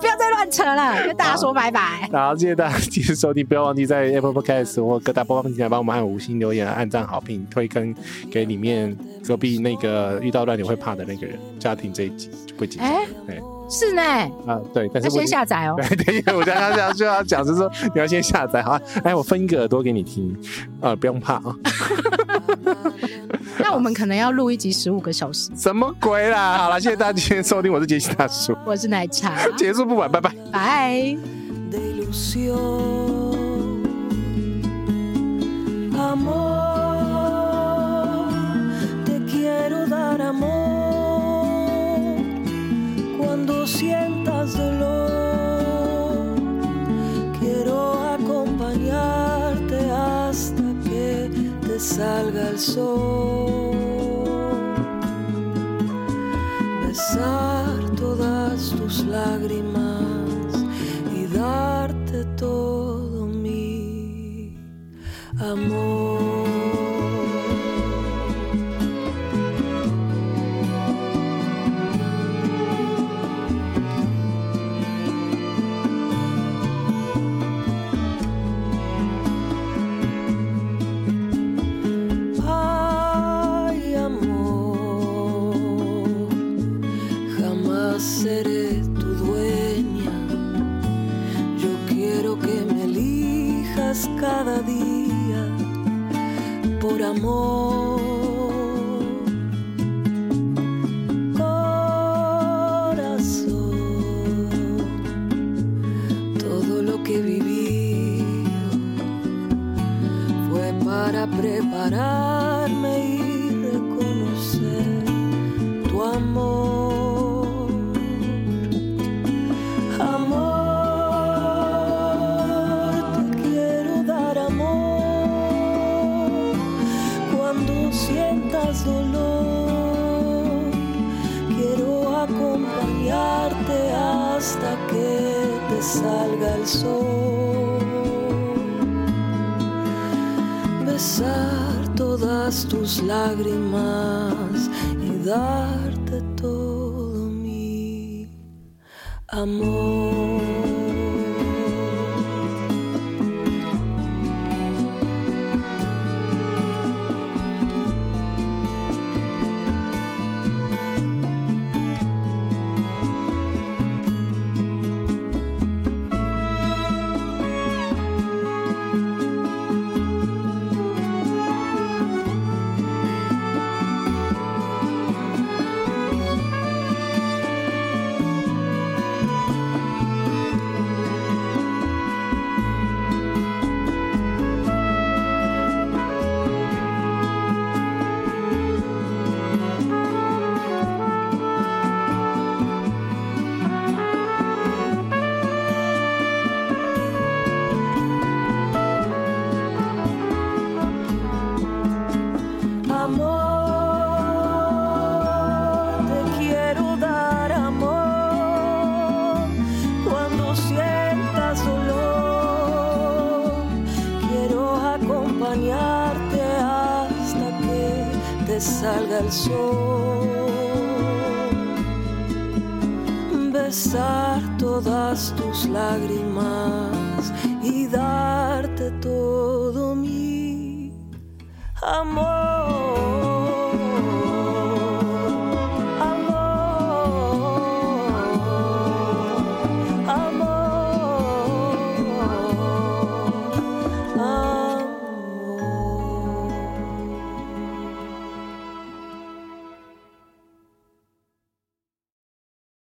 A: 不要再乱扯了，跟大家说拜拜。
B: 好，谢谢大家继续收听，不要忘记在 Apple Podcast 或各大播放平台帮我们按五星留言、按赞、好评、推坑给里面隔壁那个遇到乱流会怕的那个人。家庭这一集就不紧张，
A: 哎
B: 对
A: 是呢，
B: 啊，对，但是
A: 要
B: 我
A: 先。下载哦。
B: [LAUGHS] 对，对，我刚刚讲就要讲，就是说你要先下载好，哎，我分一个耳朵给你听，呃，不用怕啊，
A: 那我们可能要录一集十五个小时。
B: 什么鬼啦？好了，谢谢大家今天收听，我是杰西大叔，
A: 我是奶茶，
B: 结束不晚，拜拜。
A: 拜。
C: de ilusión. Amor, te quiero dar amor cuando sientas dolor. Quiero acompañarte hasta que te salga el sol besar todas tus lágrimas y darte todo mi amor. Ay, amor, jamás seré tu dueña. Yo quiero que me elijas cada día por amor. Corazón, todo lo que he vivido fue para prepararme y reconocer tu amor. Amor, te quiero dar amor cuando sientas dolor. Quiero acompañarte hasta que te salga el sol besar todas tus lágrimas y darte todo mi amor. Amor, te quiero dar amor. Cuando sientas dolor, quiero acompañarte hasta que te salga el sol. Besar todas tus lágrimas y darte todo mi amor.